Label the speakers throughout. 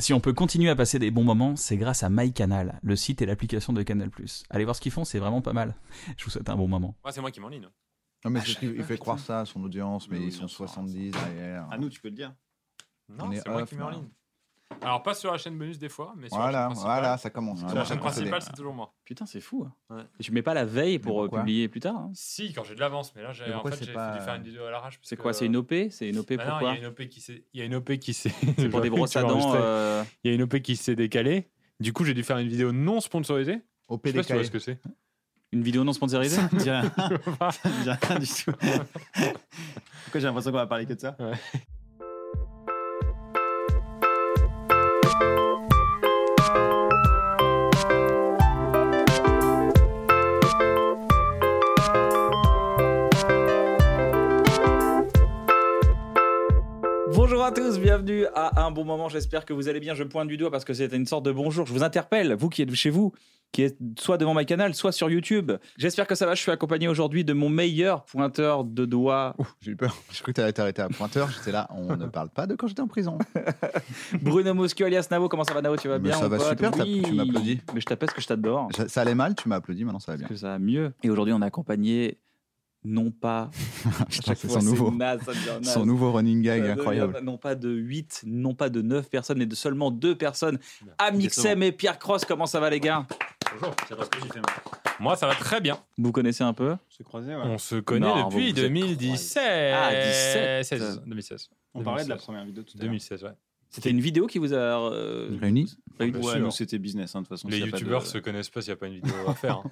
Speaker 1: Si on peut continuer à passer des bons moments, c'est grâce à MyCanal, le site et l'application de Canal+. Allez voir ce qu'ils font, c'est vraiment pas mal. Je vous souhaite un bon moment.
Speaker 2: Ouais, c'est moi qui m'enligne. hein.
Speaker 3: Non, mais
Speaker 4: Ah,
Speaker 3: c'est
Speaker 4: je
Speaker 3: ce qu'il-
Speaker 4: savais
Speaker 3: il
Speaker 4: pas,
Speaker 3: fait
Speaker 4: putain.
Speaker 3: croire ça à son audience, mais
Speaker 4: Mais
Speaker 3: ils
Speaker 4: oui,
Speaker 3: sont
Speaker 4: bien sûr.
Speaker 3: 70 derrière.
Speaker 4: À nous, tu peux le dire.
Speaker 3: On
Speaker 2: Non,
Speaker 3: est
Speaker 2: c'est moi
Speaker 3: off,
Speaker 2: qui mets en
Speaker 3: non.
Speaker 2: ligne. Alors, pas sur la chaîne bonus des fois, mais sur la
Speaker 3: Voilà,
Speaker 2: chaîne principale.
Speaker 3: voilà, ça commence. ça
Speaker 4: Sur
Speaker 2: Sur la
Speaker 3: commence
Speaker 2: chaîne
Speaker 3: à coller.
Speaker 2: principale, c'est toujours moi.
Speaker 4: Putain, c'est fou. hein.
Speaker 2: Ouais.
Speaker 4: Et tu mets pas la veille pour euh,
Speaker 3: pourquoi
Speaker 4: publier plus tard. hein.
Speaker 2: Si, quand j'ai de l'avance, mais là, j'ai
Speaker 3: Mais
Speaker 2: en
Speaker 3: pourquoi
Speaker 2: fait,
Speaker 3: c'est
Speaker 2: j'ai
Speaker 3: pas-
Speaker 2: dû faire une vidéo à l'arrache. parce
Speaker 4: C'est
Speaker 2: que-
Speaker 4: quoi C'est une OP C'est une OP
Speaker 2: Bah non,
Speaker 4: pourquoi
Speaker 2: Il y a une OP qui s'est. Il y a une OP qui s'est.
Speaker 4: C'est pour des brosses à dents. euh,
Speaker 2: Il y a une OP qui s'est décalée. Du coup, j'ai dû faire une vidéo non sponsorisée.
Speaker 3: Au
Speaker 2: Je sais pas si tu vois
Speaker 3: PDK.
Speaker 2: ce que c'est.
Speaker 4: Une vidéo non sponsorisée
Speaker 2: Ça
Speaker 4: me dirait
Speaker 2: Bah,
Speaker 4: rien, du tout.
Speaker 3: Pourquoi j'ai l'impression qu'on va parler que de ça
Speaker 4: Bonjour à tous, bienvenue à un bon moment. J'espère que vous allez bien. Je pointe du doigt parce que c'était une sorte de bonjour. Je vous interpelle, vous qui êtes chez vous, qui êtes soit devant ma canal, soit sur YouTube. J'espère que ça va. Je suis accompagné aujourd'hui de mon meilleur pointeur de doigts,
Speaker 3: J'ai eu peur. Je crois que t'allais t'arrêter à pointeur. J'étais là, on ne parle pas de quand j'étais en prison.
Speaker 4: Bruno Mosquio alias Navo. Comment ça va, Navo Tu vas
Speaker 3: Mais
Speaker 4: bien
Speaker 3: ça va
Speaker 4: mon pote
Speaker 3: super, t'as-
Speaker 4: Oui.
Speaker 3: tu m'applaudis.
Speaker 4: Mais je t'appelle parce que je t'adore.
Speaker 3: Ça, ça allait mal, tu m'as applaudi, maintenant ça va bien.
Speaker 4: que ça va mieux. Et aujourd'hui, on est accompagné, non pas.
Speaker 3: Putain, c'est
Speaker 4: fois,
Speaker 3: son nouveau,
Speaker 4: naze, ça devient naze.
Speaker 3: son nouveau running
Speaker 4: Ça
Speaker 3: gag
Speaker 4: devient
Speaker 3: incroyable.
Speaker 4: pas- Non pas de 8, non pas de 9 personnes, mais de seulement 2 personnes. Amixem et Pierre Cross, comment ça va les gars
Speaker 2: Bonjour. Moi, ça va très bien.
Speaker 4: Vous connaissez un peu
Speaker 5: se croiser. ouais.
Speaker 2: On se connaît
Speaker 4: Non, vous
Speaker 2: depuis
Speaker 4: vous êtes
Speaker 2: 2017.
Speaker 4: Ah, 17.
Speaker 2: 16, 2016.
Speaker 5: On parlait de la
Speaker 2: 2016.
Speaker 5: première vidéo tout à l'heure.
Speaker 2: 2016, ouais.
Speaker 4: C'était une vidéo qui vous a euh,
Speaker 3: Réunis
Speaker 4: réuni
Speaker 2: Bien
Speaker 5: Ouais,
Speaker 2: sûr.
Speaker 5: nous c'était business hein, de toute façon.
Speaker 2: Les
Speaker 5: s'il y a pas
Speaker 2: youtubeurs
Speaker 5: de-
Speaker 2: se connaissent pas s'il n'y a pas une vidéo à faire. hein.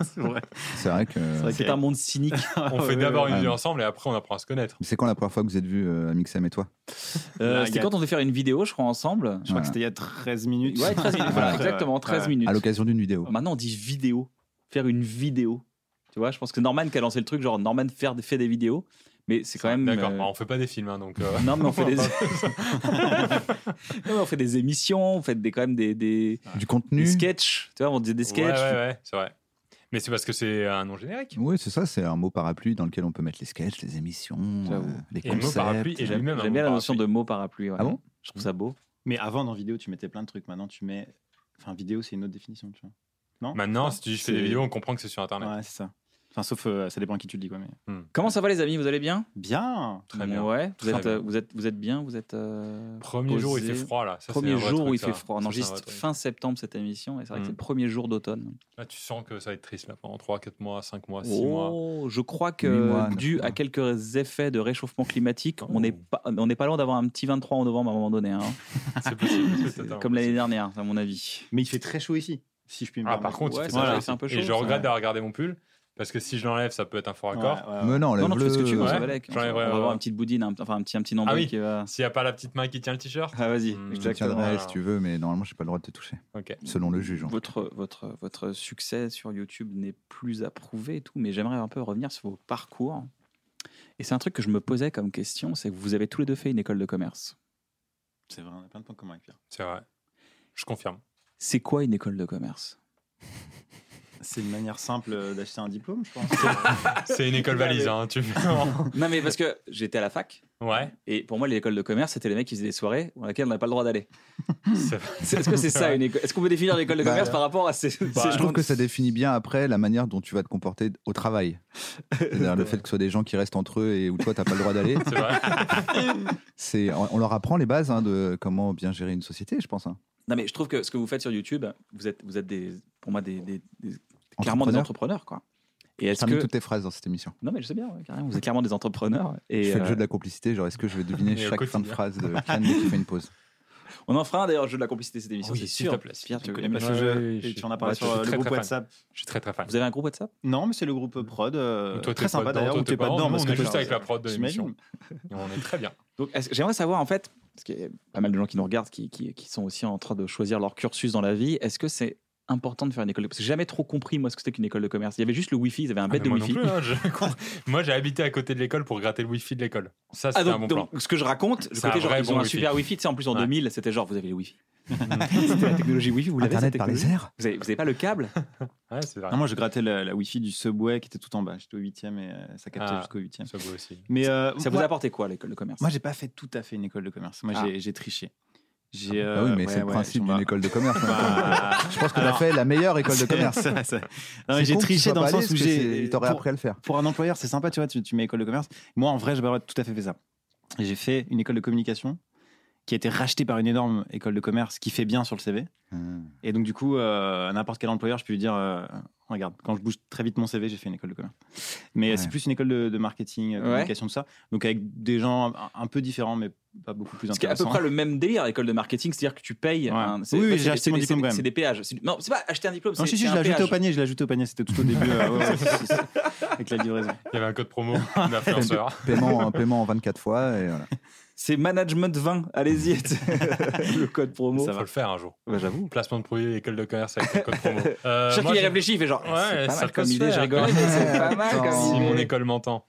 Speaker 5: C'est vrai.
Speaker 3: C'est vrai que.
Speaker 5: vrai
Speaker 4: C'est
Speaker 5: que-
Speaker 4: un monde cynique.
Speaker 2: On fait
Speaker 5: Ouais,
Speaker 2: d'abord
Speaker 5: ouais,
Speaker 2: une
Speaker 3: ouais.
Speaker 2: vidéo ensemble et après on apprend à se connaître.
Speaker 3: C'est quand la première fois que vous êtes vus, euh, Amixem et toi
Speaker 4: Euh,
Speaker 5: La
Speaker 4: C'était
Speaker 5: gâte.
Speaker 4: quand on devait faire une vidéo, je crois, ensemble.
Speaker 5: Je crois
Speaker 3: Voilà.
Speaker 5: que c'était il y a 13 minutes.
Speaker 4: Ouais, 13 minutes. Voilà,
Speaker 5: Ouais.
Speaker 4: exactement, 13
Speaker 5: Ouais.
Speaker 4: minutes.
Speaker 3: À l'occasion d'une vidéo.
Speaker 4: Maintenant, on dit vidéo. Faire une vidéo. Tu vois, je pense que Norman qui a lancé le truc, genre Norman faire, fait des vidéos. Mais c'est quand même.
Speaker 2: D'accord.
Speaker 4: euh,
Speaker 2: Bah, on fait pas des films, hein, donc. euh,
Speaker 4: Non, mais on fait des. Non, mais on fait des émissions, on fait des, quand même des, des,
Speaker 3: Du
Speaker 4: des
Speaker 3: contenu
Speaker 4: sketchs. Tu vois, on dit des sketchs.
Speaker 2: Ouais, ouais, ouais, c'est vrai. Mais c'est parce que c'est un nom générique.
Speaker 3: Oui, c'est ça, c'est un mot parapluie dans lequel on peut mettre les sketchs, les émissions,
Speaker 4: J'avoue.
Speaker 3: euh, les
Speaker 2: Et le mot
Speaker 3: concepts.
Speaker 2: parapluie est
Speaker 4: J'aime
Speaker 2: lui-même un
Speaker 4: j'aime
Speaker 2: mot
Speaker 4: bien la
Speaker 2: parapluie.
Speaker 4: notion de mot parapluie. ouais.
Speaker 3: Ah bon
Speaker 4: Je trouve ça beau.
Speaker 5: Mais avant dans vidéo, tu mettais plein de trucs. Maintenant, tu mets. Enfin, vidéo, c'est une autre définition, tu vois. Non
Speaker 2: Maintenant, si tu dis je fais des
Speaker 5: C'est-
Speaker 2: vidéos, on comprend que c'est sur internet.
Speaker 5: Ouais, c'est ça. Enfin, sauf euh, ça dépend à qui tu le dis, quoi. Mais...
Speaker 4: Comment ça va, les amis Vous allez bien
Speaker 5: Bien
Speaker 2: Très bien.
Speaker 4: Ouais. Vous
Speaker 2: Très
Speaker 4: êtes, euh,
Speaker 2: bien.
Speaker 4: vous êtes, vous êtes bien. Vous êtes. euh,
Speaker 2: Premier jour où il fait
Speaker 4: posé.
Speaker 2: froid là. Ça, c'est un
Speaker 4: premier
Speaker 2: vrai
Speaker 4: jour
Speaker 2: truc,
Speaker 4: où il
Speaker 2: ça. hein.
Speaker 4: fait froid. On
Speaker 2: Ça, c'est un
Speaker 4: enregistre
Speaker 2: vrai truc.
Speaker 4: fin septembre cette émission et c'est vrai que
Speaker 2: Mm.
Speaker 4: c'est le premier jour d'automne.
Speaker 2: Là, tu sens que ça va être triste là pendant 3, 4 mois, 5 mois, 6 mois.
Speaker 4: Oh, je crois que
Speaker 3: Huit mois, neuf
Speaker 4: dû
Speaker 3: mois.
Speaker 4: à quelques effets de réchauffement climatique, on
Speaker 2: Oh.
Speaker 4: n'est pas, on n'est pas loin d'avoir un petit 23 en novembre à un moment donné, hein.
Speaker 2: C'est possible. c'est totalement
Speaker 4: comme l'année
Speaker 2: possible.
Speaker 4: dernière, à mon avis.
Speaker 5: Mais il fait très chaud ici, si je puis me
Speaker 2: Ah,
Speaker 5: permettre.
Speaker 2: par contre,
Speaker 4: Ouais,
Speaker 2: il fait
Speaker 4: c'est
Speaker 2: ça,
Speaker 4: vrai,
Speaker 2: là,
Speaker 4: c'est un peu
Speaker 2: Et
Speaker 4: chaud,
Speaker 2: je
Speaker 4: ça.
Speaker 2: regrette d'avoir gardé mon pull parce que si je l'enlève, ça peut être un faux raccord.
Speaker 5: Ouais, ouais, ouais.
Speaker 3: Mais non, euh,
Speaker 4: Non,
Speaker 3: enlève-le.
Speaker 4: non, tu fais ce que tu veux,
Speaker 2: Ouais.
Speaker 4: ça va, mec. On va
Speaker 2: J'enlèverai, ouais,
Speaker 4: avoir
Speaker 2: ouais.
Speaker 4: une petite boudine, un- enfin un petit, un petit
Speaker 2: Ah
Speaker 4: nombril
Speaker 2: oui.
Speaker 4: qui va.
Speaker 2: S'il n'y a pas la petite main qui tient le t-shirt,
Speaker 4: Ah, vas-y,
Speaker 2: Hmm.
Speaker 3: Je te
Speaker 4: exactement.
Speaker 3: tiendrai
Speaker 2: Voilà.
Speaker 3: si tu veux, mais normalement, j'ai pas le droit de te toucher,
Speaker 2: ok.
Speaker 5: Mm.
Speaker 3: selon le juge. en fait.
Speaker 4: Votre, votre, votre succès sur YouTube n'est plus approuvé et tout, mais j'aimerais un peu revenir sur vos parcours. Et c'est un truc que je me posais comme question, c'est que vous avez tous les deux fait une école de commerce.
Speaker 5: C'est vrai, on a plein de points communs avec hein. Pierre.
Speaker 2: C'est vrai. Je confirme.
Speaker 4: C'est quoi une école de commerce
Speaker 5: C'est une manière simple euh, d'acheter un diplôme, je pense.
Speaker 2: C'est une école valise, hein. Tu...
Speaker 4: Non mais parce que j'étais à la fac,
Speaker 2: ouais.
Speaker 4: Et pour moi, les écoles de commerce, c'était les mecs qui faisaient des soirées dans lesquelles on n'a pas le droit d'aller.
Speaker 2: c'est-
Speaker 4: C'est- Est-ce que c'est ça une école Est-ce qu'on peut définir l'école de
Speaker 3: Bah,
Speaker 4: commerce par rapport à ces.
Speaker 2: bah,
Speaker 4: ces
Speaker 3: Je
Speaker 4: gens-
Speaker 3: trouve que ça définit bien après la manière dont tu vas te comporter au travail. C'est-à-dire le fait que ce soit des gens qui restent entre eux et où toi, t'as pas le droit d'aller.
Speaker 2: C'est vrai.
Speaker 3: C'est, on on leur apprend les bases hein, de comment bien gérer une société, je pense. hein.
Speaker 4: Non, mais je trouve que ce que vous faites sur YouTube, vous êtes, vous êtes des, pour moi, des, des- des- clairement des
Speaker 3: Entrepreneur.
Speaker 4: entrepreneurs, quoi. Et
Speaker 3: Je
Speaker 4: est-ce
Speaker 3: termine
Speaker 4: que.
Speaker 3: toutes tes phrases dans cette émission.
Speaker 4: Non, mais je sais bien, ouais, carrément, vous êtes clairement des entrepreneurs. Et
Speaker 3: je fais le
Speaker 4: euh,
Speaker 3: jeu de la complicité, genre est-ce que je vais deviner
Speaker 2: Mais au
Speaker 3: chaque fin de
Speaker 2: quotidien.
Speaker 3: phrase de Kian dès qu'il fait une pause
Speaker 4: On en fera un, d'ailleurs, le jeu de la complicité de cette émission,
Speaker 2: Oui,
Speaker 4: c'est
Speaker 2: s'il te
Speaker 4: sûr.
Speaker 2: plaît, s'il te
Speaker 4: Pierre, tu
Speaker 5: Tu connais
Speaker 4: connais
Speaker 5: pas
Speaker 2: Ouais,
Speaker 5: ce
Speaker 2: ouais,
Speaker 5: jeu
Speaker 2: je
Speaker 5: et
Speaker 2: suis-
Speaker 5: tu en as
Speaker 2: ouais,
Speaker 5: parlé
Speaker 2: je
Speaker 5: sur
Speaker 2: suis
Speaker 5: euh,
Speaker 2: très,
Speaker 5: le groupe
Speaker 2: très fan.
Speaker 5: WhatsApp.
Speaker 2: Je suis très très fan.
Speaker 4: Vous avez un groupe WhatsApp
Speaker 5: Non, mais c'est le groupe prod.
Speaker 2: Toi,
Speaker 5: euh,
Speaker 2: t'es
Speaker 5: très
Speaker 2: pas
Speaker 5: sympa
Speaker 2: dedans,
Speaker 5: d'ailleurs,
Speaker 2: toi,
Speaker 5: où
Speaker 2: t'es
Speaker 5: t'es
Speaker 2: pas
Speaker 5: pas
Speaker 2: dedans.
Speaker 5: dedans.
Speaker 2: Nous,
Speaker 5: parce
Speaker 2: on
Speaker 5: que
Speaker 2: est juste
Speaker 5: je-
Speaker 2: avec la prod de
Speaker 5: J'imagine.
Speaker 2: l'émission. On est très bien.
Speaker 4: Donc, est-ce- j'aimerais savoir, en fait, parce qu'il y a pas mal de gens qui nous regardent qui, qui, qui sont aussi en train de choisir leur cursus dans la vie, est-ce que c'est important de faire une école de... Parce que j'ai jamais trop compris, moi, ce que c'était qu'une école de commerce. Il y avait juste le Wi-Fi, ils avaient un
Speaker 2: Ah, mais
Speaker 4: bête de
Speaker 2: moi
Speaker 4: Wi-Fi.
Speaker 2: non plus, hein, je- moi, j'ai habité à côté de l'école pour gratter le wifi de l'école. Ça,
Speaker 4: Ah,
Speaker 2: c'était
Speaker 4: donc,
Speaker 2: un bon plan.
Speaker 4: donc, ce que je raconte, le
Speaker 2: C'est un
Speaker 4: côté genre,
Speaker 2: vrai
Speaker 4: ils ont
Speaker 2: bon
Speaker 4: un
Speaker 2: Wi-Fi.
Speaker 4: super Wi-Fi, tu sais, en plus en
Speaker 2: Ouais.
Speaker 4: 2000, c'était genre, vous avez le Wi-Fi. c'était la technologie Wi-Fi, vous l'avez cette
Speaker 3: Internet par les
Speaker 4: technologie
Speaker 3: airs
Speaker 4: vous avez, vous avez pas le câble
Speaker 2: Ouais, c'est vrai.
Speaker 4: Ah,
Speaker 5: Non, moi, je grattais la, la Wi-Fi du Subway qui était tout en bas. J'étais au 8 et euh, ça captait
Speaker 2: Ah.
Speaker 5: jusqu'au 8
Speaker 2: Ça vaut aussi.
Speaker 5: Mais euh,
Speaker 4: Ça vous
Speaker 5: moi-
Speaker 4: a apporté quoi, l'école de commerce
Speaker 5: Moi, j'ai pas fait tout à fait une école de commerce. Moi,
Speaker 4: Ah.
Speaker 5: j'ai- j'ai triché. J'ai.
Speaker 3: Ah oui,
Speaker 5: euh,
Speaker 3: mais
Speaker 5: ouais,
Speaker 3: c'est le
Speaker 5: ouais,
Speaker 3: principe
Speaker 5: j'en
Speaker 3: d'une
Speaker 5: bats.
Speaker 3: école de commerce.
Speaker 5: Bah,
Speaker 3: Je pense qu'on a
Speaker 5: Alors-
Speaker 3: fait la meilleure école de
Speaker 5: c'est-
Speaker 3: commerce.
Speaker 5: ça, ça. Non,
Speaker 3: C'est
Speaker 5: mais j'ai
Speaker 3: con que tu
Speaker 5: triché
Speaker 3: sois
Speaker 5: dans le
Speaker 3: pas allé,
Speaker 5: sens où
Speaker 3: parce que c'est-
Speaker 5: j'ai.
Speaker 3: Il t'aurait
Speaker 5: pour-
Speaker 3: appris à le faire.
Speaker 5: pour un employeur, c'est sympa, tu vois, tu, tu mets école de commerce. Moi, en vrai, je n'aurais pas tout à fait fait ça. J'ai fait une école de communication qui a été rachetée par une énorme école de commerce qui fait bien sur le CV.
Speaker 4: Ah.
Speaker 5: Et donc, du coup, euh, à n'importe quel employeur, je peux lui dire euh, regarde, quand je bouge très vite mon CV, j'ai fait une école de commerce. Mais
Speaker 3: Ouais.
Speaker 5: c'est plus une école de, de marketing, euh,
Speaker 4: Ouais.
Speaker 5: communication, tout ça. Donc, avec des gens un, un peu différents, mais pas beaucoup plus
Speaker 4: Ce qui est à peu
Speaker 5: intéressants.
Speaker 4: près le même délire, l'école de marketing, c'est-à-dire que tu payes.
Speaker 5: Ouais.
Speaker 4: un- c'est-
Speaker 5: Oui, oui,
Speaker 4: c'est-
Speaker 5: j'ai
Speaker 4: c'est-
Speaker 5: acheté mon
Speaker 4: c'est-
Speaker 5: diplôme
Speaker 4: c'est-
Speaker 5: quand même.
Speaker 4: C'est des péages. C'est- Non, c'est pas acheter un diplôme.
Speaker 5: Non,
Speaker 4: c'est-
Speaker 5: si, si,
Speaker 4: c'est
Speaker 5: je
Speaker 4: un
Speaker 5: l'ai ajouté
Speaker 4: péage.
Speaker 5: au panier, je l'ai ajouté au panier, c'était tout au début, euh, ouais, ouais, c'est- c'est- avec la livraison.
Speaker 2: Il y avait un code promo d'influenceur.
Speaker 3: Paiement, en- paiement en 24 fois. Et voilà.
Speaker 4: C'est management 20. Allez-y. le code promo.
Speaker 2: Ça va le faire un jour.
Speaker 4: Bah, j'avoue.
Speaker 2: Placement de produit, école de commerce avec le code promo. Euh,
Speaker 4: Chaque
Speaker 2: moi,
Speaker 4: qu'il y
Speaker 2: j'ai-
Speaker 4: réfléchit, hein, il fait genre.
Speaker 2: Ouais,
Speaker 4: c'est pas
Speaker 2: ça
Speaker 4: mal
Speaker 2: peut
Speaker 4: comme
Speaker 2: se
Speaker 4: idée,
Speaker 2: faire,
Speaker 4: je rigole.
Speaker 2: quoi.
Speaker 4: C'est pas mal
Speaker 3: Attends.
Speaker 4: comme
Speaker 2: Si mon
Speaker 4: idée.
Speaker 2: école m'entend.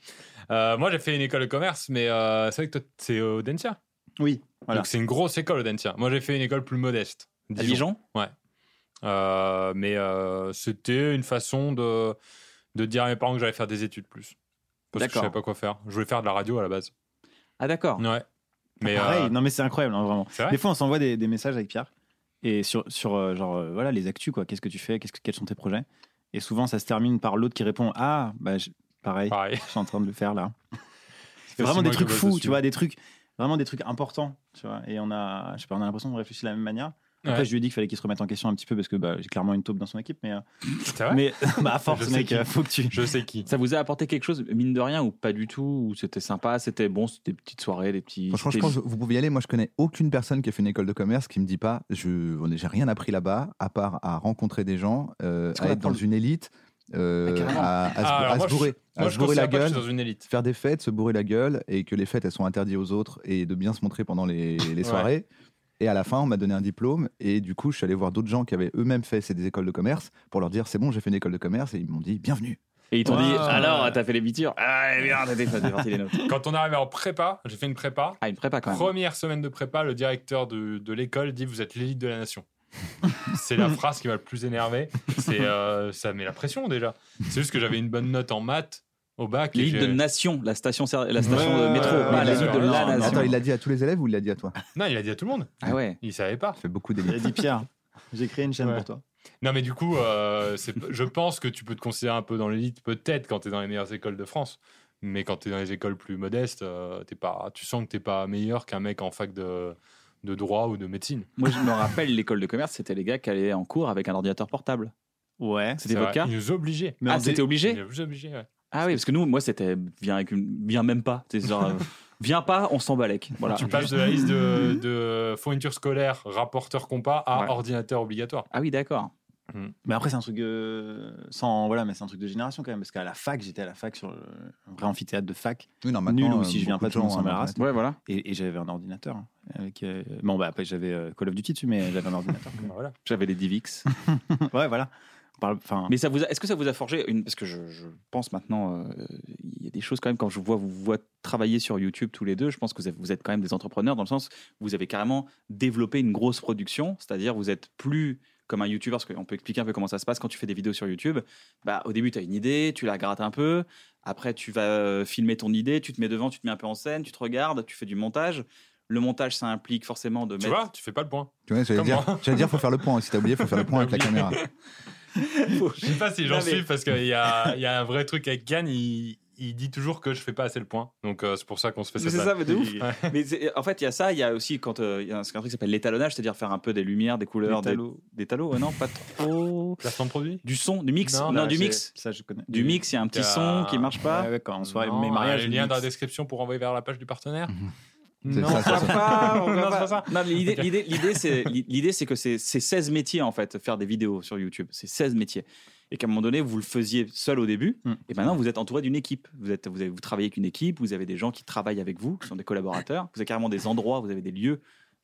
Speaker 2: Euh, moi, j'ai fait une école de commerce, mais euh, c'est vrai que toi, c'est au Dentia.
Speaker 5: Oui, voilà.
Speaker 2: Donc, c'est une grosse école au Dentia. Moi, j'ai fait une école plus modeste.
Speaker 4: À
Speaker 2: Dijon.
Speaker 4: Dijon
Speaker 2: Euh, mais euh, c'était une façon de, de dire à mes parents que j'allais faire des études plus. Parce que je
Speaker 4: D'accord.
Speaker 2: savais pas quoi faire. Je voulais faire de la radio à la base.
Speaker 4: Ah, d'accord.
Speaker 2: Ouais. Mais
Speaker 5: Pareil,
Speaker 2: euh,
Speaker 5: non mais c'est incroyable, hein, vraiment.
Speaker 2: c'est vrai
Speaker 5: Des fois, on s'envoie des, des messages avec Pierre et sur, sur euh, genre euh, voilà les actus quoi. Qu'est-ce que tu fais Qu'est-ce que quels sont tes projets Et souvent, ça se termine par l'autre qui répond ah bah je- pareil,
Speaker 2: Pareil.
Speaker 5: je suis en train de le faire là.
Speaker 2: C'est
Speaker 5: C'est vraiment
Speaker 2: aussi
Speaker 5: des
Speaker 2: moi
Speaker 5: trucs
Speaker 2: qui bosse
Speaker 5: fous,
Speaker 2: dessus.
Speaker 5: tu vois, des trucs vraiment des trucs importants, tu vois. Et on a je sais pas, on a l'impression qu'on réfléchit de la même manière. Après,
Speaker 2: Ouais.
Speaker 5: je lui ai dit qu'il fallait qu'il se remette en question un petit peu parce que bah, j'ai clairement une taupe dans son équipe, mais euh,
Speaker 2: C'est vrai
Speaker 5: mais bah à
Speaker 2: Je
Speaker 5: force
Speaker 2: sais
Speaker 5: mec,
Speaker 2: qui.
Speaker 5: euh, faut que tu
Speaker 2: Je sais qui.
Speaker 4: Ça vous a apporté quelque chose, mine de rien, ou pas du tout Ou c'était sympa C'était bon, c'était des petites soirées, des petits.
Speaker 3: Franchement, je
Speaker 4: c'était-
Speaker 3: pense que vous pouvez y aller. Moi, je connais aucune personne qui a fait une école de commerce qui me dit pas je on est- j'ai rien appris là-bas, à part à rencontrer des gens, euh,
Speaker 5: qu'on
Speaker 3: à être
Speaker 5: apprend
Speaker 3: dans
Speaker 5: le-
Speaker 3: une élite, euh,
Speaker 4: Ah, carrément.
Speaker 3: à, à se-
Speaker 2: Ah, alors
Speaker 3: à
Speaker 2: moi,
Speaker 3: se bourrer,
Speaker 2: je, moi,
Speaker 3: à
Speaker 2: je
Speaker 3: se bourrer la
Speaker 2: considère pas que
Speaker 3: gueule.
Speaker 2: je suis dans une élite.
Speaker 3: faire des fêtes, se bourrer la gueule et que les fêtes elles sont interdites aux autres et de bien se montrer pendant les, les soirées. Et à la fin, on m'a donné un diplôme et du coup, je suis allé voir d'autres gens qui avaient eux-mêmes fait ces- des écoles de commerce pour leur dire c'est bon, j'ai fait une école de commerce et ils m'ont dit bienvenue.
Speaker 4: Et ils t'ont dit
Speaker 2: Ah.
Speaker 4: alors, t'as fait les bitures Ah, merde, t'as fait partie des notes.
Speaker 2: Quand on arrive en prépa, j'ai fait une prépa.
Speaker 4: Ah, une prépa quand même.
Speaker 2: Première semaine de prépa, le directeur de, de l'école dit Vous êtes l'élite de la nation. c'est la phrase qui m'a le plus énervé. C'est, euh, ça met la pression déjà. C'est juste que j'avais une bonne note en maths au bac. et
Speaker 4: L'élite de
Speaker 2: j'ai-
Speaker 4: Nation, la station, ser- la station de
Speaker 5: Ouais,
Speaker 4: métro,
Speaker 2: ouais,
Speaker 4: pas
Speaker 2: ouais,
Speaker 4: l'élite
Speaker 2: ouais,
Speaker 4: de
Speaker 2: ouais,
Speaker 4: la
Speaker 5: non, non,
Speaker 4: Nation.
Speaker 3: Ah, Attends, il l'a dit à tous les élèves ou il l'a dit à toi
Speaker 2: Non, il a dit à tout le monde.
Speaker 4: Ah ouais.
Speaker 2: Il savait pas.
Speaker 3: Ça fait beaucoup
Speaker 5: Il
Speaker 3: d'élèves.
Speaker 5: a dit Pierre, j'ai créé une chaîne
Speaker 2: Ouais.
Speaker 5: pour toi.
Speaker 2: Non, mais du coup, euh, c'est- je pense que tu peux te considérer un peu dans l'élite, peut-être quand tu es dans les meilleures écoles de France. Mais quand tu es dans les écoles plus modestes, euh, t'es pas, tu sens que tu pas meilleur qu'un mec en fac de, de droit ou de médecine.
Speaker 4: Moi, je me rappelle, l'école de commerce, c'était les gars qui allaient en cours avec un ordinateur portable.
Speaker 5: Ouais.
Speaker 4: C'était
Speaker 2: C'est
Speaker 4: votre
Speaker 2: vrai.
Speaker 4: cas
Speaker 2: Ils nous obligeaient.
Speaker 5: Mais
Speaker 4: Ah,
Speaker 5: on
Speaker 2: Ils
Speaker 4: c'était obligé
Speaker 2: nous obligeaient, ouais.
Speaker 4: Ah oui, parce que nous, moi, c'était viens avec une... viens même pas. C'est genre, euh, viens pas, on s'en balèque. Voilà.
Speaker 2: Tu passes de la liste de, de fourniture scolaire, rapporteur compas à
Speaker 4: Ouais.
Speaker 2: ordinateur obligatoire.
Speaker 4: Ah oui, d'accord.
Speaker 5: Mais après, c'est un truc euh, sans voilà, mais c'est un truc de génération quand même, parce qu'à la fac, j'étais à la fac sur le- un vrai amphithéâtre de fac,
Speaker 3: Oui, non,
Speaker 5: nul
Speaker 3: maintenant,
Speaker 5: ou si
Speaker 3: euh,
Speaker 5: je viens
Speaker 3: beaucoup
Speaker 5: pas,
Speaker 3: de
Speaker 5: tout le monde
Speaker 3: gens,
Speaker 5: s'en
Speaker 3: euh,
Speaker 2: hein,
Speaker 5: m'arrasse.
Speaker 4: Ouais, voilà.
Speaker 5: et, et j'avais un ordinateur. hein, Avec, euh, bon bah après, j'avais euh, Call of Duty dessus, mais j'avais un ordinateur.
Speaker 2: Bah voilà.
Speaker 4: J'avais les Divix.
Speaker 5: ouais, voilà. On parle- Enfin,
Speaker 4: Mais ça vous a- est-ce que ça vous a forgé une Hein. parce que je, je pense maintenant euh, il y a des choses quand même quand je vois vous vois travailler sur YouTube tous les deux, je pense que vous êtes, vous êtes quand même des entrepreneurs dans le sens où vous avez carrément développé une grosse production, c'est-à-dire vous êtes plus comme un YouTuber parce qu'on peut expliquer un peu comment ça se passe quand tu fais des vidéos sur YouTube. Bah au début tu as une idée, tu la grattes un peu, après tu vas euh, filmer ton idée, tu te mets devant, tu te mets un peu en scène, tu te regardes, tu fais du montage. Le montage ça implique forcément de
Speaker 2: Tu
Speaker 4: mettre
Speaker 2: vois, tu fais pas le point.
Speaker 3: Tu vois, j'allais dire,
Speaker 2: Comment
Speaker 3: j'allais dire, faut faire le point. hein. Si t'as oublié, faut faire le point avec la caméra.
Speaker 2: Je sais pas si j'en
Speaker 4: Non, mais-
Speaker 2: suis parce qu'il y a, il y a un vrai truc avec Gann. Il, il dit toujours que je fais pas assez le point. Donc euh, c'est pour ça qu'on se fait
Speaker 4: Mais
Speaker 2: cette
Speaker 4: c'est
Speaker 2: vanne.
Speaker 4: ça, mais de ouf.
Speaker 2: Il-
Speaker 4: Mais c'est- en fait, il y a ça, il y a aussi quand euh, il y a un, c'est un truc qui s'appelle l'étalonnage, c'est-à-dire faire un peu des lumières, des couleurs,
Speaker 5: Des
Speaker 4: des
Speaker 5: talos.
Speaker 4: des talos, ouais, non, pas trop.
Speaker 2: Placement de produit
Speaker 4: Du son, du mix, non,
Speaker 2: Non,
Speaker 5: là,
Speaker 4: du
Speaker 5: j'ai-
Speaker 4: mix,
Speaker 5: Ça, je connais.
Speaker 4: du Ah, mix, il y a un petit
Speaker 2: Euh,
Speaker 4: son qui marche pas.
Speaker 5: Ouais, ouais, quand on se voit,
Speaker 2: Non, euh,
Speaker 5: mes mariages.
Speaker 2: Les liens
Speaker 5: mix.
Speaker 2: dans la description pour envoyer vers la page du partenaire.
Speaker 3: Mhm. C'est
Speaker 4: Non,
Speaker 3: ça,
Speaker 4: c'est
Speaker 3: ça, ça.
Speaker 4: pas- Ah, on va
Speaker 2: Non, c'est
Speaker 4: pas-
Speaker 2: pas ça.
Speaker 4: Non, mais l'idée- l'idée, l'idée, c'est, l'idée, c'est que c'est, c'est 16 métiers, en fait, faire des vidéos sur YouTube. C'est 16 métiers. Et qu'à un moment donné, vous le faisiez seul au début,
Speaker 5: Hmm.
Speaker 4: et maintenant, vous êtes entouré d'une équipe. Vous, êtes, vous, avez, vous travaillez avec une équipe, vous avez des gens qui travaillent avec vous, qui sont des collaborateurs. Vous avez carrément des endroits, vous avez des lieux.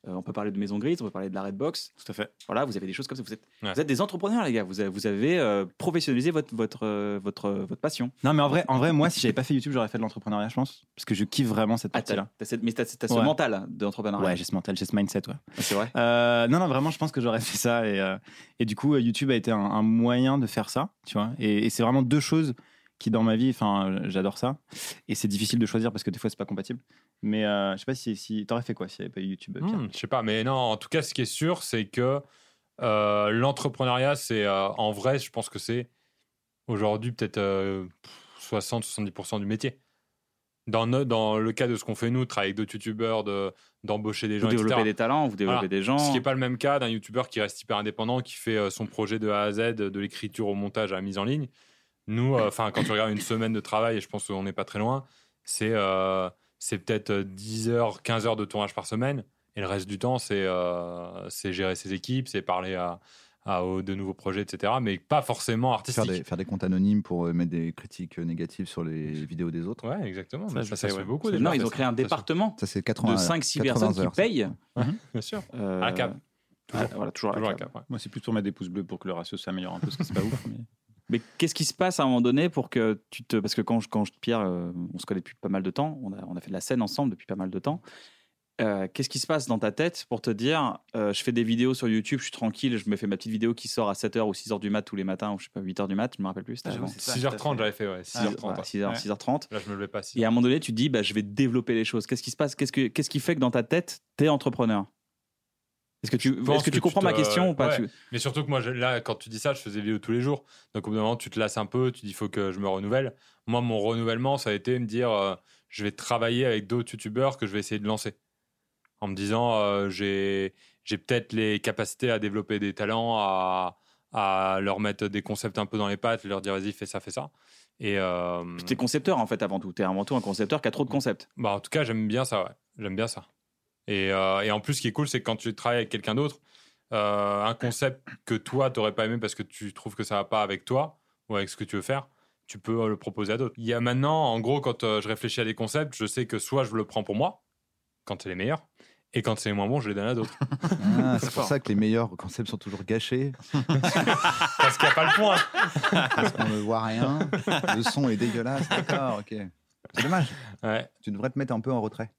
Speaker 4: Euh, on peut parler de Maison Grise, on peut parler de la Redbox.
Speaker 5: Tout à fait.
Speaker 4: Voilà, vous avez des choses comme ça. Vous êtes,
Speaker 2: Ouais.
Speaker 4: vous êtes des entrepreneurs, les gars. Vous avez, vous avez euh, professionnalisé votre, votre, euh, votre, votre passion.
Speaker 5: Non, mais en vrai, en vrai moi, si j'avais pas fait YouTube, j'aurais fait de l'entrepreneuriat, je pense. Parce que je kiffe vraiment cette
Speaker 4: Ah, t'as,
Speaker 5: partie-là.
Speaker 4: t'as cette- mais t'as, t'as ce
Speaker 5: Ouais.
Speaker 4: mental d'entrepreneuriat.
Speaker 5: Ouais, j'ai ce mental, j'ai ce mindset, ouais.
Speaker 4: c'est vrai.
Speaker 5: Euh, non, non, vraiment, je pense que j'aurais fait ça. Et, euh, et du coup, euh, YouTube a été un, un moyen de faire ça, tu vois. Et, et c'est vraiment deux choses qui, dans ma vie, enfin, euh, j'adore ça. Et c'est difficile de choisir parce que des fois, c'est pas compatible. Mais euh, je sais pas si, si t'aurais fait quoi s'il n'y avait pas eu YouTube. Pierre
Speaker 2: Hmm, je sais pas, mais non, en tout cas, ce qui est sûr, c'est que euh, l'entrepreneuriat, c'est euh, en vrai, je pense que c'est aujourd'hui peut-être euh, pff, 60-70% du métier. Dans, no- dans le cas de ce qu'on fait nous, de travailler avec d'autres youtubeurs, de- d'embaucher des
Speaker 4: Vous
Speaker 2: gens,
Speaker 4: développez
Speaker 2: etc.
Speaker 4: des talents, vous développez
Speaker 2: Voilà.
Speaker 4: des gens.
Speaker 2: Ce qui n'est pas le même cas d'un youtubeur qui reste hyper indépendant, qui fait euh, son projet de A à Z, de l'écriture au montage à la mise en ligne. Nous, euh, enfin, quand tu regardes une semaine de travail, et je pense qu'on n'est pas très loin, c'est euh, c'est peut-être euh, 10 heures, 15 heures de tournage par semaine. Et le reste du temps, c'est euh, c'est gérer ses équipes, c'est parler à, à- aux de nouveaux projets, etc. Mais pas forcément
Speaker 3: Faire
Speaker 2: artistique.
Speaker 3: des, faire des comptes anonymes pour euh, mettre des critiques euh, négatives sur les vidéos des autres.
Speaker 2: Ouais, exactement.
Speaker 5: Ça,
Speaker 2: mais
Speaker 5: je
Speaker 2: Ça, ça
Speaker 5: sais,
Speaker 2: se fait
Speaker 5: ouais.
Speaker 2: beaucoup déjà.
Speaker 4: Non, ils
Speaker 2: Ça,
Speaker 4: ont
Speaker 2: ça-
Speaker 4: créé un
Speaker 2: ça se-
Speaker 4: département
Speaker 3: Ça, c'est
Speaker 4: de
Speaker 3: 80
Speaker 4: 5-6
Speaker 3: 80
Speaker 4: personnes qui
Speaker 3: heures, ça.
Speaker 4: payent.
Speaker 2: Bien sûr.
Speaker 4: euh,
Speaker 2: Un cap.
Speaker 4: ah, voilà, toujours à
Speaker 2: Toujours
Speaker 4: la
Speaker 2: un
Speaker 4: cave.
Speaker 2: cap, ouais.
Speaker 5: Moi, c'est plutôt mettre des pouces bleus pour que le ratio s'améliore un peu, parce que c'est pas ouf. mais-
Speaker 4: Mais qu'est-ce qui se passe à un moment donné pour que tu te. Parce que quand je, quand je Pierre, euh, on se connaît depuis pas mal de temps, on a, on a fait de la scène ensemble depuis pas mal de temps. Euh, qu'est-ce qui se passe dans ta tête pour te dire euh, je fais des vidéos sur YouTube, je suis tranquille, je me fais ma petite vidéo qui sort à 7h ou 6h du mat tous les matins, ou je sais pas, 8h du mat, je me rappelle plus. c'était
Speaker 5: Ah, j'avoue,
Speaker 4: avant.
Speaker 5: c'est Ah, ça,
Speaker 2: 6h30,
Speaker 5: tout à
Speaker 2: j'avais fait, ouais. 6h30.
Speaker 4: Voilà, 6h,
Speaker 5: Ouais.
Speaker 4: 6h30.
Speaker 2: Là, je me levais pas. à 6
Speaker 4: Et à un moment donné, tu te dis, bah, je vais développer les choses. Qu'est-ce qui se passe qu'est-ce, que, qu'est-ce qui fait que dans ta tête, t'es entrepreneur Est-ce que tu,
Speaker 2: pense
Speaker 4: est-ce
Speaker 2: que
Speaker 4: que tu
Speaker 2: tu
Speaker 4: comprends ma
Speaker 2: te-
Speaker 4: question ou pas
Speaker 2: ouais.
Speaker 4: Tu-
Speaker 2: Mais surtout que moi, je- là, quand tu dis ça, je faisais des vidéos tous les jours. Donc au bout d'un moment, tu te lasses un peu, tu dis, il faut que je me renouvelle. Moi, mon renouvellement, ça a été me dire, euh, je vais travailler avec d'autres youtubeurs que je vais essayer de lancer. En me disant, euh, j'ai j'ai peut-être les capacités à développer des talents, à, à leur mettre des concepts un peu dans les pattes, leur dire, vas-y, fais ça, fais ça. Et euh,
Speaker 4: T'es concepteur en fait avant tout. T'es avant tout un concepteur qui a trop de concepts.
Speaker 2: bah, en tout cas, j'aime bien ça, ouais. J'aime bien ça. Et, euh, et en plus, ce qui est cool, c'est que quand tu travailles avec quelqu'un d'autre, euh, un concept que toi, t'aurais pas aimé parce que tu trouves que ça va pas avec toi ou avec ce que tu veux faire, tu peux euh, le proposer à d'autres. Il y a maintenant, en gros, quand euh, je réfléchis à des concepts, je sais que soit je le prends pour moi, quand c'est les meilleurs, et quand c'est les moins bons, je les donne à d'autres.
Speaker 3: Ah, c'est pour
Speaker 2: Fort.
Speaker 3: ça que les meilleurs concepts sont toujours gâchés.
Speaker 2: parce qu'il n'y a pas le point.
Speaker 3: Parce qu'on ne voit rien. Le son est dégueulasse. D'accord, ok. C'est dommage.
Speaker 2: Ouais,
Speaker 3: Tu devrais te mettre un peu en retrait.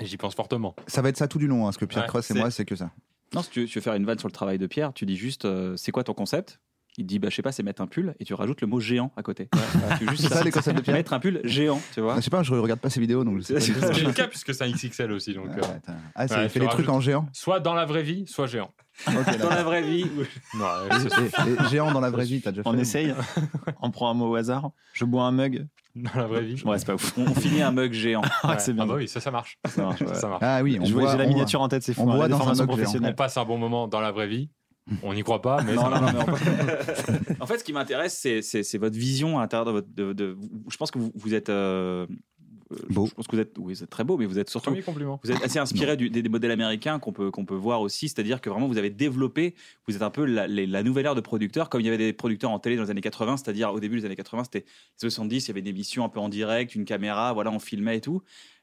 Speaker 2: j'y pense fortement.
Speaker 3: Ça va être ça tout du long. hein, ce que Pierre
Speaker 2: Ouais,
Speaker 3: Cross et
Speaker 2: c'est-
Speaker 3: moi, c'est que ça.
Speaker 4: Non, si tu veux, tu veux faire une vanne sur le travail de Pierre, tu dis juste, euh, c'est quoi ton concept Il te dit, bah, je sais pas, c'est mettre un pull et tu rajoutes le mot géant à côté. Tu veux juste
Speaker 3: C'est ça les concepts de Pierre.
Speaker 4: mettre un pull géant, tu vois.
Speaker 3: Ah, je sais pas, je regarde pas ses vidéos, donc je sais pas.
Speaker 4: C'est-
Speaker 3: du tout.
Speaker 2: C'est le cas puisque c'est un XXL aussi. Donc,
Speaker 3: Ah,
Speaker 2: euh,
Speaker 3: attends. Ah, c'est
Speaker 2: Ouais,
Speaker 3: il
Speaker 2: tu
Speaker 3: fait les trucs
Speaker 2: rajoutes-
Speaker 3: en géant.
Speaker 2: soit dans la vraie vie, soit géant.
Speaker 3: Ok,
Speaker 4: Dans
Speaker 3: d'accord.
Speaker 4: la vraie vie.
Speaker 2: Non, ouais, c'est-
Speaker 3: Et- et Géant dans la vraie vie, t'as déjà fait.
Speaker 5: On essaye, on prend un mot au hasard, je bois un mug.
Speaker 2: dans la vraie vie.
Speaker 5: Ouais, c'est pas ouf.
Speaker 4: On, on finit un mug géant.
Speaker 5: Ah,
Speaker 2: Ouais.
Speaker 5: c'est bien.
Speaker 2: Ah bah oui, ça, ça marche.
Speaker 5: Ça marche, ouais.
Speaker 2: Ça marche.
Speaker 3: Ah oui, on
Speaker 5: Je vois-
Speaker 3: voit.
Speaker 5: J'ai la
Speaker 3: on voit.
Speaker 5: miniature en tête, c'est fou.
Speaker 3: on
Speaker 5: hein,
Speaker 3: boit
Speaker 5: les
Speaker 3: dans un
Speaker 5: formations
Speaker 3: mug géant.
Speaker 2: on
Speaker 5: professionnelles.
Speaker 2: passe un bon moment dans la vraie vie. On n'y croit pas, mais
Speaker 4: Non,
Speaker 2: ça
Speaker 4: non,
Speaker 2: marche.
Speaker 4: non, mais on- en fait, ce qui m'intéresse, c'est- c'est c'est votre vision à l'intérieur de votre. de- de- je pense que vous, vous êtes. euh, euh,
Speaker 3: Beau.
Speaker 4: Je pense que vous êtes. Oui, vous êtes très beau, mais vous êtes surtout.
Speaker 2: premier compliment.
Speaker 4: Vous êtes assez inspiré du- des, des modèles américains qu'on peut, qu'on peut voir aussi, c'est-à-dire que vraiment vous avez développé, vous êtes un peu la, les- la nouvelle ère de producteurs, comme il y avait des producteurs en télé dans les années 80, c'est-à-dire au début des années 80, c'était 70, il y avait des émissions un peu en direct, une caméra, voilà, on filmait et tout.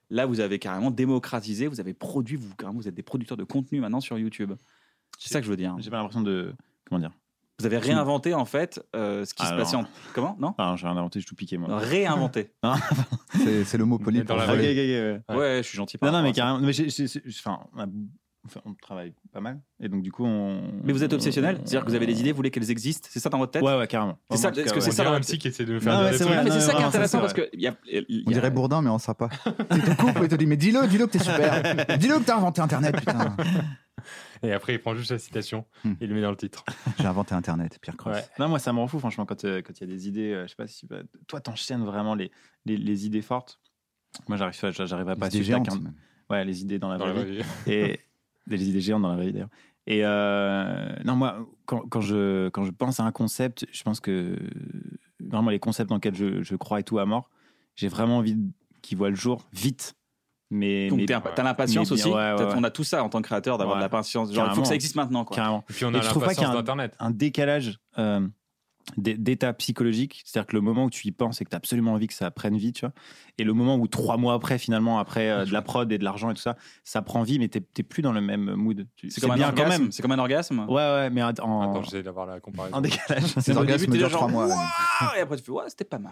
Speaker 4: Là, vous avez carrément démocratisé, vous avez produit, vous, carrément, vous êtes des producteurs de contenu maintenant sur YouTube. C'est ça que je veux dire.
Speaker 5: J'ai pas l'impression de. Comment dire
Speaker 4: Vous avez réinventé en fait euh, ce qui
Speaker 5: Alors.
Speaker 4: se passait en. Comment Non
Speaker 5: Ah, j'ai rien inventé, j'ai tout piqué moi. Ah,
Speaker 4: Réinventé.
Speaker 3: C'est c'est le mot poli.
Speaker 2: Mais dans
Speaker 3: pour
Speaker 2: la
Speaker 5: Ok,
Speaker 3: voler.
Speaker 5: ok, ok, ouais.
Speaker 4: ouais. je suis gentil. par
Speaker 5: Non, non, mais
Speaker 4: rapport à ça.
Speaker 5: carrément. Mais j'ai- j'ai- j'ai- enfin, on, a- enfin, on travaille pas mal. Et donc, du coup, on.
Speaker 4: Mais vous êtes
Speaker 5: on-
Speaker 4: obsessionnel, c'est-à-dire que vous avez
Speaker 5: Euh,
Speaker 4: des idées, vous voulez qu'elles existent, c'est ça dans votre tête
Speaker 5: Ouais, ouais, carrément.
Speaker 4: C'est ça,
Speaker 5: Moi, en tout
Speaker 4: est-ce
Speaker 5: cas,
Speaker 4: que
Speaker 5: ouais.
Speaker 4: c'est
Speaker 2: C'est
Speaker 4: ça
Speaker 2: ça
Speaker 4: dans la
Speaker 2: un psy qui essaie de nous faire
Speaker 5: Non,
Speaker 2: dire
Speaker 5: ouais,
Speaker 2: des
Speaker 5: c'est
Speaker 2: trucs.
Speaker 4: Ah,
Speaker 5: vrai.
Speaker 4: mais
Speaker 5: non,
Speaker 4: c'est ça
Speaker 5: non,
Speaker 4: qui est
Speaker 5: non, ça,
Speaker 4: intéressant
Speaker 5: c'est
Speaker 4: parce que y a- y a-
Speaker 3: On dirait Bourdin, mais en sympa. Il te coupe et il te dit Mais dis-le, dis-le que t'es super. Dis-le que t'as inventé Internet, putain.
Speaker 2: Et après, il prend juste la citation
Speaker 3: Hmm.
Speaker 2: et il le met dans le titre.
Speaker 3: J'ai inventé Internet, Pierre Cross.
Speaker 2: Ouais.
Speaker 5: Non, moi, ça me rend fou, franchement, quand euh, quand il y a des idées. euh, je sais pas si. bah, toi, t'enchaînes vraiment les, les, les idées fortes. Moi, j'arrive pas, j'arriverai pas à
Speaker 3: Des
Speaker 5: suivre
Speaker 3: géantes.
Speaker 5: ta quinte.
Speaker 3: même.
Speaker 5: Ouais, les idées dans la
Speaker 2: Dans
Speaker 5: vraie
Speaker 2: la
Speaker 5: vie.
Speaker 2: vraie vie.
Speaker 5: et des idées géantes dans la vraie vie d'ailleurs. Et euh, non, moi, quand, quand je, quand je pense à un concept, je pense que vraiment les concepts dans lesquels je, je crois et tout à mort, j'ai vraiment envie de- qu'ils voient le jour vite. Mais,
Speaker 4: Donc
Speaker 5: mais-
Speaker 4: t'as t'as l'impatience
Speaker 5: mais-
Speaker 4: aussi.
Speaker 5: ouais, ouais,
Speaker 4: Peut-être
Speaker 5: ouais.
Speaker 4: On a tout ça en tant que créateur d'avoir
Speaker 5: Ouais.
Speaker 4: de l'impatience. Genre il faut que
Speaker 5: Carrément.
Speaker 4: ça existe maintenant quoi.
Speaker 5: carrément.
Speaker 2: Et puis on
Speaker 5: Et
Speaker 2: a
Speaker 5: je trouve pas qu'il y a
Speaker 2: l'impatience
Speaker 5: un-
Speaker 2: d'Internet.
Speaker 5: un décalage euh, d'é- d'état psychologique, c'est-à-dire que le moment où tu y penses et que tu as absolument envie que ça prenne vie, tu vois, et le moment où trois mois après, finalement, après euh, de la prod et de l'argent et tout ça, ça prend vie, mais t'es t'es plus dans le même mood. Tu-
Speaker 4: C'est comme un
Speaker 5: bien quand
Speaker 4: orgasme.
Speaker 5: même.
Speaker 4: C'est comme un orgasme.
Speaker 5: Ouais, ouais, mais en, en-
Speaker 2: Attends, j'essaie d'avoir la
Speaker 5: en
Speaker 2: comparaison.
Speaker 5: décalage.
Speaker 3: Ces
Speaker 4: Au début,
Speaker 3: orgasmes
Speaker 4: t'es
Speaker 3: durent
Speaker 4: là,
Speaker 3: trois mois.
Speaker 4: Waouh Et après tu fais ouais c'était pas mal.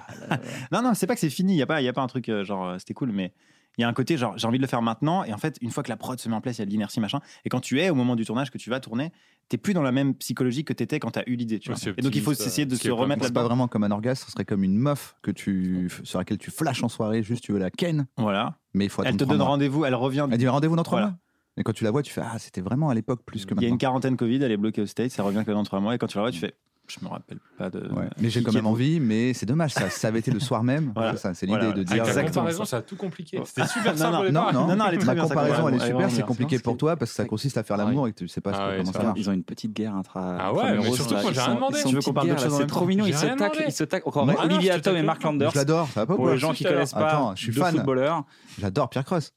Speaker 5: Non, non, c'est pas que c'est fini. Il n'y a, pas- y a pas un truc euh, genre euh, c'était cool, mais il y a un côté genre j'ai envie de le faire maintenant. Et en fait, une fois que la prod se met en place, il y a de l'inertie machin. Et quand tu es au moment du tournage que tu vas tourner, t'es plus dans la même psychologie que t'étais quand t'as eu l'idée. tu
Speaker 2: Ouais,
Speaker 5: vois.
Speaker 2: c'est
Speaker 5: Et donc il faut
Speaker 2: optimiste,
Speaker 5: essayer de
Speaker 2: euh, qui
Speaker 5: se
Speaker 2: est pas
Speaker 5: remettre
Speaker 3: C'est pas
Speaker 5: là-dedans.
Speaker 3: vraiment comme un orgasme, ce serait comme une meuf que tu, sur laquelle tu flashes en soirée, juste tu veux la ken,
Speaker 5: Voilà.
Speaker 3: mais il faut
Speaker 5: Elle
Speaker 3: attendre
Speaker 5: te
Speaker 3: trois
Speaker 5: donne
Speaker 3: mois.
Speaker 5: rendez-vous. Elle revient.
Speaker 3: Elle dit rendez-vous dans trois
Speaker 5: Voilà.
Speaker 3: mois. Et quand tu la vois, tu fais Ah, c'était vraiment à l'époque plus que
Speaker 5: Il y a
Speaker 3: maintenant. Mm.
Speaker 5: une quarantaine Covid. Elle est bloquée au States. Ça revient que dans trois mois. Et quand tu la vois, tu fais. Je me rappelle pas de.
Speaker 3: Ouais. Mais j'ai
Speaker 5: qui
Speaker 3: quand
Speaker 5: qui
Speaker 3: même
Speaker 5: est-
Speaker 3: envie, mais c'est dommage, ça, ça avait été le soir même. C'est
Speaker 5: Voilà.
Speaker 3: ça, C'est l'idée
Speaker 5: Voilà,
Speaker 3: de
Speaker 2: Avec
Speaker 3: dire. euh,
Speaker 2: la
Speaker 5: Exactement.
Speaker 2: comparaison, ça a tout compliqué. C'était
Speaker 5: Non,
Speaker 2: super simple
Speaker 5: non,
Speaker 2: au
Speaker 3: Non,
Speaker 2: départ.
Speaker 3: non,
Speaker 5: Non, non, elle est
Speaker 3: ma
Speaker 5: très bien, sa
Speaker 3: comparaison, elle est
Speaker 5: comparaison.
Speaker 3: super, c'est
Speaker 5: Ouais,
Speaker 3: compliqué
Speaker 5: ouais,
Speaker 3: pour
Speaker 5: ouais.
Speaker 3: toi parce que ça consiste à faire l'amour et que tu sais pas
Speaker 2: Ah ouais,
Speaker 3: comment
Speaker 2: ça
Speaker 3: ça marche.
Speaker 4: Ils ont une petite guerre intra.
Speaker 2: Ah ouais, mais
Speaker 4: intramuros,
Speaker 2: surtout,
Speaker 4: là,
Speaker 2: moi,
Speaker 4: ils
Speaker 2: j'ai
Speaker 4: sont-
Speaker 2: rien demandé.
Speaker 4: ils sont
Speaker 5: Tu veux
Speaker 4: petite
Speaker 5: qu'on parle de
Speaker 4: guerre,
Speaker 5: choses
Speaker 4: là,
Speaker 5: en
Speaker 4: C'est
Speaker 5: même
Speaker 4: trop
Speaker 5: temps
Speaker 4: mignon. Ils
Speaker 2: J'ai
Speaker 4: se
Speaker 2: rien
Speaker 4: taclent.
Speaker 2: demandé.
Speaker 4: Ils se taclent.
Speaker 2: Ouais,
Speaker 4: Encore
Speaker 2: ah non,
Speaker 4: Olivier
Speaker 2: je te
Speaker 4: Attal et
Speaker 2: tacle
Speaker 4: Mark
Speaker 2: pas.
Speaker 4: Landers.
Speaker 3: Je l'adore, ça va pas ou
Speaker 4: Pour
Speaker 3: quoi
Speaker 4: les gens qui connaissent pas.
Speaker 3: Attends, je suis
Speaker 4: De
Speaker 3: fan.
Speaker 4: footballeurs.
Speaker 3: J'adore Pierre Cross.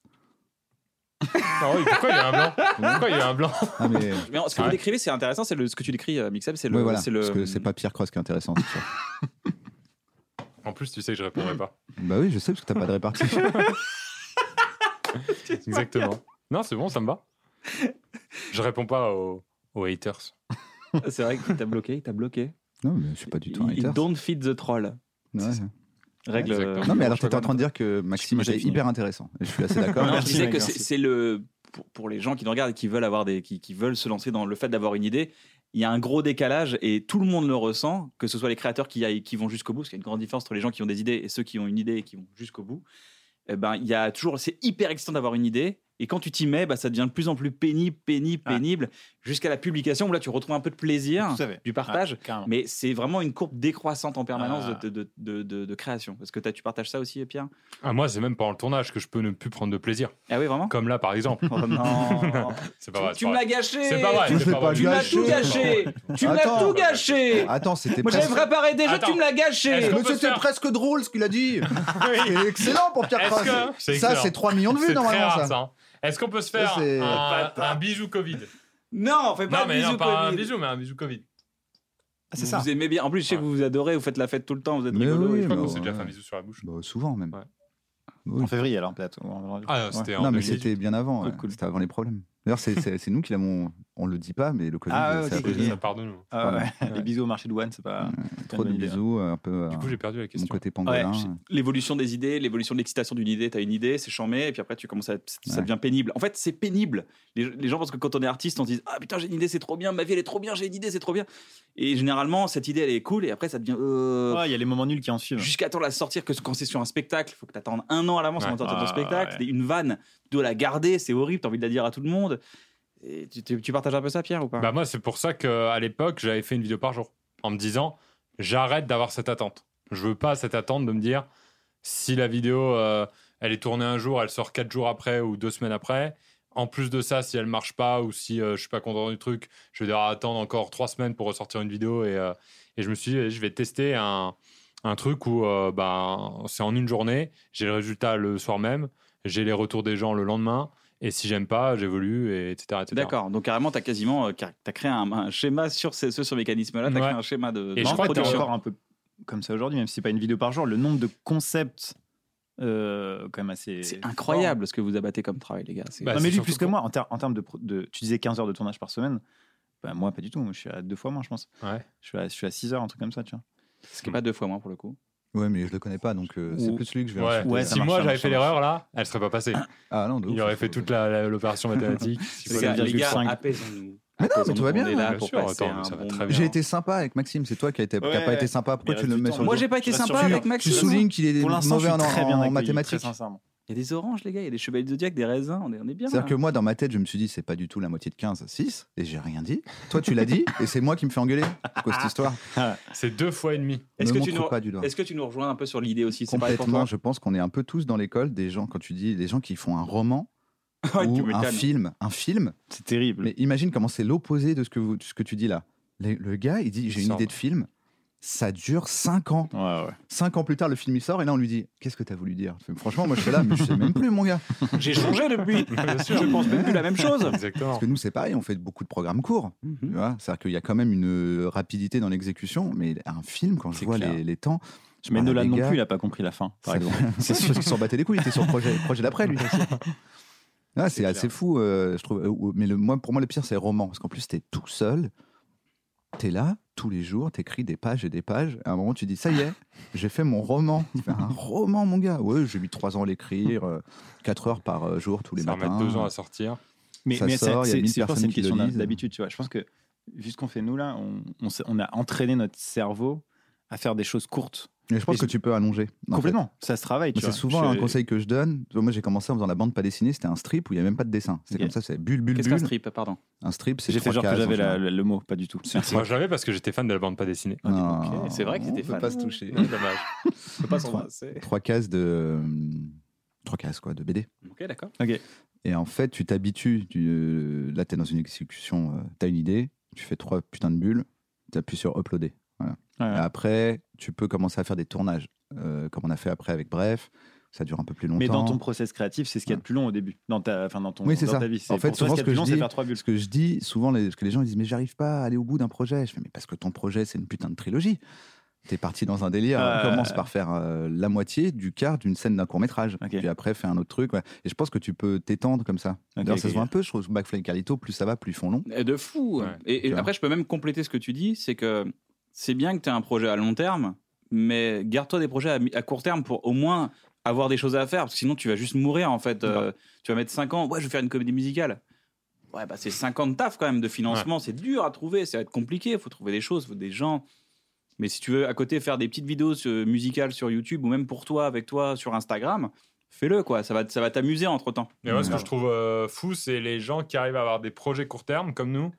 Speaker 2: Ah oui, pourquoi il y a un blanc Pourquoi il y a un blanc
Speaker 3: Ah, mais.
Speaker 4: Mais ce que
Speaker 2: Ouais.
Speaker 4: vous décrivez, c'est intéressant. C'est le- ce que tu décris, euh, Mixab. C'est le.
Speaker 3: oui, voilà.
Speaker 4: c'est le-
Speaker 3: Parce que c'est pas Pierre Cross qui est intéressant. c'est sûr.
Speaker 2: En plus, tu sais que je répondrai pas.
Speaker 3: bah oui, je sais, parce que t'as pas de répartie.
Speaker 2: Exactement. Non, c'est bon, ça me va. Je réponds pas aux, aux haters.
Speaker 4: C'est vrai qu'il t'a bloqué. Il t'a bloqué.
Speaker 3: non, mais je suis pas du tout un
Speaker 4: Il- il
Speaker 3: hater.
Speaker 4: Don't feed the troll.
Speaker 3: Ouais.
Speaker 4: Règle.
Speaker 2: Exactement.
Speaker 3: Non, mais
Speaker 2: Je
Speaker 3: alors
Speaker 2: sais
Speaker 3: t'étais
Speaker 2: pas
Speaker 3: en train de dire que Maxime
Speaker 5: Moi, j'ai
Speaker 3: était
Speaker 5: fini.
Speaker 3: hyper intéressant. Et Je suis assez
Speaker 4: Non,
Speaker 3: d'accord.
Speaker 4: non, je
Speaker 5: Merci,
Speaker 4: disais
Speaker 5: mec,
Speaker 4: Hein, que c'est
Speaker 5: merci.
Speaker 4: c'est le pour, pour les gens qui nous regardent et qui veulent avoir des qui, qui veulent se lancer dans le fait d'avoir une idée. Il y a un gros décalage et tout le monde le ressent, que ce soit les créateurs qui, aillent- qui vont jusqu'au bout, parce qu'il y a une grande différence entre les gens qui ont des idées et ceux qui ont une idée et qui vont jusqu'au bout. Eh ben, il y a toujours, c'est hyper excitant d'avoir une idée et quand tu t'y mets, bah, ça devient de plus en plus pénible, pénible,
Speaker 5: Ouais.
Speaker 4: pénible, jusqu'à la publication où là tu retrouves un peu de plaisir,
Speaker 5: Ah. Tout à fait.
Speaker 4: du partage.
Speaker 5: Ouais, carrément.
Speaker 4: Mais c'est vraiment une courbe décroissante en permanence
Speaker 5: Ah.
Speaker 4: de, de- de- de- de création. Est-ce que t'as- tu partages ça aussi, Pierre
Speaker 2: Ah, moi, c'est même pendant le tournage que je peux ne plus prendre de plaisir.
Speaker 4: Ah oui, vraiment
Speaker 2: Comme là, par exemple.
Speaker 4: Oh non
Speaker 2: C'est pas vrai.
Speaker 4: tu
Speaker 2: Bah c'est pas
Speaker 4: me l'as
Speaker 2: vrai.
Speaker 4: gâché
Speaker 2: C'est pas vrai.
Speaker 3: Tu me
Speaker 2: c'est
Speaker 3: l'as
Speaker 2: pas
Speaker 3: pas Ah,
Speaker 2: vrai.
Speaker 4: Tu m'as tout gâché Tu me l'as
Speaker 3: Attends.
Speaker 4: tout gâché
Speaker 3: Attends, c'était
Speaker 4: Moi j'avais
Speaker 3: presque.
Speaker 4: préparé déjà,
Speaker 2: Attends.
Speaker 4: tu me l'as
Speaker 2: Est-ce
Speaker 4: gâché
Speaker 2: qu'on
Speaker 3: Mais
Speaker 2: peut
Speaker 3: c'était
Speaker 2: faire-
Speaker 3: presque drôle ce qu'il a dit. C'est excellent pour Pierre
Speaker 2: Est-ce
Speaker 3: Cross.
Speaker 2: que- c'est
Speaker 3: Ça,
Speaker 2: excellent.
Speaker 3: c'est 3 millions de vues
Speaker 2: C'est très
Speaker 3: normalement.
Speaker 2: rare,
Speaker 3: ça.
Speaker 2: ça. hein. Est-ce qu'on peut se faire
Speaker 3: Ça, c'est-
Speaker 2: un, un bijou Covid
Speaker 4: Non, fais pas
Speaker 2: Non,
Speaker 4: de
Speaker 2: mais
Speaker 4: bisous
Speaker 2: non, pas un
Speaker 4: Covid.
Speaker 2: bijou, mais un bijou Covid.
Speaker 5: Ah, C'est
Speaker 4: vous
Speaker 5: ça.
Speaker 4: vous aimez bien. En plus, je sais que
Speaker 2: Ouais.
Speaker 4: vous vous adorez, vous faites la fête tout le temps, vous êtes
Speaker 3: Mais
Speaker 4: rigolo.
Speaker 3: oui,
Speaker 2: Je crois qu'on
Speaker 3: mais
Speaker 2: s'est déjà
Speaker 3: ouais.
Speaker 2: fait un bisou sur la bouche.
Speaker 3: Bah, souvent même.
Speaker 2: Ouais.
Speaker 3: Oui.
Speaker 5: En février alors peut-être. On-
Speaker 2: Ah, non, c'était
Speaker 3: Ouais.
Speaker 2: en
Speaker 3: Non, mais
Speaker 2: 2018.
Speaker 3: Mm. c'était bien avant.
Speaker 5: Oh,
Speaker 3: ouais.
Speaker 5: cool.
Speaker 3: C'était avant les problèmes. D'ailleurs, c'est- c'est c'est nous qui l'avons. On le dit pas, mais le Covid,
Speaker 5: Ah, ouais,
Speaker 3: c'est
Speaker 5: ok,
Speaker 3: à cause
Speaker 5: ok.
Speaker 3: de
Speaker 2: Ça part de nous.
Speaker 5: Ah ouais,
Speaker 2: Ouais.
Speaker 5: Les bisous au marché de One, c'est pas. c'est pas
Speaker 3: Trop de
Speaker 5: une bonne idée.
Speaker 3: bisous, un peu.
Speaker 2: Du coup,
Speaker 3: euh,
Speaker 2: j'ai perdu la
Speaker 3: Mon
Speaker 2: question.
Speaker 3: côté pangolin.
Speaker 5: Ouais, je-
Speaker 4: L'évolution des idées, l'évolution de l'excitation d'une idée, t'as une idée, c'est chambé, et puis après tu commences à. ça
Speaker 3: Ouais.
Speaker 4: devient pénible. En fait, c'est pénible. Les, les gens pensent que quand on est artiste, on se dit Ah putain, j'ai une idée, c'est trop bien, ma vie elle est trop bien, j'ai une idée, c'est trop bien. Et généralement, cette idée elle est cool, et après ça devient. euh,
Speaker 5: Ouais, il y a les moments nuls qui en suivent.
Speaker 4: jusqu'à temps de la sortir que quand c'est sur un spectacle faut que t'attendes un an à l'avance avant
Speaker 2: Ouais.
Speaker 4: de sortir ton
Speaker 5: Ah,
Speaker 4: spectacle
Speaker 5: ouais.
Speaker 4: C'est une vanne tu dois la garder c'est horrible t'as envie de la dire à tout le monde Et tu, tu- tu partages un peu ça Pierre ou pas
Speaker 2: Bah moi, c'est pour ça qu'à l'époque, j'avais fait une vidéo par jour en me disant j'arrête d'avoir cette attente. Je veux pas cette attente de me dire si la vidéo euh, elle est tournée un jour, elle sort quatre jours après ou deux semaines après. En plus de ça, si elle marche pas ou si euh, je suis pas content du truc, je vais devoir attendre encore trois semaines pour ressortir une vidéo. Et, euh, et je me suis dit, je vais tester un, un truc où euh, bah, c'est en une journée, j'ai le résultat le soir même, j'ai les retours des gens le lendemain, et si j'aime pas, j'évolue, et etc. etc.
Speaker 4: D'accord, donc carrément, t'as quasiment euh, car- t'as créé un, un schéma sur ce, ce mécanisme-là, t'as
Speaker 2: Ouais.
Speaker 4: créé un schéma de,
Speaker 2: Et
Speaker 4: de
Speaker 2: je
Speaker 5: je
Speaker 2: crois
Speaker 5: crois
Speaker 2: que t'es
Speaker 5: que
Speaker 4: production.
Speaker 5: encore un peu comme ça aujourd'hui, même si c'est pas une vidéo par jour, le nombre de concepts euh, quand même assez.
Speaker 4: C'est
Speaker 5: fort.
Speaker 4: incroyable ce que vous abattez comme travail, les gars. C'est-
Speaker 2: Bah,
Speaker 5: non, mais
Speaker 2: c'est
Speaker 5: lui, plus
Speaker 2: surtout
Speaker 5: que moi, en, ter- en termes de, pro- de- Tu disais 15 heures de tournage par semaine. Bah, moi, pas du tout. Je suis à deux fois moins, je pense.
Speaker 2: Ouais.
Speaker 5: Je suis à, je suis à 6 heures, un truc comme ça, tu vois.
Speaker 4: ce qui est pas deux fois moins pour le coup.
Speaker 3: Ouais, mais je le connais pas, donc euh, c'est
Speaker 5: Ou-
Speaker 3: plus lui que je vais
Speaker 2: Ouais.
Speaker 3: insulter.
Speaker 5: Ouais, ça
Speaker 2: si
Speaker 5: marche,
Speaker 2: moi
Speaker 5: ça
Speaker 2: j'avais
Speaker 5: marche,
Speaker 2: fait
Speaker 5: ça marche.
Speaker 2: l'erreur là, elle serait pas passée.
Speaker 3: Ah non, de ouf,
Speaker 2: Il aurait
Speaker 3: ça,
Speaker 2: fait
Speaker 3: ça,
Speaker 2: toute la-
Speaker 3: ça.
Speaker 2: la- l'opération mathématique. si
Speaker 4: C'est
Speaker 2: voilà.
Speaker 4: ça, les gars,
Speaker 5: 0,5.
Speaker 4: apaisons-nous.
Speaker 3: Mais non, mais tout va bien,
Speaker 4: Apaisons-nous, on est là
Speaker 2: bien
Speaker 4: pour
Speaker 2: sûr,
Speaker 4: passer
Speaker 2: attends,
Speaker 4: un
Speaker 2: ça va
Speaker 4: bon
Speaker 2: très
Speaker 4: moment.
Speaker 2: bien.
Speaker 3: J'ai été sympa avec Maxime, c'est toi qui, a été- qui a
Speaker 5: Ouais.
Speaker 3: pas été sympa. Pourquoi
Speaker 5: Il
Speaker 3: tu
Speaker 5: reste
Speaker 3: le
Speaker 5: du
Speaker 3: mets
Speaker 5: temps.
Speaker 3: sur le
Speaker 4: Moi,
Speaker 3: dos
Speaker 4: j'ai pas été
Speaker 5: Je
Speaker 4: sympa
Speaker 5: suis-
Speaker 4: avec
Speaker 3: Tu
Speaker 4: Maxime.
Speaker 3: soulignes qu'il est
Speaker 5: Pour l'instant, je
Speaker 3: mauvais
Speaker 5: suis
Speaker 3: en,
Speaker 5: très bien
Speaker 3: en
Speaker 5: accueilli,
Speaker 3: mathématiques.
Speaker 5: Très sincèrement.
Speaker 4: Il y a des oranges, les gars, il y a des chevaliers de zodiaque, des raisins, on est, on est bien.
Speaker 3: C'est-à-dire que
Speaker 4: là.
Speaker 3: moi, dans ma tête, je me suis dit, c'est pas du tout la moitié de 15, 6, et j'ai rien dit. Toi, tu l'as dit, et c'est moi qui me fais engueuler. C'est Quoi, cette histoire
Speaker 2: C'est deux fois et demi.
Speaker 4: Est-ce
Speaker 3: Ne
Speaker 4: que tu
Speaker 3: montre
Speaker 4: nous-
Speaker 3: pas du doigt.
Speaker 4: Est-ce que tu nous rejoins un peu sur l'idée aussi C'est pareil pour
Speaker 3: Complètement,
Speaker 4: toi
Speaker 3: je pense qu'on est un peu tous dans l'école des gens, quand tu dis, les gens qui font un roman
Speaker 4: Ouais, tu
Speaker 3: ou un
Speaker 4: m'étonnes. Mm.
Speaker 3: film. Un film,
Speaker 5: C'est terrible.
Speaker 3: mais imagine comment c'est l'opposé de ce que, vous- ce que tu dis là. Le, le gars, il dit, j'ai une
Speaker 2: Sombre.
Speaker 3: idée de film, Ça dure 5 ans.
Speaker 5: Ouais, ouais.
Speaker 3: Cinq ans plus tard, le film il sort et là on lui dit Qu'est-ce que t'as voulu dire Franchement, moi je suis là, mais je sais même plus, mon gars.
Speaker 4: J'ai changé depuis. Je pense même plus la même chose.
Speaker 2: Exactement.
Speaker 3: Parce que nous, c'est pareil, on fait beaucoup de programmes courts. tu
Speaker 1: Mhm.
Speaker 3: vois. C'est-à-dire qu'il y a quand même une euh, rapidité dans l'exécution, mais un film, quand je
Speaker 5: C'est
Speaker 3: vois
Speaker 5: clair.
Speaker 3: les, les temps. je
Speaker 5: Mais
Speaker 3: me dis,
Speaker 5: Nolan
Speaker 3: les
Speaker 5: non
Speaker 3: gars,
Speaker 5: plus, il a pas compris la fin, par
Speaker 3: ça-
Speaker 5: exemple.
Speaker 3: C'est sûr qu'il s'en battait les couilles, il était sur le projet, le projet d'après, lui. Ah,
Speaker 2: C'est
Speaker 3: c'est assez fou, euh, je trouve. Euh, ou- Mais le, moi, pour moi, le pire, c'est roman. Parce qu'en plus, t'es tout seul, t'es là, tous les jours, t'écris des pages et des pages. À un moment, tu dis, ça y est, j'ai fait mon roman. Tu fais, un roman, mon gars. Ouais, j'ai mis trois ans à l'écrire, euh, quatre heures par euh, jour, tous les
Speaker 2: Ça
Speaker 3: matins.
Speaker 2: remet deux ans à sortir.
Speaker 5: Mais,
Speaker 3: Ça
Speaker 5: mais c'est-
Speaker 3: sort, il y a
Speaker 5: c'est
Speaker 3: mille
Speaker 5: c'est- je pense que c'est
Speaker 3: personnes
Speaker 5: une
Speaker 3: qui le
Speaker 5: question d'ha-
Speaker 3: lisent.
Speaker 5: d'habitude, tu vois. Je pense que vu ce qu'on fait nous là, on, on s'est- on a entraîné notre cerveau à faire des choses courtes.
Speaker 3: Mais je pense
Speaker 5: Mais
Speaker 3: que tu peux allonger. en fait.
Speaker 5: Complètement, ça se travaille. tu
Speaker 3: Mais C'est
Speaker 5: vois.
Speaker 3: souvent
Speaker 5: Je-
Speaker 3: un conseil que je donne. Moi, j'ai commencé en faisant la bande pas dessinée. C'était un strip où il n'y a même pas de dessin. C'était
Speaker 5: Ok.
Speaker 3: comme ça, c'est bulle, bulle,
Speaker 4: Qu'est-ce qu'un
Speaker 3: bulle.
Speaker 4: strip Pardon.
Speaker 3: Un strip, c'est
Speaker 5: J'ai fait
Speaker 3: trois
Speaker 5: genre que
Speaker 3: cases,
Speaker 5: j'avais
Speaker 3: en
Speaker 5: la- Ah,
Speaker 3: général.
Speaker 5: le, le mot, pas du tout. Merci.
Speaker 2: Moi, je l'avais parce que j'étais fan de la bande pas dessinée.
Speaker 3: Non,
Speaker 4: Ok, c'est vrai que
Speaker 3: on
Speaker 4: t'étais
Speaker 3: peut
Speaker 4: fan.
Speaker 3: pas se toucher.
Speaker 2: Ouais, Dommage.
Speaker 4: Je peux pas s'en
Speaker 3: Trois.
Speaker 4: passer.
Speaker 3: Trois cases de. euh, Trois cases, quoi, de BD.
Speaker 4: Ok, d'accord.
Speaker 3: Et en fait, tu t'habitues. Tu... Là, t'es dans une exécution. euh, T'as une idée. Tu fais trois putains de bulles. T'appuies sur uploader. Voilà.
Speaker 5: Ouais.
Speaker 3: Et après, tu peux commencer à faire des tournages. euh, comme on a fait après avec Bref. Ça dure un peu plus longtemps.
Speaker 5: Mais dans ton process créatif, c'est ce qu'il y a de plus long au début. Dans ta, enfin, dans ton,
Speaker 3: Oui, c'est
Speaker 5: dans
Speaker 3: ça.
Speaker 5: ta vie.
Speaker 3: En fait,
Speaker 5: pour toi,
Speaker 3: souvent, ce
Speaker 5: ce qu'il y a de
Speaker 3: que
Speaker 5: plus
Speaker 3: je
Speaker 5: long, c'est
Speaker 3: dis-
Speaker 5: faire trois bulles.
Speaker 3: Ce que je dis souvent, les, parce que les gens ils disent mais j'arrive pas à aller au bout d'un projet. Je fais mais parce que ton projet c'est une putain de trilogie. T'es parti dans un délire.
Speaker 5: Euh.
Speaker 3: Commence par faire euh, la moitié du quart d'une scène d'un court métrage.
Speaker 5: Ok.
Speaker 3: Puis après fais un autre truc. ouais. Et je pense que tu peux t'étendre comme ça.
Speaker 5: Ok,
Speaker 3: D'ailleurs, ça
Speaker 5: ok,
Speaker 3: se voit
Speaker 5: ok.
Speaker 3: un peu. Je trouve que Backfly et Carlito, plus ça va, plus ils font long.
Speaker 4: Et Eh, De fou.
Speaker 2: Ouais.
Speaker 4: et et
Speaker 3: Tu vois.
Speaker 4: après, je peux même compléter ce que tu dis c'est que c'est bien que tu aies un projet à long terme, mais garde-toi des projets à, mi- à court terme pour au moins avoir des choses à faire, parce que sinon tu vas juste mourir en fait. Euh, tu vas mettre 5 ans, ouais, je vais faire une comédie musicale. Ouais, bah c'est 5 ans de taf quand même, de financement, c'est dur à trouver, ça va être compliqué, faut trouver des choses, faut des gens. Mais si tu veux à côté faire des petites vidéos euh, musicales sur YouTube ou même pour toi, avec toi, sur Instagram, fais-le quoi, ça va, t- ça va t'amuser entre temps.
Speaker 2: Mais
Speaker 5: Hmm.
Speaker 2: moi, ce que
Speaker 4: Voilà.
Speaker 2: je trouve euh, fou, c'est les gens qui arrivent à avoir des projets court terme comme nous.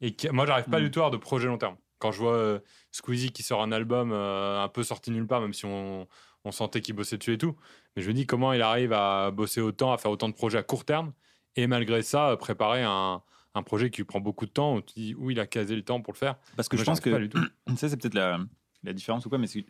Speaker 2: Et qui- moi, j'arrive
Speaker 5: Hmm.
Speaker 2: pas
Speaker 4: Mm.
Speaker 2: du tout à avoir de projets long terme. Quand je vois euh, Squeezie qui sort un album euh, un peu sorti nulle part, même si on, on sentait qu'il bossait dessus et tout. Mais je me dis comment il arrive à bosser autant, à faire autant de projets à court terme et malgré ça euh, préparer un, un projet qui lui prend beaucoup de temps où, tu dis, où il a casé le temps pour le faire.
Speaker 5: Parce que
Speaker 2: Moi,
Speaker 5: je pense
Speaker 2: j'arrive pas
Speaker 5: que
Speaker 2: du tout.
Speaker 5: ça, c'est peut-être la, la différence ou quoi, mais c'est-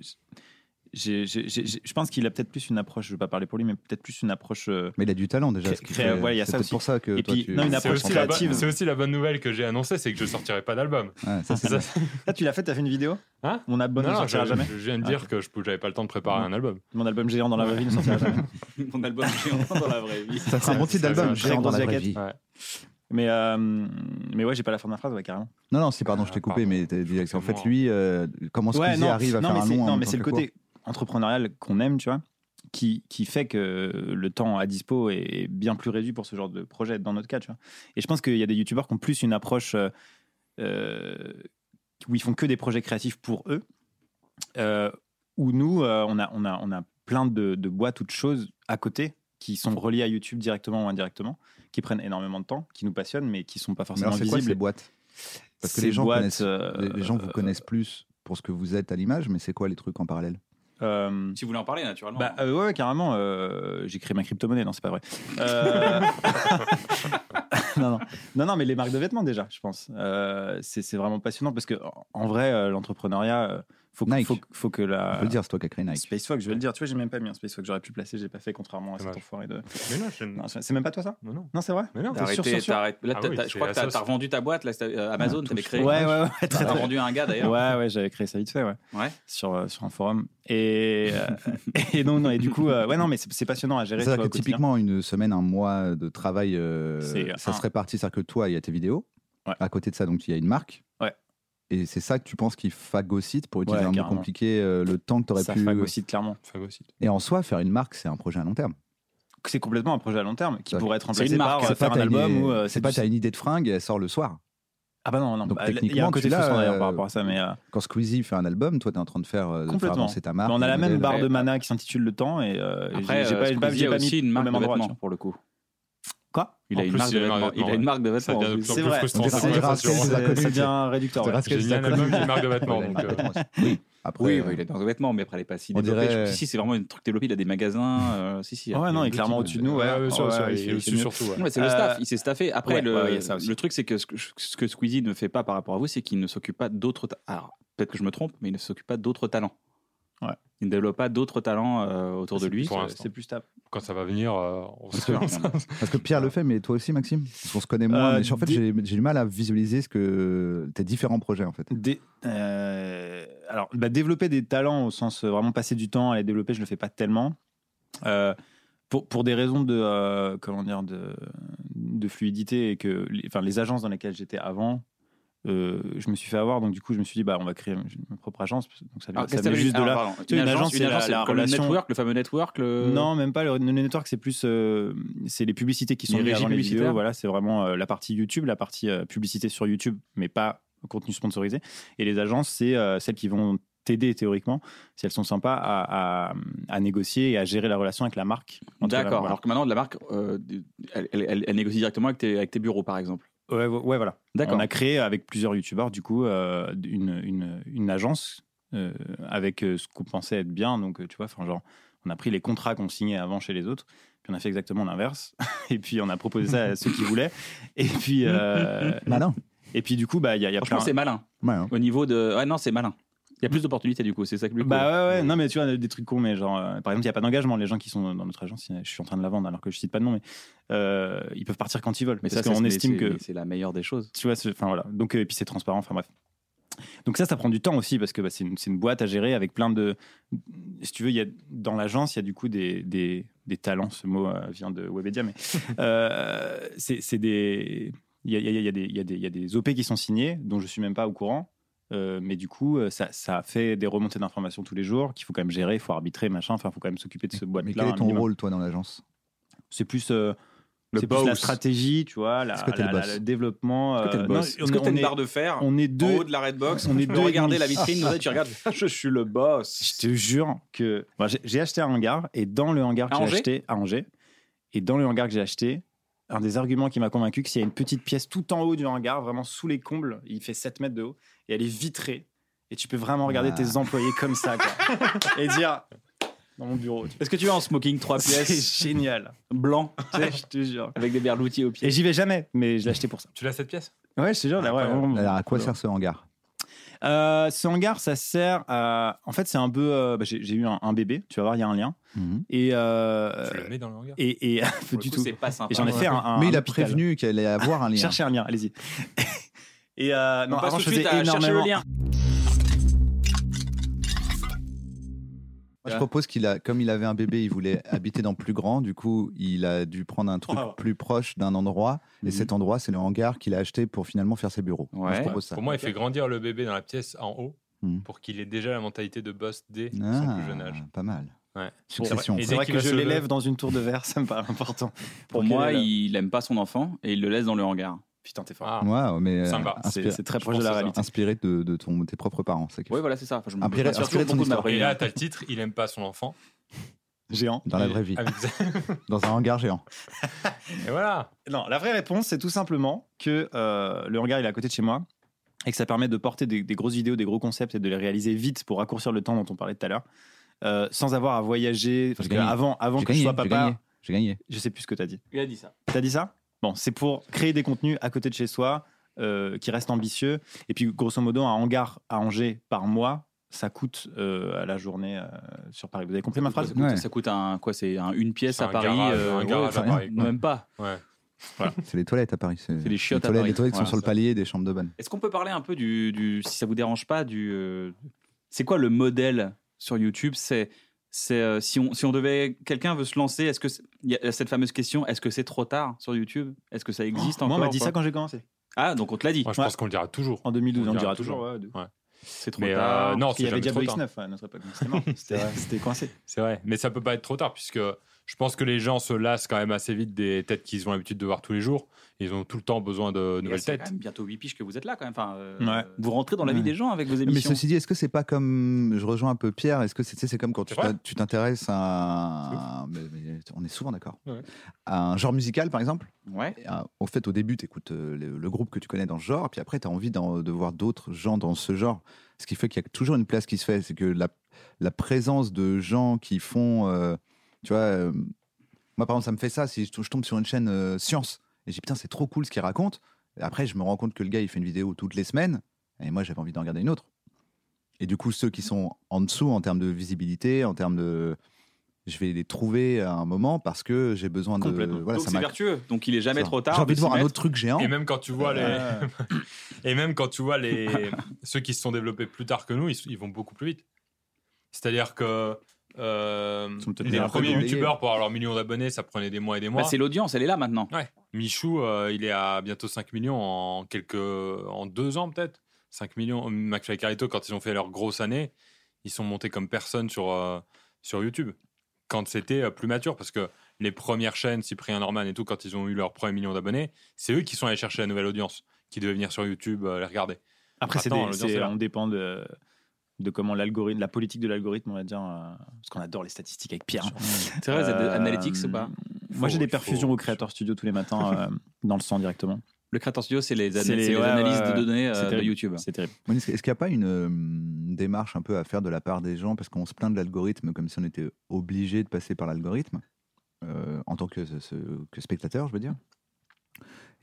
Speaker 5: j'ai- j'ai- j'ai- j'ai- je pense qu'il a peut-être plus une approche, je ne vais pas parler pour lui, mais peut-être plus une approche. euh,
Speaker 3: Mais il a du talent déjà.
Speaker 5: Cré-
Speaker 3: ce qu'il
Speaker 5: créa-
Speaker 3: fait.
Speaker 5: ouais, il y a
Speaker 3: c'est
Speaker 5: ça
Speaker 3: peut-être
Speaker 5: aussi.
Speaker 3: pour ça que
Speaker 5: Et
Speaker 3: toi
Speaker 5: puis,
Speaker 3: tu.
Speaker 5: non, une
Speaker 2: C'est
Speaker 5: approche
Speaker 2: aussi, la bonne-
Speaker 5: créative.
Speaker 2: c'est aussi la bonne nouvelle que j'ai annoncée, c'est que je sortirai pas d'album.
Speaker 3: Ouais, ça, c'est
Speaker 2: Ça,
Speaker 3: bien.
Speaker 5: Là, Ah, tu l'as fait, tu as fait une vidéo
Speaker 2: Hein
Speaker 5: Mon album
Speaker 2: non,
Speaker 5: ne
Speaker 2: non, je,
Speaker 5: sortira jamais.
Speaker 2: je viens de
Speaker 5: Ah,
Speaker 2: dire que je n'avais pas le temps de préparer
Speaker 5: Ouais.
Speaker 2: un album.
Speaker 5: Mon album géant dans la vraie vie ne sortira jamais.
Speaker 4: Mon album géant dans la vraie vie.
Speaker 3: Ça serait un bon
Speaker 2: c'est
Speaker 3: titre d'album.
Speaker 2: un
Speaker 5: très
Speaker 3: Géant dans
Speaker 5: gros
Speaker 3: la vraie
Speaker 5: jacket.
Speaker 3: vie.
Speaker 2: Ouais.
Speaker 5: Mais, euh, mais ouais, j'ai pas la fin de ma phrase, ouais, carrément.
Speaker 3: Non, non, si, pardon, je
Speaker 2: Ah,
Speaker 3: t'ai coupé,
Speaker 2: pardon.
Speaker 3: mais t'es-
Speaker 2: Je
Speaker 3: en
Speaker 2: comprends.
Speaker 3: fait, lui, euh, comment
Speaker 5: ouais,
Speaker 3: Squeezie arrive à
Speaker 5: non,
Speaker 3: faire
Speaker 5: mais
Speaker 3: un hein,
Speaker 5: c'est-
Speaker 3: long en
Speaker 5: non,
Speaker 3: même
Speaker 5: mais
Speaker 3: temps
Speaker 5: c'est le
Speaker 3: que court.
Speaker 5: côté entrepreneurial qu'on aime, tu vois, qui, qui fait que le temps à dispo est bien plus réduit pour ce genre de projet, dans notre cas, tu vois. Et je pense qu'il y a des youtubeurs qui ont plus une approche euh, euh, où ils font que des projets créatifs pour eux, euh, où nous, euh, on, a, on, a, on a plein de, de boîtes ou de choses à côté qui sont reliées à YouTube directement ou indirectement, qui prennent énormément de temps, qui nous passionnent, mais qui sont pas
Speaker 3: Mais
Speaker 5: forcément
Speaker 3: alors, c'est quoi
Speaker 5: visibles.
Speaker 3: ces boîtes Parce que
Speaker 5: Ces
Speaker 3: les gens,
Speaker 5: boîtes,
Speaker 3: connaissent,
Speaker 5: euh,
Speaker 3: les, les gens vous connaissent plus pour ce que vous êtes à l'image, mais c'est quoi les trucs en parallèle
Speaker 5: euh,
Speaker 4: Si vous voulez en parler, naturellement.
Speaker 2: Hein.
Speaker 5: Bah euh, ouais, ouais, carrément. euh, j'ai créé ma crypto-monnaie, non, c'est pas vrai. Euh, non, non. non, non, mais les marques de vêtements déjà, je pense. Euh, c'est c'est vraiment passionnant parce que en- en vrai, euh, l'entrepreneuriat, euh, faut que,
Speaker 3: Nike.
Speaker 5: faut, que- faut que la.
Speaker 3: On peut le dire, c'est toi qui as créé Nike.
Speaker 5: Spacefox, je vais le dire. Tu vois, j'ai même pas mis un Spacefox. J'aurais pu le placer, j'ai pas fait, contrairement à cet
Speaker 2: Dommage.
Speaker 5: enfoiré de.
Speaker 2: Mais non, je-
Speaker 5: Non, c'est c'est même pas toi ça
Speaker 2: non, non.
Speaker 5: Non, c'est vrai
Speaker 2: Mais non.
Speaker 5: T'as
Speaker 4: T'as
Speaker 5: sûr,
Speaker 4: arrêté,
Speaker 5: sûr, sûr.
Speaker 4: t'arrêtes- là,
Speaker 2: Ah
Speaker 4: t'as-
Speaker 2: oui,
Speaker 4: t'as- je
Speaker 2: c'est
Speaker 4: crois que
Speaker 2: la
Speaker 4: t'as
Speaker 2: sauce.
Speaker 4: t'as revendu ta boîte, là, c'était, euh, Amazon, t'avais créé.
Speaker 5: Ouais, ouais, ouais, très,
Speaker 4: T'as
Speaker 5: très,
Speaker 4: vendu à un gars d'ailleurs.
Speaker 5: Ouais, ouais, j'avais créé ça vite fait, ouais.
Speaker 4: Ouais.
Speaker 5: Sur, euh, sur un forum. Et, euh, et non, non, et du coup, euh, ouais, non, mais c'est c'est passionnant à gérer.
Speaker 3: C'est-à-dire
Speaker 5: tu vois,
Speaker 3: que
Speaker 5: au quotidien.
Speaker 3: typiquement, une semaine, un mois de travail, euh,
Speaker 5: C'est
Speaker 3: ça
Speaker 5: un-
Speaker 3: se répartit. C'est-à-dire que toi, il y a tes vidéos.
Speaker 5: Ouais.
Speaker 3: À côté de ça, donc, il y a une marque.
Speaker 5: Ouais.
Speaker 3: Et c'est ça que tu penses qui phagocyte, pour utiliser
Speaker 5: Ouais,
Speaker 3: un mot
Speaker 5: carrément.
Speaker 3: compliqué, euh, le temps que tu aurais
Speaker 5: ça
Speaker 3: pu.
Speaker 5: phagocyte clairement.
Speaker 2: Phagocyte.
Speaker 3: Et en soi, faire une marque, c'est un projet à long terme.
Speaker 5: c'est complètement un projet à long terme qui
Speaker 3: C'est-
Speaker 5: pourrait être
Speaker 4: c'est une
Speaker 5: remplacé
Speaker 4: marque,
Speaker 5: par euh,
Speaker 3: C'est
Speaker 5: faire
Speaker 3: pas
Speaker 5: un
Speaker 3: t'as une-
Speaker 5: album ou euh,
Speaker 3: c'est pas,
Speaker 5: du-
Speaker 3: t'as une idée de fringue et elle sort le soir.
Speaker 5: ah bah non non
Speaker 3: Donc,
Speaker 5: bah, il y a
Speaker 3: techniquement,
Speaker 5: un
Speaker 3: tu
Speaker 5: côté
Speaker 3: l'as,
Speaker 5: fausson d'ailleurs
Speaker 3: euh,
Speaker 5: par rapport à ça mais, euh,
Speaker 3: Quand Squeezie fait un album, toi, t'es en train de faire, euh, de faire
Speaker 5: Complètement.
Speaker 3: avancer ta marque.
Speaker 5: mais on a
Speaker 3: le
Speaker 5: la même
Speaker 3: modèle.
Speaker 5: barre de mana qui s'intitule le temps et euh,
Speaker 4: Après,
Speaker 5: j'ai- j'ai pas- j'ai pas
Speaker 4: Squeezie
Speaker 5: j'ai
Speaker 4: a
Speaker 5: pas mis
Speaker 4: aussi une
Speaker 5: au
Speaker 4: marque
Speaker 5: même
Speaker 4: de
Speaker 5: endroit,
Speaker 4: vêtements
Speaker 5: tu vois.
Speaker 4: pour le coup.
Speaker 5: quoi
Speaker 4: Il a
Speaker 2: En
Speaker 4: une
Speaker 2: plus,
Speaker 4: marque
Speaker 2: il
Speaker 4: de
Speaker 2: a une marque de
Speaker 4: vêtements. Il a
Speaker 2: vêtements,
Speaker 4: une
Speaker 2: ouais.
Speaker 4: marque de
Speaker 2: Ça
Speaker 4: vêtements.
Speaker 2: devient de plus en
Speaker 4: en plus.
Speaker 5: C'est
Speaker 2: plus
Speaker 5: vrai.
Speaker 2: frustrant.
Speaker 3: On
Speaker 2: cette
Speaker 3: dirait- on dirait
Speaker 2: conversation.
Speaker 3: Rascal,
Speaker 5: c'est
Speaker 3: Raconte.
Speaker 5: ça devient réducteur
Speaker 3: C'est
Speaker 5: ouais.
Speaker 3: Rascal.
Speaker 2: J'ai mis un album qui est une marque de vêtements. donc, euh,
Speaker 3: Oui. Après,
Speaker 4: Oui,
Speaker 3: euh,
Speaker 4: il est dans le vêtement, mais après, elle est pas si
Speaker 3: On
Speaker 4: développée.
Speaker 3: dirait-
Speaker 4: Je- Si, si, c'est vraiment un truc développé. Il a des magasins. euh, si, si.
Speaker 5: Ah ouais, non, il est
Speaker 4: il-
Speaker 5: clairement au-dessus de nous.
Speaker 2: Ouais,
Speaker 5: Ouais,
Speaker 2: ouais, sûr,
Speaker 5: Ouais,
Speaker 2: sûr,
Speaker 5: ouais,
Speaker 2: il
Speaker 5: il
Speaker 2: est
Speaker 5: fait
Speaker 2: au-dessus
Speaker 5: mieux.
Speaker 2: surtout. ouais.
Speaker 4: Ouais, c'est le
Speaker 5: Euh,
Speaker 4: staff, il s'est staffé. Après,
Speaker 5: ouais,
Speaker 4: le,
Speaker 5: ouais, il y a ça aussi.
Speaker 4: le truc, c'est que ce que, ce que Squeezie ne fait pas par rapport à vous, c'est qu'il ne s'occupe pas d'autres. ta- Alors, peut-être que je me trompe, mais il ne s'occupe pas d'autres talents.
Speaker 5: Ouais.
Speaker 1: Il ne développe pas d'autres talents euh, autour de lui.
Speaker 2: pour
Speaker 5: C'est-
Speaker 2: l'instant.
Speaker 5: C'est plus stable.
Speaker 2: Quand ça va venir, euh, on se
Speaker 4: hein,
Speaker 3: Parce que Pierre le fait, mais toi aussi, Maxime Parce qu'on se connaît moins.
Speaker 5: Euh,
Speaker 3: mais en fait,
Speaker 5: dé-
Speaker 3: j'ai j'ai du mal à visualiser ce que tes différents projets, en fait.
Speaker 5: Dé- euh, alors, bah, développer des talents au sens euh, vraiment passer du temps à les développer, je ne le fais pas tellement. Euh, pour, pour des raisons de, euh, comment dire, de, de fluidité et que les, enfin, les agences dans lesquelles j'étais avant, euh, je me suis fait avoir. Donc, du coup, je me suis dit, bah, on va créer ma propre agence. Donc, ça, vient- ça vient juste de là. Tu
Speaker 4: Une
Speaker 5: sais, une
Speaker 4: agence,
Speaker 5: agence,
Speaker 4: une
Speaker 5: c'est la-
Speaker 4: agence, c'est
Speaker 5: la
Speaker 4: comme le
Speaker 5: relation-
Speaker 4: network, le fameux network. le-
Speaker 5: Non, même pas. Le, le network, c'est plus. euh, c'est les publicités qui sont
Speaker 4: Les
Speaker 5: liées
Speaker 4: régies
Speaker 5: avant les
Speaker 4: publicitaires.
Speaker 5: vidéos. Voilà, c'est vraiment euh, la partie YouTube, la partie euh, publicité sur YouTube, mais pas contenu sponsorisé. Et les agences, c'est euh, celles qui vont t'aider théoriquement, si elles sont sympas, à, à- à négocier et à gérer la relation avec la marque. entre la-
Speaker 4: D'accord.
Speaker 5: voilà.
Speaker 4: Alors que maintenant, de la marque, euh, elle, elle- elle- elle négocie directement avec tes, avec tes bureaux, par exemple.
Speaker 5: Ouais, ouais, ouais, voilà.
Speaker 4: D'accord.
Speaker 5: On a créé avec plusieurs youtubeurs du coup euh, une, une, une agence euh, avec euh, ce qu'on pensait être bien. Donc euh, tu vois, enfin genre on a pris les contrats qu'on signait avant chez les autres, puis on a fait exactement l'inverse. et puis on a proposé ça à ceux qui voulaient. Et puis euh,
Speaker 3: Malin.
Speaker 5: et puis du coup bah il y a, il y a
Speaker 4: Franchement,
Speaker 5: plein-
Speaker 4: c'est malin.
Speaker 3: Ouais, hein.
Speaker 4: Au niveau de. Ouais, non, c'est malin. Il y a plus d'opportunités, du coup. C'est ça que lui.
Speaker 5: Bah ouais, ouais, non, mais tu vois, des trucs cons, mais genre, euh, par exemple, il n'y a pas d'engagement. Les gens qui sont dans notre agence, je suis en train de la vendre alors que je cite pas de nom, mais euh, ils peuvent partir quand ils veulent.
Speaker 4: mais ça,
Speaker 5: parce
Speaker 4: c'est-
Speaker 5: qu'on
Speaker 4: mais
Speaker 5: estime
Speaker 4: c'est-
Speaker 5: que
Speaker 4: mais C'est la meilleure des choses.
Speaker 5: tu vois ce- enfin voilà donc euh, et puis c'est transparent enfin bref donc ça ça prend du temps aussi parce que bah, c'est une, c'est une boîte à gérer avec plein de si tu veux il y a dans l'agence il y a du coup des, des, des talents ce mot euh, vient de Webedia mais euh, c'est c'est des il y a, il y a- il y a des- il y a des- il y a des OP qui sont signés dont je suis même pas au courant Euh, mais du coup euh, ça, ça fait des remontées d'informations tous les jours qu'il faut quand même gérer il faut arbitrer machin enfin il faut quand même s'occuper de ce boîte là
Speaker 3: Mais quel est ton rôle, toi, dans l'agence
Speaker 5: c'est plus euh,
Speaker 2: Le
Speaker 5: c'est plus la
Speaker 2: boss.
Speaker 5: stratégie tu vois la,
Speaker 3: Est-ce que t'es
Speaker 5: la-
Speaker 3: le
Speaker 5: la-
Speaker 3: boss
Speaker 5: le développement
Speaker 4: Est-ce que t'es
Speaker 5: euh,
Speaker 4: le
Speaker 5: non,
Speaker 4: boss
Speaker 5: on-
Speaker 4: Est-ce que t'as
Speaker 5: on
Speaker 4: une
Speaker 5: est-
Speaker 4: barre de fer
Speaker 5: on est
Speaker 4: Ah, en
Speaker 5: deux
Speaker 4: haut de la Redbox
Speaker 5: on
Speaker 4: Tu
Speaker 5: est deux et
Speaker 4: regarder
Speaker 5: demi.
Speaker 4: la vitrine, nous, tu regardes. Je suis le boss.
Speaker 5: Je te jure que Bon, j'ai- j'ai acheté un hangar et dans le hangar que
Speaker 4: À
Speaker 5: j'ai
Speaker 4: Angers
Speaker 5: acheté à Angers et dans le hangar que j'ai acheté, un des arguments qui m'a convaincu que s'il y a une petite pièce tout en haut du hangar, vraiment sous les combles, il fait 7 mètres de haut et elle est vitrée et tu peux vraiment regarder
Speaker 3: Ah.
Speaker 5: tes employés comme ça quoi, et dire dans mon bureau, tu vois.
Speaker 4: Est-ce que tu vas en smoking 3 pièces
Speaker 5: c'est génial,
Speaker 4: blanc,
Speaker 5: Tu sais, je te jure.
Speaker 4: avec des berloutis au pied
Speaker 5: Et j'y vais jamais, mais je l'ai acheté pour ça.
Speaker 2: Tu l'as cette pièce
Speaker 5: Ouais, je te jure, là, ouais, vraiment.
Speaker 3: Alors, à quoi sert ce hangar
Speaker 5: Euh, ce hangar, ça sert à. En fait, c'est un peu. euh, bah, j'ai j'ai eu un, un bébé, tu vas voir, il y a un lien.
Speaker 3: Mhm.
Speaker 5: Et. euh,
Speaker 2: Tu le mets dans le hangar
Speaker 5: et, et
Speaker 4: hein. Pour le
Speaker 5: du
Speaker 4: coup,
Speaker 5: tout.
Speaker 4: C'est pas sympa.
Speaker 5: Et j'en ai fait un. un-
Speaker 3: Mais
Speaker 5: un
Speaker 3: il a
Speaker 5: hôpital.
Speaker 3: prévenu qu'il allait avoir un lien.
Speaker 5: Cherchez un lien, allez-y. et euh, non,
Speaker 4: On passe
Speaker 5: avant,
Speaker 4: tout
Speaker 5: je
Speaker 4: de suite
Speaker 5: faisais
Speaker 4: à chercher le
Speaker 5: énormément.
Speaker 4: lien.
Speaker 3: Moi, je propose qu'il a, comme il avait un bébé, il voulait habiter dans plus grand. Du coup, il a dû prendre un truc
Speaker 5: Oh.
Speaker 3: plus proche d'un endroit. Et
Speaker 4: Mhm.
Speaker 3: cet endroit, c'est le hangar qu'il a acheté pour finalement faire ses bureaux. Moi, je
Speaker 4: Ouais.
Speaker 3: propose ça.
Speaker 2: Pour moi, il fait grandir le bébé dans la pièce en haut
Speaker 3: Hmm.
Speaker 2: pour qu'il ait déjà la mentalité de boss dès son
Speaker 3: Ah,
Speaker 2: plus jeune âge.
Speaker 3: Pas mal.
Speaker 2: Ouais.
Speaker 3: Succession.
Speaker 2: Et
Speaker 5: C'est
Speaker 2: dès
Speaker 5: vrai
Speaker 2: qu'il
Speaker 5: que
Speaker 2: va
Speaker 5: je
Speaker 2: se lever-
Speaker 5: l'élève dans une tour de verre, ça me paraît important.
Speaker 4: Pour
Speaker 5: qu'il
Speaker 4: moi,
Speaker 5: ait la-
Speaker 4: il aime pas son enfant et il le laisse dans le hangar.
Speaker 5: Putain, t'es fort.
Speaker 2: Ah,
Speaker 3: Waouh, mais euh,
Speaker 2: Sympa.
Speaker 5: C'est
Speaker 3: inspiré,
Speaker 5: c'est très
Speaker 2: Je
Speaker 5: proche de
Speaker 2: pense
Speaker 5: la
Speaker 2: que ça.
Speaker 5: réalité.
Speaker 3: inspiré de, de ton, tes propres parents. C'est quelque
Speaker 4: Oui, voilà, c'est ça. Enfin, je me
Speaker 3: Inspiré-
Speaker 4: je m'inspire
Speaker 3: inspiré de
Speaker 4: beaucoup
Speaker 3: son
Speaker 4: ma
Speaker 3: histoire.
Speaker 2: Et là,
Speaker 4: première.
Speaker 2: t'as le titre, il aime pas son enfant.
Speaker 3: Ah,
Speaker 2: Ah,
Speaker 5: Géant.
Speaker 3: chose. Dans la vraie vie.
Speaker 2: Avec-
Speaker 3: Dans un hangar géant.
Speaker 2: Et voilà.
Speaker 5: Non, la vraie réponse, c'est tout simplement que euh, le hangar, il est à côté de chez moi et que ça permet de porter des, des grosses vidéos, des gros concepts et de les réaliser vite pour raccourcir le temps dont on parlait tout à l'heure, euh, sans avoir à voyager. Parce
Speaker 3: J'ai gagné.
Speaker 5: qu'avant avant
Speaker 3: J'ai
Speaker 5: que
Speaker 3: gagné,
Speaker 5: je sois
Speaker 3: j'ai
Speaker 5: papa,
Speaker 3: gagné. J'ai gagné.
Speaker 5: je sais plus ce que t'as dit.
Speaker 4: Il a dit ça.
Speaker 5: T'as dit ça Bon, c'est pour créer des contenus à côté de chez soi euh, qui restent ambitieux. Et puis, grosso modo, un hangar à Angers par mois, ça coûte euh, à la journée euh, sur Paris. Vous avez compris ma
Speaker 4: Ça
Speaker 5: phrase
Speaker 4: coûte,
Speaker 3: Ouais.
Speaker 4: ça coûte un quoi C'est un- une pièce
Speaker 2: C'est un
Speaker 4: à Paris.
Speaker 2: garage,
Speaker 4: euh,
Speaker 2: un
Speaker 4: ouais,
Speaker 2: garage à
Speaker 4: enfin,
Speaker 2: Paris.
Speaker 4: non, Même pas.
Speaker 3: C'est les toilettes à Paris. C'est
Speaker 4: des chiottes
Speaker 3: les
Speaker 4: à
Speaker 3: toilettes-
Speaker 4: Paris.
Speaker 3: Les toilettes sont
Speaker 4: Voilà,
Speaker 3: sur le
Speaker 4: ça.
Speaker 3: palier des chambres de bonne.
Speaker 4: Est-ce qu'on peut parler un peu du, du- si ça vous dérange pas, du, euh, c'est quoi le modèle sur YouTube C'est, c'est euh, si on, si on devait, quelqu'un veut se lancer, est-ce que c'est- il y a cette fameuse question, est-ce que c'est trop tard sur YouTube Est-ce que ça existe
Speaker 5: Oh,
Speaker 4: encore
Speaker 5: Moi, on m'a
Speaker 4: ou
Speaker 5: dit
Speaker 4: pas
Speaker 5: ça quand j'ai commencé.
Speaker 4: Ah, donc on te l'a dit.
Speaker 2: Moi, je
Speaker 5: Ouais.
Speaker 2: pense qu'on le dira toujours.
Speaker 5: En 2012,
Speaker 2: On
Speaker 5: on,
Speaker 2: dira
Speaker 5: dira
Speaker 2: toujours.
Speaker 5: toujours. ouais, de ouf.
Speaker 4: C'est trop
Speaker 2: Mais
Speaker 4: tard.
Speaker 2: euh, non,
Speaker 5: Parce qu'il
Speaker 2: c'est
Speaker 5: y avait hein,
Speaker 2: jamais trop
Speaker 5: Diablo
Speaker 2: tard.
Speaker 5: X9 à notre époque. donc C'était mort. C'était- C'était coincé.
Speaker 2: C'est vrai. Mais ça peut pas être trop tard puisque Je pense que les gens se lassent quand même assez vite des têtes qu'ils ont l'habitude de voir tous les jours. Ils ont tout le temps besoin de
Speaker 4: Et là,
Speaker 2: nouvelles
Speaker 4: c'est
Speaker 2: têtes.
Speaker 4: quand même bientôt 8 piges que vous êtes là quand même. Enfin, euh,
Speaker 5: Ouais.
Speaker 4: Vous rentrez dans la vie
Speaker 3: Ouais.
Speaker 4: des gens avec vos
Speaker 3: Mais
Speaker 4: émissions.
Speaker 3: ceci dit, est-ce que c'est pas comme. Je rejoins un peu Pierre, est-ce que c'est tu sais, c'est comme quand tu
Speaker 2: C'est vrai.
Speaker 3: t'in- tu t'intéresses à. mais- mais on est souvent d'accord.
Speaker 2: Ouais.
Speaker 3: À un genre musical, par exemple
Speaker 4: Ouais.
Speaker 3: Et, euh, En fait, au début, tu écoutes le, le groupe que tu connais dans ce genre, puis après, tu as envie d'en- de voir d'autres gens dans ce genre. Ce qui fait qu'il y a toujours une place qui se fait. C'est que la, la présence de gens qui font. euh, tu vois, euh, moi, par exemple, ça me fait ça si je, je tombe sur une chaîne euh, science et je dis putain, c'est trop cool ce qu'il raconte. Et après, je me rends compte que le gars, il fait une vidéo toutes les semaines et moi, j'avais envie d'en regarder une autre. Et du coup, ceux qui sont en dessous en termes de visibilité, en termes de. Je vais les trouver à un moment parce que j'ai besoin de.
Speaker 4: Complètement.
Speaker 3: Voilà,
Speaker 4: Donc
Speaker 3: ça
Speaker 4: c'est
Speaker 3: m'a-
Speaker 4: vertueux. Donc il est jamais
Speaker 3: Genre,
Speaker 4: trop tard.
Speaker 3: J'ai envie de
Speaker 4: s'y
Speaker 3: voir un
Speaker 4: mettre.
Speaker 3: autre truc géant.
Speaker 2: Et même quand tu vois les,
Speaker 3: Ouais.
Speaker 2: et même quand tu vois les, ceux qui se sont développés plus tard que nous, ils, s- ils vont beaucoup plus vite. C'est-à-dire que euh,
Speaker 5: Ils sont peut-être
Speaker 2: les
Speaker 5: déjà un peu
Speaker 2: premiers
Speaker 3: débrouillés.
Speaker 2: youtubeurs pour avoir leur million d'abonnés, ça prenait des mois et des
Speaker 4: Bah,
Speaker 2: mois.
Speaker 4: c'est l'audience, elle est là maintenant.
Speaker 2: Michou, euh, il est à bientôt 5 millions en quelques en deux ans peut-être. 5 millions. McFly et Carito, quand ils ont fait leur grosse année, ils sont montés comme personne sur, euh, sur YouTube. Quand c'était euh, plus mature, parce que les premières chaînes, Cyprien Norman et tout, quand ils ont eu leur premier million d'abonnés, c'est eux qui sont allés chercher la nouvelle audience, qui devait venir sur YouTube euh, les regarder.
Speaker 5: Après, c'est
Speaker 2: Attends,
Speaker 5: des-
Speaker 2: l'audience
Speaker 5: c'est-
Speaker 2: est là.
Speaker 5: on dépend de, de comment l'algorithme, la politique de l'algorithme, on va dire, euh, parce qu'on adore les statistiques avec Pierre. Euh,
Speaker 4: C'est vrai, vous êtes analytics ou pas
Speaker 5: Moi, j'ai des
Speaker 2: Faut-
Speaker 5: perfusions
Speaker 2: faut-
Speaker 5: au Creator Studio tous les matins, euh, dans le sang directement.
Speaker 4: Le Creator Studio, c'est les,
Speaker 5: C'est
Speaker 4: c'est
Speaker 5: les-
Speaker 4: les
Speaker 5: ouais,
Speaker 4: analyses
Speaker 5: ouais,
Speaker 4: de données euh,
Speaker 5: c'est
Speaker 4: de
Speaker 5: terrible.
Speaker 4: YouTube.
Speaker 5: C'est terrible.
Speaker 3: Oui, Est-ce est-ce qu'il n'y a pas une euh, démarche un peu à faire de la part des gens Parce qu'on se plaint de l'algorithme comme si on était obligé de passer par l'algorithme, euh, en tant que, ce- ce- que spectateur, je veux dire.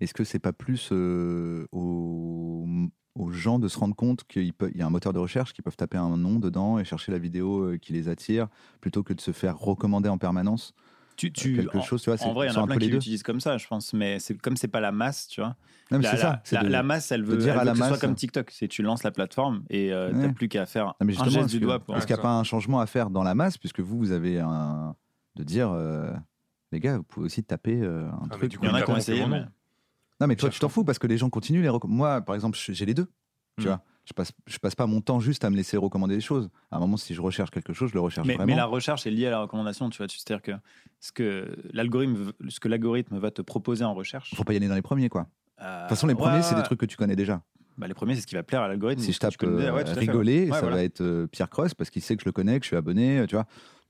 Speaker 3: Est-ce que c'est pas plus euh, aux, aux gens de se rendre compte qu'il peut- il y a un moteur de recherche qui peuvent taper un nom dedans et chercher la vidéo euh, qui les attire, plutôt que de se faire recommander en permanence
Speaker 5: Tu,
Speaker 3: euh,
Speaker 5: tu,
Speaker 3: quelque
Speaker 5: en,
Speaker 3: chose tu vois, c'est-
Speaker 5: en vrai, il y
Speaker 3: c'est un
Speaker 5: en a
Speaker 3: peu
Speaker 5: plein qui
Speaker 3: les deux.
Speaker 5: l'utilisent comme ça, je pense, mais c'est- comme c'est pas la masse, tu vois.
Speaker 3: Non, mais
Speaker 5: La,
Speaker 3: c'est
Speaker 5: la-
Speaker 3: ça, c'est
Speaker 5: la-
Speaker 3: de-
Speaker 5: la masse, elle veut,
Speaker 3: dire
Speaker 5: elle
Speaker 3: à
Speaker 5: veut
Speaker 3: la
Speaker 5: que ce soit
Speaker 3: masse.
Speaker 5: comme TikTok. C'est tu lances la plateforme et euh, t'as
Speaker 3: Ouais.
Speaker 5: plus qu'à faire
Speaker 3: Non, mais
Speaker 5: un
Speaker 3: justement,
Speaker 5: geste
Speaker 3: est-ce
Speaker 5: du
Speaker 3: que-
Speaker 5: doigt. pour-
Speaker 3: Est-ce qu'il n'y a
Speaker 2: Ouais,
Speaker 3: pas un changement à faire dans la masse Puisque vous, vous avez un. de dire, euh, les gars, vous pouvez aussi taper euh, un
Speaker 2: mais
Speaker 3: truc.
Speaker 2: du
Speaker 5: Il y en a qui ont
Speaker 2: Complètement,
Speaker 5: essayé.
Speaker 2: tout le
Speaker 5: mais-
Speaker 2: monde.
Speaker 3: non, mais toi,
Speaker 2: ça
Speaker 3: tu t'en fous parce que les gens continuent les recomm- Moi, par exemple, je- j'ai les deux. Tu
Speaker 2: Hmm.
Speaker 3: vois, je passe, je passe pas mon temps juste à me laisser recommander des choses. À un moment, si je recherche quelque chose, je le recherche
Speaker 5: Mais,
Speaker 3: vraiment.
Speaker 5: mais la recherche est liée à la recommandation, tu vois. tu- C'est-à-dire que ce que l'algorithme, veut- ce que l'algorithme va te proposer en recherche.
Speaker 3: Faut pas y aller dans les premiers, quoi. De
Speaker 5: euh,
Speaker 3: toute façon, les
Speaker 5: ouais,
Speaker 3: premiers, c'est
Speaker 5: ouais.
Speaker 3: des trucs que tu connais déjà.
Speaker 5: Bah, les premiers, c'est ce qui va plaire à l'algorithme.
Speaker 3: si je
Speaker 5: ce que
Speaker 3: tape
Speaker 5: tu connais.
Speaker 3: euh,
Speaker 5: Ouais, tout à fait, ouais.
Speaker 3: rigoler,
Speaker 5: Ouais,
Speaker 3: ça
Speaker 5: voilà.
Speaker 3: va être euh, Pierre Cross parce qu'il sait que je le connais, que je suis abonné, euh, tu vois.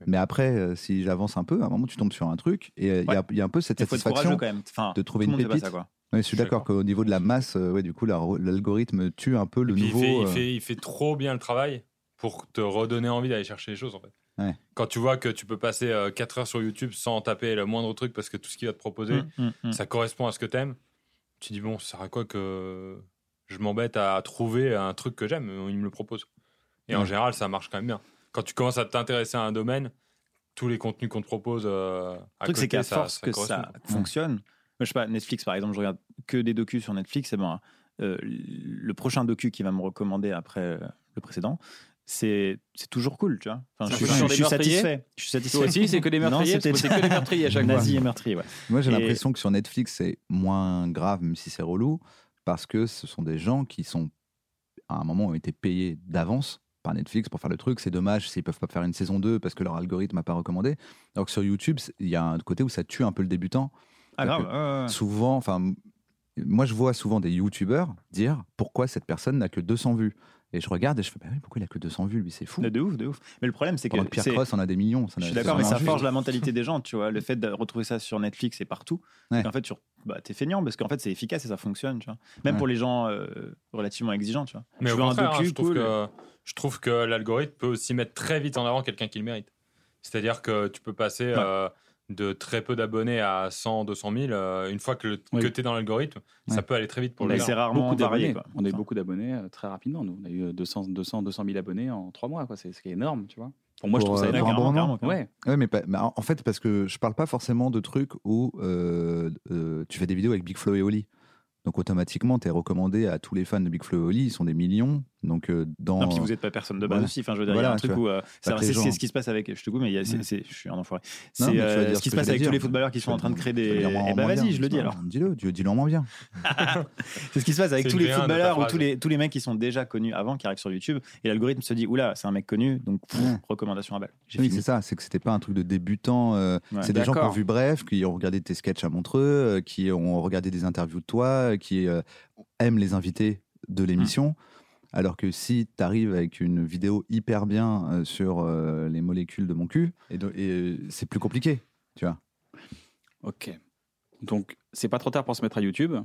Speaker 3: Mais après, euh, si j'avance un peu, à un moment, tu tombes sur un truc et euh, il y a- il y, a un peu cette
Speaker 5: Il faut être courageux
Speaker 3: satisfaction.
Speaker 5: quand même. Enfin,
Speaker 3: de trouver
Speaker 5: Ah, tout
Speaker 3: une
Speaker 5: le monde fait
Speaker 3: pépite.
Speaker 5: pas ça, quoi.
Speaker 3: Ouais, je suis
Speaker 2: Je suis
Speaker 3: d'accord qu'au niveau de la masse, euh, ouais, du coup, la- l'algorithme tue un peu le
Speaker 2: Et puis,
Speaker 3: nouveau.
Speaker 2: il, fait, il
Speaker 3: euh,
Speaker 2: fait- il fait trop bien le travail pour te redonner envie d'aller chercher les choses en fait.
Speaker 3: Ouais.
Speaker 2: Quand tu vois que tu peux passer 4 heures sur YouTube sans taper le moindre truc parce que tout ce qu'il va te proposer,
Speaker 5: Mm, mm, mm.
Speaker 2: ça correspond à ce que t'aimes, tu dis bon, ça sert à quoi que je m'embête à trouver un truc que j'aime, il me le propose. Et en
Speaker 3: Ouais.
Speaker 2: général, ça marche quand même bien. Quand tu commences à t'intéresser à un domaine, tous les contenus qu'on te propose euh, à
Speaker 5: Le truc,
Speaker 2: côté,
Speaker 5: c'est qu'à
Speaker 2: ça-
Speaker 5: force
Speaker 2: ça
Speaker 5: que
Speaker 2: correspond.
Speaker 5: ça fonctionne, moi, je sais pas, Netflix par exemple, je regarde que des docus sur Netflix, et ben, euh, le prochain docu qui va me recommander après euh, le précédent, c'est c'est toujours cool, tu vois. Enfin,
Speaker 4: C'est
Speaker 5: je,
Speaker 4: un peu
Speaker 5: suis- je
Speaker 4: sur
Speaker 5: suis
Speaker 4: les meurtriers
Speaker 5: satisfait. Je suis satisfait.
Speaker 4: Toi aussi, c'est que des
Speaker 5: Non,
Speaker 4: meurtriers. parce que C'est
Speaker 5: c'était-
Speaker 4: que des meurtriers à chaque fois.
Speaker 5: Nazi et meurtrier, ouais.
Speaker 3: Moi, j'ai
Speaker 5: Et-
Speaker 3: l'impression que sur Netflix, c'est moins grave, même si c'est relou, parce que ce sont des gens qui sont, à un moment, ont été payés d'avance par Netflix pour faire le truc. C'est dommage s'ils peuvent pas faire une saison 2 parce que leur algorithme n'a pas recommandé. Alors que sur YouTube, c'est- il y a un côté où ça tue un peu le débutant.
Speaker 5: Ah, grave,
Speaker 3: que-
Speaker 5: ouais, ouais.
Speaker 3: Souvent, enfin, m- moi, je vois souvent des YouTubeurs dire pourquoi cette personne n'a que 200 vues. Et je regarde et je fais, bah oui, pourquoi il a que 200 vues, lui, c'est fou.
Speaker 5: Non, de ouf, de ouf. Mais le problème, c'est que
Speaker 3: Pendant que Pierre
Speaker 5: c'est-
Speaker 3: Cross en a des millions. ça
Speaker 5: Je
Speaker 3: n'a-
Speaker 5: suis d'accord,
Speaker 3: c'est
Speaker 5: mais ça
Speaker 3: injuste.
Speaker 5: forge la mentalité des gens, tu vois. Le fait de retrouver ça sur Netflix et partout,
Speaker 3: Ouais.
Speaker 5: et en fait, tu bah, t'es feignant parce qu'en fait, c'est efficace et ça fonctionne, tu vois. Même
Speaker 3: Ouais.
Speaker 5: pour les gens euh, relativement exigeants, tu vois.
Speaker 2: Mais
Speaker 5: Je
Speaker 2: au
Speaker 5: veux un
Speaker 2: contraire, hein,
Speaker 5: docu,
Speaker 2: je, trouve
Speaker 5: cool.
Speaker 2: que, je trouve que l'algorithme peut aussi mettre très vite en avant quelqu'un qui le mérite. C'est-à-dire que tu peux passer euh, de très peu d'abonnés à 100, 200 000. euh, une fois que, le-
Speaker 4: Oui.
Speaker 2: que tu es dans l'algorithme, ça
Speaker 3: Ouais.
Speaker 2: peut aller très vite hein, pour
Speaker 5: Mais
Speaker 2: les
Speaker 5: c'est
Speaker 2: gens.
Speaker 5: rarement
Speaker 4: Beaucoup
Speaker 5: varié,
Speaker 4: d'abonnés.
Speaker 5: quoi.
Speaker 4: On a eu
Speaker 5: Enfin,
Speaker 4: beaucoup d'abonnés euh, très rapidement. Nous, on a eu 200, 200, 200 000 abonnés en 3 mois. quoi. C'est ce qui est énorme, tu vois. Pour moi, je
Speaker 3: Pour,
Speaker 4: trouve ça
Speaker 3: euh,
Speaker 4: énorme.
Speaker 3: pour un bon
Speaker 5: carrément,
Speaker 3: moment.
Speaker 5: carrément.
Speaker 4: Ouais.
Speaker 3: Ouais, mais, pas- mais en en fait, parce que je parle pas forcément de trucs où euh, euh, tu fais des vidéos avec Big Flo et Oli. Donc automatiquement, tu es recommandé à tous les fans de Big Flo et Oli. Ils sont des millions Donc, euh, dans.
Speaker 5: Non, puis vous n'êtes pas personne de base
Speaker 3: voilà.
Speaker 5: aussi. Enfin, je veux dire, il y a
Speaker 3: Voilà,
Speaker 5: un
Speaker 3: tu
Speaker 5: truc où. euh, c'est
Speaker 3: que
Speaker 5: c'est-
Speaker 3: les gens-
Speaker 5: c'est ce qui se passe avec. Je te goûte, mais il y a- c'est-
Speaker 3: Ouais.
Speaker 5: c'est- je suis un enfoiré.
Speaker 3: Non,
Speaker 5: C'est
Speaker 3: mais tu vas
Speaker 5: euh,
Speaker 3: dire
Speaker 5: ce
Speaker 3: ce
Speaker 5: qui
Speaker 3: que
Speaker 5: se
Speaker 3: je
Speaker 5: passe
Speaker 3: vais
Speaker 5: avec
Speaker 3: dire.
Speaker 5: tous les footballeurs qui sont en train de créer
Speaker 3: Tu vas
Speaker 5: des.
Speaker 3: dire moi en
Speaker 5: Eh ben
Speaker 3: moins bien,
Speaker 5: vas-y, je le dis
Speaker 3: putain,
Speaker 5: alors.
Speaker 3: Dis-le, dis- dis-le en moins bien.
Speaker 5: C'est ce qui se passe avec
Speaker 2: C'est
Speaker 5: tous
Speaker 2: une
Speaker 5: les
Speaker 2: V1 de ta
Speaker 5: footballeurs ou
Speaker 2: phrase.
Speaker 5: tous les, tous les mecs qui sont déjà connus avant, qui arrivent sur YouTube. Et l'algorithme se dit, oula, c'est un mec connu, donc pff,
Speaker 3: Ouais.
Speaker 5: recommandation à balle. J'ai
Speaker 3: Oui,
Speaker 5: fini.
Speaker 3: c'est ça, c'est que c'était pas un truc de débutant. euh,
Speaker 5: Ouais,
Speaker 3: c'est des gens qui ont
Speaker 4: d'accord.
Speaker 3: vu Bref, qui ont regardé tes sketchs à Montreux, euh, qui ont regardé des interviews de toi, euh, qui euh, aiment les invités de l'émission. Alors que si tu arrives avec une vidéo hyper bien euh, sur euh, les molécules de mon cul, et do- et, euh, c'est plus compliqué.
Speaker 4: Ok. Donc, c'est pas trop tard pour se mettre à YouTube.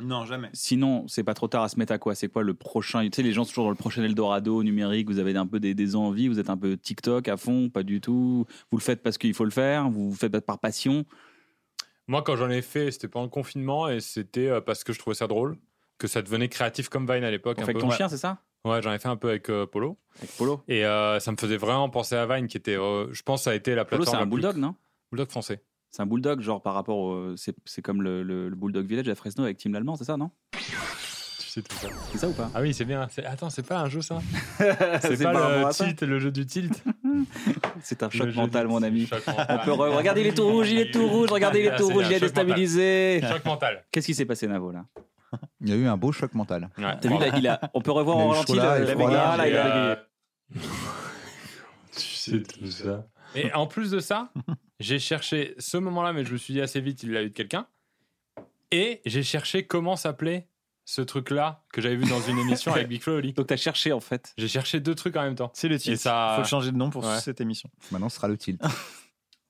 Speaker 5: Non, jamais.
Speaker 4: Sinon, c'est pas trop tard à se mettre à quoi C'est quoi le prochain Tu sais, les gens sont toujours dans le prochain Eldorado numérique. Vous avez un peu des, des envies. Vous êtes un peu TikTok à fond, pas du tout. Vous le faites parce qu'il faut le faire. Vous le faites par passion.
Speaker 2: Moi, quand j'en ai fait, c'était pendant le confinement et c'était euh, parce que je trouvais ça drôle, que ça devenait créatif comme Vine à l'époque.
Speaker 4: On
Speaker 2: un
Speaker 4: fait
Speaker 2: peu.
Speaker 4: avec ton
Speaker 2: Ouais.
Speaker 4: chien, c'est ça
Speaker 2: Ouais, j'en ai fait un peu avec euh, Polo.
Speaker 4: Avec Polo.
Speaker 2: Et euh, ça me faisait vraiment penser à Vine, qui était, euh, je pense, ça a été la
Speaker 4: Polo,
Speaker 2: plateforme.
Speaker 4: c'est un
Speaker 2: la plus-
Speaker 4: bulldog, non
Speaker 2: Bulldog français.
Speaker 4: C'est un bulldog, genre par rapport au. C'est c'est comme le, le- le Bulldog Village à Fresno avec Tim l'Allemand, c'est ça, non
Speaker 2: Tu sais tout ça.
Speaker 4: C'est ça ou pas
Speaker 2: Ah oui, c'est bien. C'est- Attends, c'est pas un jeu ça C'est
Speaker 4: par
Speaker 2: pas
Speaker 4: rapport
Speaker 2: le
Speaker 4: à ça
Speaker 2: tilt, le jeu du tilt.
Speaker 4: C'est un
Speaker 2: Le
Speaker 4: choc
Speaker 2: jeu
Speaker 4: mental,
Speaker 2: du-
Speaker 4: mon
Speaker 2: c'est
Speaker 4: ami.
Speaker 2: choc
Speaker 4: On
Speaker 2: mental. Ah,
Speaker 4: peut re- Regardez, il est tout rouge, il est tout rouge, regardez, il est tout
Speaker 2: C'est
Speaker 4: rouge,
Speaker 2: un
Speaker 4: il est
Speaker 2: choc mental.
Speaker 4: déstabilisé.
Speaker 2: Choc mental.
Speaker 4: Qu'est-ce qui s'est passé, Navo, là
Speaker 3: Il y a eu un beau choc mental.
Speaker 2: Ouais.
Speaker 4: T'as vu, il a- il a- on peut revoir
Speaker 3: Il a
Speaker 4: en
Speaker 3: eu
Speaker 4: ralenti
Speaker 3: chaud là,
Speaker 4: le-
Speaker 3: et
Speaker 4: la
Speaker 3: froid là,
Speaker 4: bagarre, là,
Speaker 2: Et,
Speaker 4: il a
Speaker 2: euh,
Speaker 4: bégayé.
Speaker 2: tu sais tout ça. Et en plus de ça, j'ai cherché ce moment-là, mais je me suis dit assez vite, il l'a eu de quelqu'un. Et j'ai cherché comment s'appelait ce truc-là que j'avais vu dans une émission avec Big Flo et Oli.
Speaker 4: Donc t'as cherché, en fait.
Speaker 2: J'ai cherché deux trucs en même temps.
Speaker 5: C'est le titre.
Speaker 2: Et ça-
Speaker 5: faut changer de nom pour
Speaker 2: Ouais.
Speaker 5: cette émission.
Speaker 3: Maintenant, ce sera le tilt.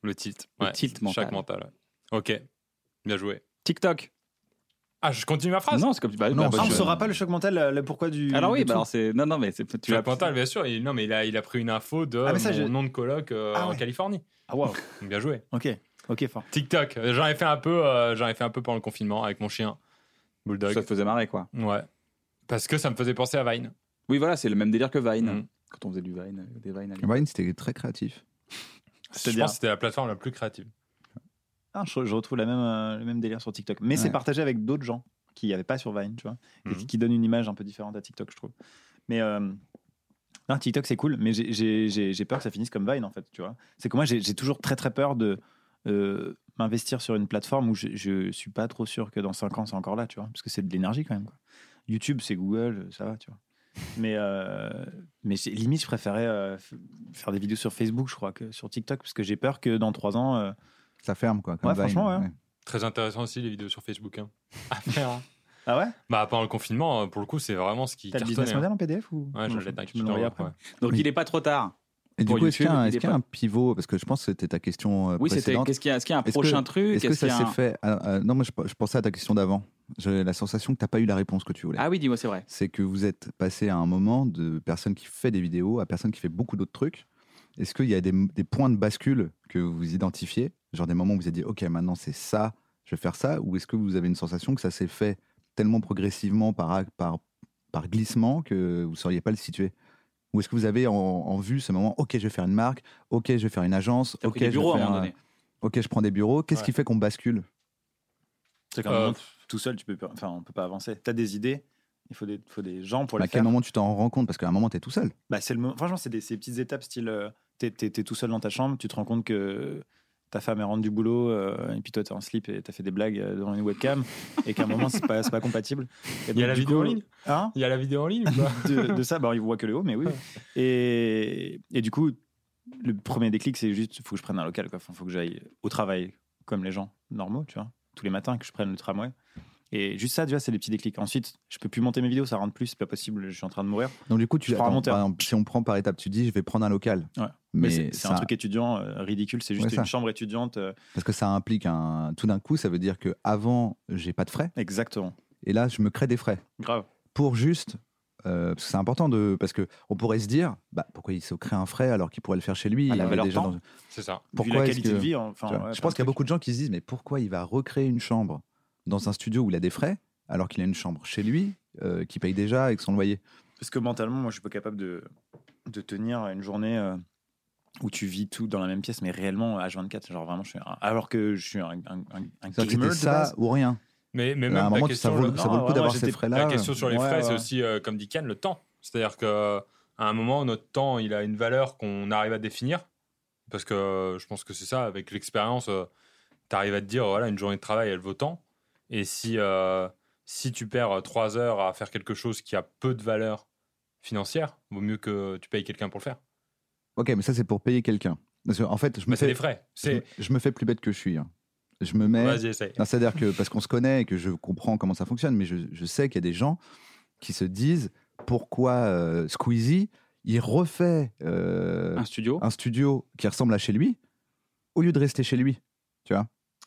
Speaker 2: Le tilt.
Speaker 4: Le tilt mental.
Speaker 2: Chaque mental. ouais. Ok. Bien joué.
Speaker 4: TikTok.
Speaker 2: Ah, je continue ma phrase
Speaker 4: non, c'est comme tu bah,
Speaker 3: Non,
Speaker 4: bah,
Speaker 3: parce
Speaker 5: Ah, on
Speaker 3: je-
Speaker 5: saura pas le choc mental, le, le pourquoi du.
Speaker 4: Alors oui,
Speaker 5: de
Speaker 4: bah,
Speaker 5: tout.
Speaker 4: alors c'est. Non, non, mais c'est- tu
Speaker 2: Jacques
Speaker 4: l'as-
Speaker 2: mental, bien sûr. Il, non, mais il a, il a pris une info de
Speaker 5: Ah, mais ça,
Speaker 2: mon
Speaker 5: j'ai-
Speaker 2: nom de coloc euh,
Speaker 5: Ah ouais.
Speaker 2: en Californie.
Speaker 5: Ah waouh.
Speaker 2: Bien joué.
Speaker 5: Ok, ok, fort.
Speaker 2: TikTok. J'en ai fait un peu. euh, J'en ai fait un peu pendant le confinement avec mon chien, Bulldog.
Speaker 4: Ça te faisait marrer, quoi.
Speaker 2: Ouais. Parce que ça me faisait penser à Vine.
Speaker 4: Oui, voilà, c'est le même délire que Vine.
Speaker 2: Mm.
Speaker 4: Quand on faisait du Vine, euh, des Vine à l'époque.
Speaker 3: Vine, c'était très créatif.
Speaker 2: Je
Speaker 5: C'est-à-dire-
Speaker 2: pense que c'était la plateforme la plus créative.
Speaker 5: Ah, je, je retrouve la même, euh, le même délire sur TikTok. Mais c'est
Speaker 3: Ouais.
Speaker 5: partagé avec d'autres gens qui n'y avaient pas sur Vine, tu vois, et
Speaker 2: Mhm.
Speaker 5: qui donnent une image un peu différente à TikTok, je trouve. Mais euh, non, TikTok, c'est cool, mais j'ai- j'ai j'ai- j'ai peur que ça finisse comme Vine, en fait, tu vois. C'est que moi, j'ai j'ai toujours très, très peur de euh, m'investir sur une plateforme où je ne suis pas trop sûr que dans 5 ans, c'est encore là, tu vois, parce que c'est de l'énergie quand même. quoi. YouTube, c'est Google, ça va, tu vois. Mais, euh, mais c'est- limite, je préférais euh, f- faire des vidéos sur Facebook, je crois, que sur TikTok, parce que j'ai peur que dans 3 ans. euh,
Speaker 3: Ça ferme, quoi. Comme
Speaker 5: Ouais,
Speaker 3: Vine,
Speaker 5: franchement, ouais.
Speaker 2: Très intéressant aussi les vidéos sur Facebook. hein. À faire. hein.
Speaker 5: Ah ouais
Speaker 2: bah pendant le confinement, euh, pour le coup, c'est vraiment ce qui
Speaker 5: T'as le
Speaker 2: cartonnait.
Speaker 5: business
Speaker 2: hein.
Speaker 5: model en PDF ou
Speaker 2: Ouais, je
Speaker 5: Non,
Speaker 2: l'ai
Speaker 5: tu me l'envoies après.
Speaker 4: Donc
Speaker 3: Oui.
Speaker 4: il est pas trop tard.
Speaker 3: Et du
Speaker 4: Pour
Speaker 3: coup, est-ce qu'il y a
Speaker 4: YouTube,
Speaker 3: un,
Speaker 4: il
Speaker 3: est-ce
Speaker 4: est
Speaker 3: qu'il y a un pivot Parce que je pense que c'était ta question euh,
Speaker 4: Oui, c'était
Speaker 3: précédente.
Speaker 4: qu'est-ce qu'il y a, est-ce qu'il y a un
Speaker 3: Est-ce
Speaker 4: prochain
Speaker 3: que-
Speaker 4: truc
Speaker 3: Est-ce que
Speaker 4: est-ce
Speaker 3: ça
Speaker 4: qu'il y a
Speaker 3: s'est
Speaker 4: un-
Speaker 3: fait Ah, euh, Non, moi, je, je pensais à ta question d'avant. J'ai la sensation que t'as pas eu la réponse que tu voulais.
Speaker 4: Ah oui, dis-moi, c'est vrai.
Speaker 3: c'est que vous êtes passé à un moment de personne qui fait des vidéos à personne qui fait beaucoup d'autres trucs. Est-ce qu'il y a des, des points de bascule que vous identifiez Genre des moments où vous avez dit, OK, maintenant c'est ça, je vais faire ça Ou est-ce que vous avez une sensation que ça s'est fait tellement progressivement par, par, par glissement que vous ne sauriez pas le situer Ou est-ce que vous avez en, en vue ce moment, OK, je vais faire une marque, OK, je vais faire une agence,
Speaker 4: T'as
Speaker 3: OK,
Speaker 4: pris des bureaux
Speaker 3: je
Speaker 4: à un
Speaker 3: vais faire
Speaker 4: moment
Speaker 3: un-
Speaker 4: donné.
Speaker 3: OK, je prends des bureaux Qu'est-ce
Speaker 2: Ouais.
Speaker 3: qui fait qu'on bascule
Speaker 5: C'est qu'à un
Speaker 2: Euh,
Speaker 5: moment, tout seul, tu peux, pas- enfin, on peut pas avancer. T'as des idées, il faut des, faut des gens pour
Speaker 3: Bah, À
Speaker 5: les faire.
Speaker 3: quel moment tu t'en rends compte Parce qu'à un moment, tu es tout seul.
Speaker 5: Bah, c'est le moment. Franchement, c'est des ces petites étapes, style, euh, t'es, t'es- t'es tout seul dans ta chambre, tu te rends compte que ta femme elle rentre du boulot euh, et puis toi t'es en slip et t'as fait des blagues euh, devant une webcam et qu'à un moment c'est pas, c'est pas compatible. Et
Speaker 2: Il y a
Speaker 5: donc,
Speaker 2: la
Speaker 5: du
Speaker 2: vidéo
Speaker 5: coup-
Speaker 2: en ligne
Speaker 5: Hein
Speaker 2: Il y a la vidéo en ligne ou pas
Speaker 5: de, de ça, bah, il voit que le haut, mais oui. Et, et du coup, le premier déclic, c'est juste, faut que je prenne un local, quoi. Enfin, faut que j'aille au travail comme les gens normaux, tu vois, tous les matins, que je prenne le tramway. Et juste ça, déjà, c'est les petits déclics. Ensuite, je peux plus monter mes vidéos, ça rentre plus, c'est pas possible, je suis en train de mourir.
Speaker 3: Donc du coup, tu
Speaker 5: Je prends un
Speaker 3: attends,
Speaker 5: monteur.
Speaker 3: par exemple, si on prend par étapes, tu dis je vais prendre un local.
Speaker 5: Ouais. Mais,
Speaker 3: Mais,
Speaker 5: c'est- c'est
Speaker 3: ça-
Speaker 5: un truc étudiant euh, ridicule, c'est juste
Speaker 3: Ouais, ça.
Speaker 5: une chambre étudiante. euh,
Speaker 3: parce que ça implique un tout d'un coup, ça veut dire que avant j'ai pas de frais
Speaker 5: exactement.
Speaker 3: et là je me crée des frais
Speaker 5: Grave.
Speaker 3: pour juste euh, parce que c'est important de parce que on pourrait se dire bah pourquoi il se crée un frais alors qu'il pourrait le faire chez lui
Speaker 4: Ah,
Speaker 3: il
Speaker 4: la
Speaker 3: est
Speaker 4: valeur temps.
Speaker 3: dans-
Speaker 2: C'est ça.
Speaker 5: Pourquoi
Speaker 3: Pourquoi
Speaker 5: la
Speaker 3: est-ce
Speaker 5: qualité
Speaker 3: que-
Speaker 5: de vie,
Speaker 3: tu
Speaker 5: enfin.
Speaker 3: vois.
Speaker 5: ouais,
Speaker 3: je pense qu'il y a beaucoup de gens qui se disent mais pourquoi il va recréer une chambre dans un studio où il a des frais alors qu'il a une chambre chez lui euh, qui paye déjà avec son loyer
Speaker 5: Parce que mentalement, moi, je suis pas capable de, de tenir une journée euh, où tu vis tout dans la même pièce, mais réellement H24, genre vraiment, je suis un- alors que je suis un, un, un, un
Speaker 3: C'est-à-dire que
Speaker 5: gamer
Speaker 3: c'était
Speaker 5: de
Speaker 3: ça
Speaker 5: base.
Speaker 3: ou rien
Speaker 2: Mais, mais
Speaker 3: à
Speaker 2: même
Speaker 3: un
Speaker 2: la
Speaker 3: moment ça
Speaker 2: question,
Speaker 3: vaut,
Speaker 2: le-
Speaker 3: ça vaut le
Speaker 5: non,
Speaker 3: coup
Speaker 5: vraiment,
Speaker 3: d'avoir ces
Speaker 5: j'étais-
Speaker 3: frais
Speaker 2: la
Speaker 3: là
Speaker 2: question sur les
Speaker 5: Ouais,
Speaker 2: frais,
Speaker 5: ouais.
Speaker 2: c'est aussi, euh, comme dit Can, le temps. C'est-à-dire que à un moment, notre temps, il a une valeur qu'on arrive à définir. Parce que euh, je pense que c'est ça, avec l'expérience, tu arrives à te dire, voilà, une journée de travail, elle vaut tant. Et si, euh, si tu perds euh, trois heures à faire quelque chose qui a peu de valeur financière, vaut mieux que tu payes quelqu'un pour le faire.
Speaker 3: Ok, mais ça, c'est pour payer quelqu'un. Parce que, en fait, je me,
Speaker 2: Mais c'est
Speaker 3: fais,
Speaker 2: des frais.
Speaker 3: je, me-
Speaker 2: C'est...
Speaker 3: je me fais plus bête que je suis. hein. Je me mets.
Speaker 2: Vas-y, essaye.
Speaker 3: Non, C'est-à-dire que parce qu'on se connaît et que je comprends comment ça fonctionne, mais je, je sais qu'il y a des gens qui se disent pourquoi euh, Squeezie, il refait euh,
Speaker 4: Un studio.
Speaker 3: un studio qui ressemble à chez lui au lieu de rester chez lui.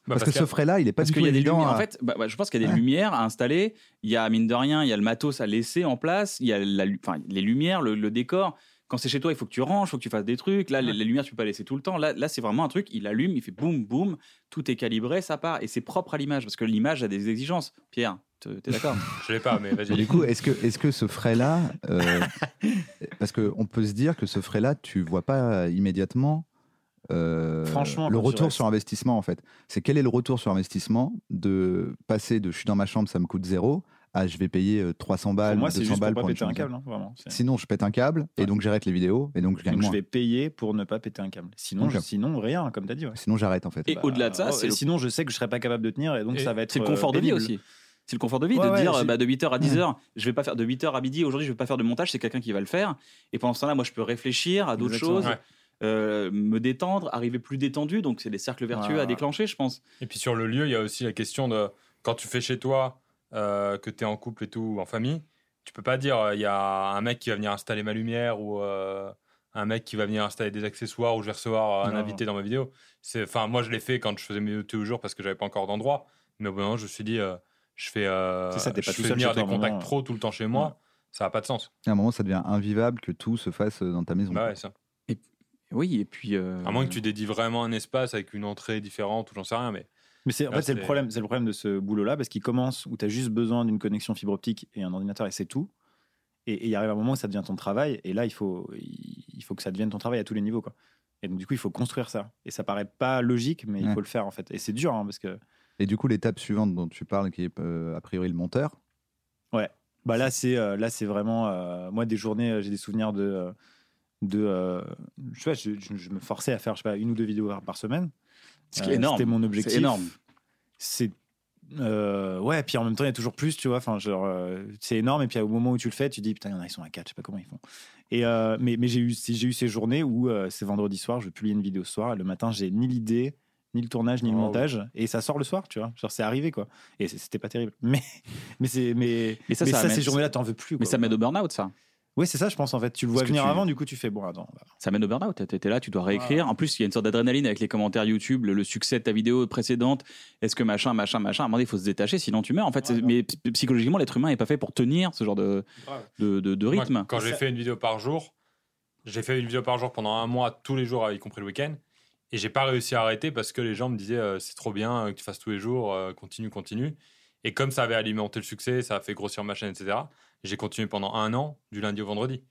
Speaker 2: Bah,
Speaker 3: parce, que ce frais-là, il est pas
Speaker 4: Parce
Speaker 3: du
Speaker 4: qu'il
Speaker 3: tout
Speaker 4: y a des
Speaker 3: évident. euh,
Speaker 4: lumières.
Speaker 3: à-
Speaker 4: En fait, bah, bah, je pense qu'il y a des
Speaker 3: Ouais.
Speaker 4: lumières à installer. Il y a, mine de rien, il y a le matos à laisser en place. Il y a la lu- enfin, les lumières, le, le décor. Quand c'est chez toi, il faut que tu ranges, il faut que tu fasses des trucs. Là, les, les lumières, tu peux pas laisser tout le temps. Là, là c'est vraiment un truc. Il allume, il fait boum, boum. Tout est calibré, ça part. Et c'est propre à l'image. Parce que l'image a des exigences. Pierre, te- t'es d'accord
Speaker 2: Je l'ai pas, mais
Speaker 3: Et
Speaker 2: vas-y.
Speaker 3: du coup, est-ce que, est que ce frais-là, euh, parce qu'on peut se dire que ce frais-là, tu vois pas immédiatement euh,
Speaker 5: Franchement,
Speaker 3: le
Speaker 5: quand tu
Speaker 3: retour
Speaker 5: restes.
Speaker 3: sur investissement, en fait. C'est quel est le retour sur investissement de passer de je suis dans ma chambre, ça me coûte zéro, à je vais payer euh, 300 balles,
Speaker 5: Pour moi, c'est
Speaker 3: 200
Speaker 5: juste
Speaker 3: balles
Speaker 5: pour pas
Speaker 3: une
Speaker 5: péter un
Speaker 3: chambre.
Speaker 5: câble, hein, vraiment. C'est-
Speaker 3: Sinon, je pète un câble et
Speaker 5: Ouais.
Speaker 3: donc j'arrête les vidéos et donc je gagne
Speaker 5: Donc je
Speaker 3: moins.
Speaker 5: vais payer pour ne pas péter un câble. Sinon,
Speaker 3: Ok.
Speaker 5: je- sinon rien, comme t'as dit. ouais.
Speaker 3: Sinon, j'arrête en fait.
Speaker 4: Et au-delà de ça,
Speaker 5: oh,
Speaker 4: c'est
Speaker 5: et
Speaker 4: le-
Speaker 5: sinon je sais que je serais pas capable de tenir et donc
Speaker 2: Et
Speaker 5: ça va être.
Speaker 4: C'est le confort
Speaker 5: euh,
Speaker 4: de vie
Speaker 5: pénible.
Speaker 4: aussi. C'est le confort de vie
Speaker 5: Ouais,
Speaker 4: de
Speaker 5: ouais,
Speaker 4: dire
Speaker 5: j'ai-
Speaker 4: bah, de 8h à 10h, je vais pas faire de 8h à midi, aujourd'hui je vais pas faire de montage, c'est quelqu'un qui va le faire. Et pendant ce temps-là, moi je peux réfléchir à d'autres
Speaker 5: Exactement.
Speaker 4: choses,
Speaker 2: Ouais.
Speaker 4: euh, me détendre, arriver plus détendu, donc c'est des cercles vertueux
Speaker 5: Ouais.
Speaker 4: à déclencher, je pense.
Speaker 2: Et puis sur le lieu, il y a aussi la question de quand tu fais chez toi, euh, que tu es en couple et tout, ou en famille, tu peux pas dire euh, il y a un mec qui va venir installer ma lumière ou euh, un mec qui va venir installer des accessoires ou je vais recevoir euh, un
Speaker 5: Non.
Speaker 2: invité dans ma vidéo. C'est, enfin, moi je l'ai fait quand je faisais mes tous les jours parce que j'avais pas encore d'endroit. Mais au bout d'un moment, je me suis dit, euh, je fais, euh,
Speaker 5: C'est ça, t'es pas
Speaker 2: je
Speaker 5: tout
Speaker 2: fais
Speaker 5: seul
Speaker 2: venir
Speaker 5: chez toi,
Speaker 2: des
Speaker 5: à un
Speaker 2: contacts
Speaker 5: moment, hein.
Speaker 2: pro tout le temps chez moi, ça a pas de sens.
Speaker 3: À un moment, ça devient invivable que tout se fasse euh, dans ta maison.
Speaker 2: Bah ouais, ça.
Speaker 4: Oui, et puis. euh,
Speaker 2: À moins que tu dédies vraiment un espace avec une entrée différente ou j'en sais rien, mais
Speaker 5: Mais c'est en
Speaker 2: Là,
Speaker 5: fait c'est le
Speaker 2: c'est-
Speaker 5: problème, c'est le problème de ce boulot-là parce qu'il commence où tu as juste besoin d'une connexion fibre optique et un ordinateur et c'est tout. Et et il arrive un moment où ça devient ton travail et là il faut il il faut que ça devienne ton travail à tous les niveaux quoi. Et donc du coup il faut construire ça et ça paraît pas logique mais
Speaker 3: Ouais.
Speaker 5: il faut le faire en fait et c'est dur hein, parce que
Speaker 3: Et du coup, l'étape suivante dont tu parles, qui est euh, a priori le monteur,
Speaker 5: Bah là, c'est euh, là, c'est vraiment euh, moi des journées. euh, J'ai des souvenirs de euh, de euh, je, sais pas, je, je- je me forçais à faire je sais pas une ou deux vidéos par, par semaine. Euh,
Speaker 4: Ce qui est énorme.
Speaker 5: C'était mon objectif.
Speaker 4: C'est énorme.
Speaker 5: C'est euh, ouais. Puis en même temps, il y a toujours plus, tu vois. Enfin, genre euh, c'est énorme. Et puis au moment où tu le fais, tu dis putain, il y en a ils sont à 4 je sais pas comment ils font. Et euh, mais mais j'ai eu si j'ai eu ces journées où euh, c'est vendredi soir, je publie une vidéo ce soir. Et le matin, j'ai ni l'idée, ni le tournage, ni le
Speaker 2: Oh,
Speaker 5: montage. Et ça sort le soir, tu vois. Genre c'est arrivé quoi. Et c'est- c'était pas terrible. Mais mais c'est mais
Speaker 4: Mais ça,
Speaker 5: mais
Speaker 4: ça
Speaker 5: ça,
Speaker 4: amène-
Speaker 5: ces journées-là, t'en veux plus.
Speaker 4: Mais
Speaker 5: quoi.
Speaker 4: ça mène au burn-out, ça.
Speaker 5: Oui, c'est ça, je pense, en fait. Tu le vois
Speaker 4: Parce que
Speaker 5: venir
Speaker 4: tu-
Speaker 5: avant, du coup, tu fais bon, attends. bah,
Speaker 4: Ça mène au burn-out. T'es t'es là, tu dois réécrire. En plus, il y a une sorte d'adrénaline avec les commentaires YouTube, le, le succès de ta vidéo précédente. Est-ce que machin, machin, machin. À un moment, donné, il faut se détacher, sinon tu meurs. En fait, c'est-
Speaker 5: Ouais, non.
Speaker 4: mais p- psychologiquement, l'être humain n'est pas fait pour tenir ce genre de,
Speaker 2: Grave.
Speaker 4: de, de- de
Speaker 2: Moi,
Speaker 4: rythme.
Speaker 2: quand j'ai
Speaker 5: Ça-
Speaker 2: fait une vidéo par jour, j'ai fait une vidéo par jour pendant un mois, tous les jours, y compris le week-end. Et j'ai pas réussi à arrêter parce que les gens me disaient euh, c'est trop bien euh, que tu fasses tous les jours, euh, continue, continue. Et comme ça avait alimenté le succès, ça a fait grossir ma chaîne, etc. J'ai continué pendant un an, du lundi au vendredi.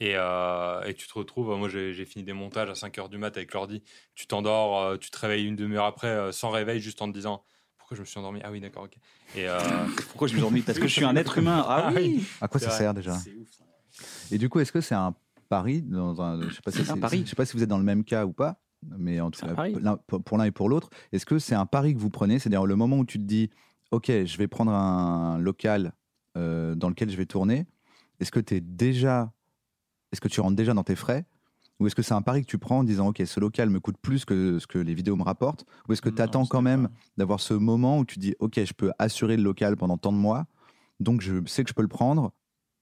Speaker 2: Et, euh, et tu te retrouves, euh, moi j'ai j'ai fini des montages à 5h du mat avec l'ordi. Tu t'endors, euh, tu te réveilles une demi-heure après euh, sans réveil, juste en te disant pourquoi je me suis endormi Ah oui, d'accord, ok. Et euh,
Speaker 4: Pourquoi je me suis endormi Parce que je suis un être humain. Ah
Speaker 2: Ah oui.
Speaker 4: oui
Speaker 3: à quoi
Speaker 2: C'est
Speaker 3: ça
Speaker 2: vrai.
Speaker 3: sert déjà Et du coup, est-ce que c'est un pari dans un, je sais pas si
Speaker 4: C'est un
Speaker 3: c'est-
Speaker 4: pari.
Speaker 3: Je sais pas si vous êtes dans le même cas ou pas, mais en tout
Speaker 4: C'est un
Speaker 3: cas,
Speaker 4: pari.
Speaker 3: l'un- pour pour l'un et pour l'autre, est-ce que c'est un pari que vous prenez C'est-à-dire le moment où tu te dis, ok, je vais prendre un local euh, dans lequel je vais tourner. Est-ce que tu déjà, est-ce que tu rentres déjà dans tes frais ou est-ce que c'est un pari que tu prends en disant ok ce local me coûte plus que ce que les vidéos me rapportent ou est-ce que
Speaker 5: Non,
Speaker 3: tu attends
Speaker 5: c'est
Speaker 3: quand
Speaker 5: pas-
Speaker 3: même d'avoir ce moment où tu dis ok je peux assurer le local pendant tant de mois donc je sais que je peux le prendre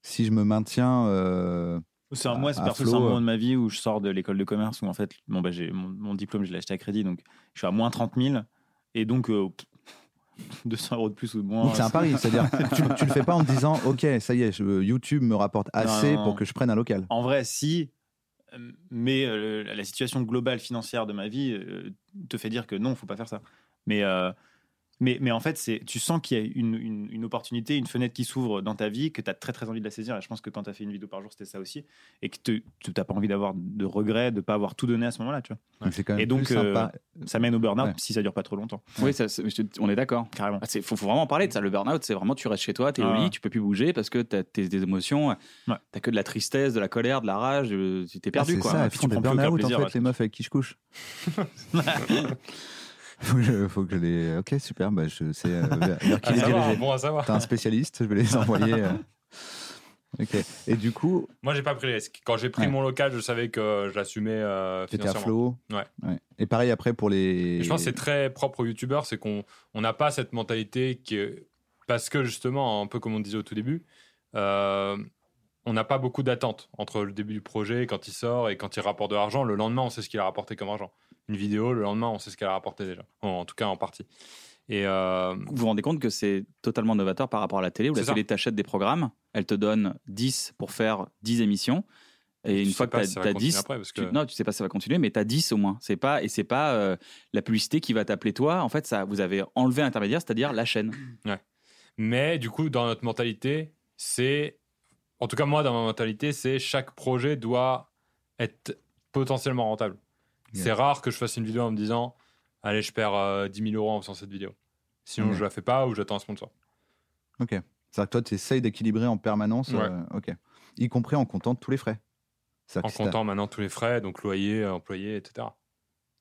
Speaker 3: si je me maintiens euh,
Speaker 5: C'est un,
Speaker 3: À-
Speaker 5: moi, c'est
Speaker 3: à
Speaker 5: perso,
Speaker 3: flot,
Speaker 5: c'est un
Speaker 3: euh.
Speaker 5: moment de ma vie où je sors de l'école de commerce où en fait, bon, bah, j'ai mon, mon diplôme, je l'ai acheté à crédit, donc je suis à moins 30 000 et donc euh, pff, 200 euros de plus ou de moins.
Speaker 3: Donc c'est un pari, c'est-à-dire tu, tu le fais pas en te disant ok ça y est je- YouTube me rapporte assez
Speaker 5: Non.
Speaker 3: pour que je prenne un local.
Speaker 5: En vrai, si, euh, mais euh, la situation globale financière de ma vie euh, te fait dire que non, faut pas faire ça. Mais euh, Mais, mais en fait, c'est, tu sens qu'il y a une, une- une opportunité, une fenêtre qui s'ouvre dans ta vie, que tu as très très envie de la saisir. Et je pense que quand tu as fait une vidéo par jour, c'était ça aussi. Et que te- tu n'as pas envie d'avoir de regrets, de ne pas avoir tout donné à ce moment-là. Tu vois.
Speaker 3: Donc, C'est quand même
Speaker 5: Et donc,
Speaker 3: plus
Speaker 4: euh,
Speaker 3: sympa.
Speaker 5: Ça mène au burn-out
Speaker 3: Ouais.
Speaker 5: si ça dure pas trop longtemps.
Speaker 4: Oui, ça, c'est- je- on est d'accord.
Speaker 5: Carrément.
Speaker 4: Il Bah, faut, faut vraiment en parler de ça. Le burn-out, c'est vraiment tu restes chez toi, t'es au
Speaker 5: Ah.
Speaker 4: lit, tu peux plus bouger parce que t'as t'es des émotions, euh,
Speaker 5: Ouais.
Speaker 4: t'as que de la tristesse, de la colère, de la rage, de- tu t'es perdu
Speaker 3: Ah, c'est
Speaker 4: quoi.
Speaker 3: Ça,
Speaker 4: Et
Speaker 3: elles
Speaker 4: puis
Speaker 3: font
Speaker 4: tu
Speaker 3: des
Speaker 4: prends plus aucun
Speaker 3: burn-out en
Speaker 4: plaisir,
Speaker 3: fait,
Speaker 4: ouais.
Speaker 3: les meufs avec qui je couche. faut, que je, faut que je les. Ok, super, bah, je sais euh, vers, vers
Speaker 4: Ah,
Speaker 3: qui
Speaker 2: À
Speaker 3: les
Speaker 2: savoir,
Speaker 3: diriger.
Speaker 2: bon à savoir.
Speaker 3: T'as un spécialiste, je vais les envoyer. euh. Ok. Et du coup,
Speaker 2: Moi, j'ai pas pris les risques. Quand j'ai pris
Speaker 3: Ouais.
Speaker 2: mon local, je savais que j'assumais euh,
Speaker 3: t'étais à
Speaker 2: financièrement.
Speaker 3: flot.
Speaker 2: Ouais.
Speaker 3: Et pareil après pour les.
Speaker 2: Et je pense que c'est très propre aux youtubeurs, c'est qu'on on n'a pas cette mentalité qui est- Parce que justement, un peu comme on disait au tout début, euh, on n'a pas beaucoup d'attentes entre le début du projet, quand il sort et quand il rapporte de l'argent. Le lendemain, on sait ce qu'il a rapporté comme argent. Une vidéo, le lendemain, on sait ce qu'elle a rapporté déjà. En, en tout cas, en partie. Et euh,
Speaker 4: Vous vous rendez compte que c'est totalement novateur par rapport à la télé où la
Speaker 2: C'est ça.
Speaker 4: télé t'achète des programmes, elle te donne 10 pour faire 10 émissions.
Speaker 2: je
Speaker 4: Et une
Speaker 2: sais
Speaker 4: fois que
Speaker 2: pas
Speaker 4: t'as
Speaker 2: si ça va
Speaker 4: t'as
Speaker 2: continuer
Speaker 4: 10,
Speaker 2: après, parce
Speaker 4: Tu-
Speaker 2: que
Speaker 4: non, tu sais pas, ça va continuer, mais tu as 10 au moins. C'est pas, et c'est pas euh, la publicité qui va t'appeler toi. En fait, ça, vous avez enlevé l'intermédiaire, c'est-à-dire la chaîne.
Speaker 2: Mais du coup, dans notre mentalité, c'est. En tout cas, moi, dans ma mentalité, c'est chaque projet doit être potentiellement rentable.
Speaker 3: Yeah.
Speaker 2: C'est rare que je fasse une vidéo en me disant Allez, je perds euh, 10 000 euros en faisant cette vidéo. Sinon,
Speaker 3: Yeah.
Speaker 2: je la fais pas ou j'attends un sponsor.
Speaker 3: C'est-à-dire que toi, tu essayes d'équilibrer en permanence.
Speaker 2: Ouais.
Speaker 3: euh, ok. Y compris en comptant tous les frais. C'est-à-dire
Speaker 2: En
Speaker 3: que si t'as-
Speaker 2: comptant maintenant tous les frais, donc loyer, euh, employé, etc.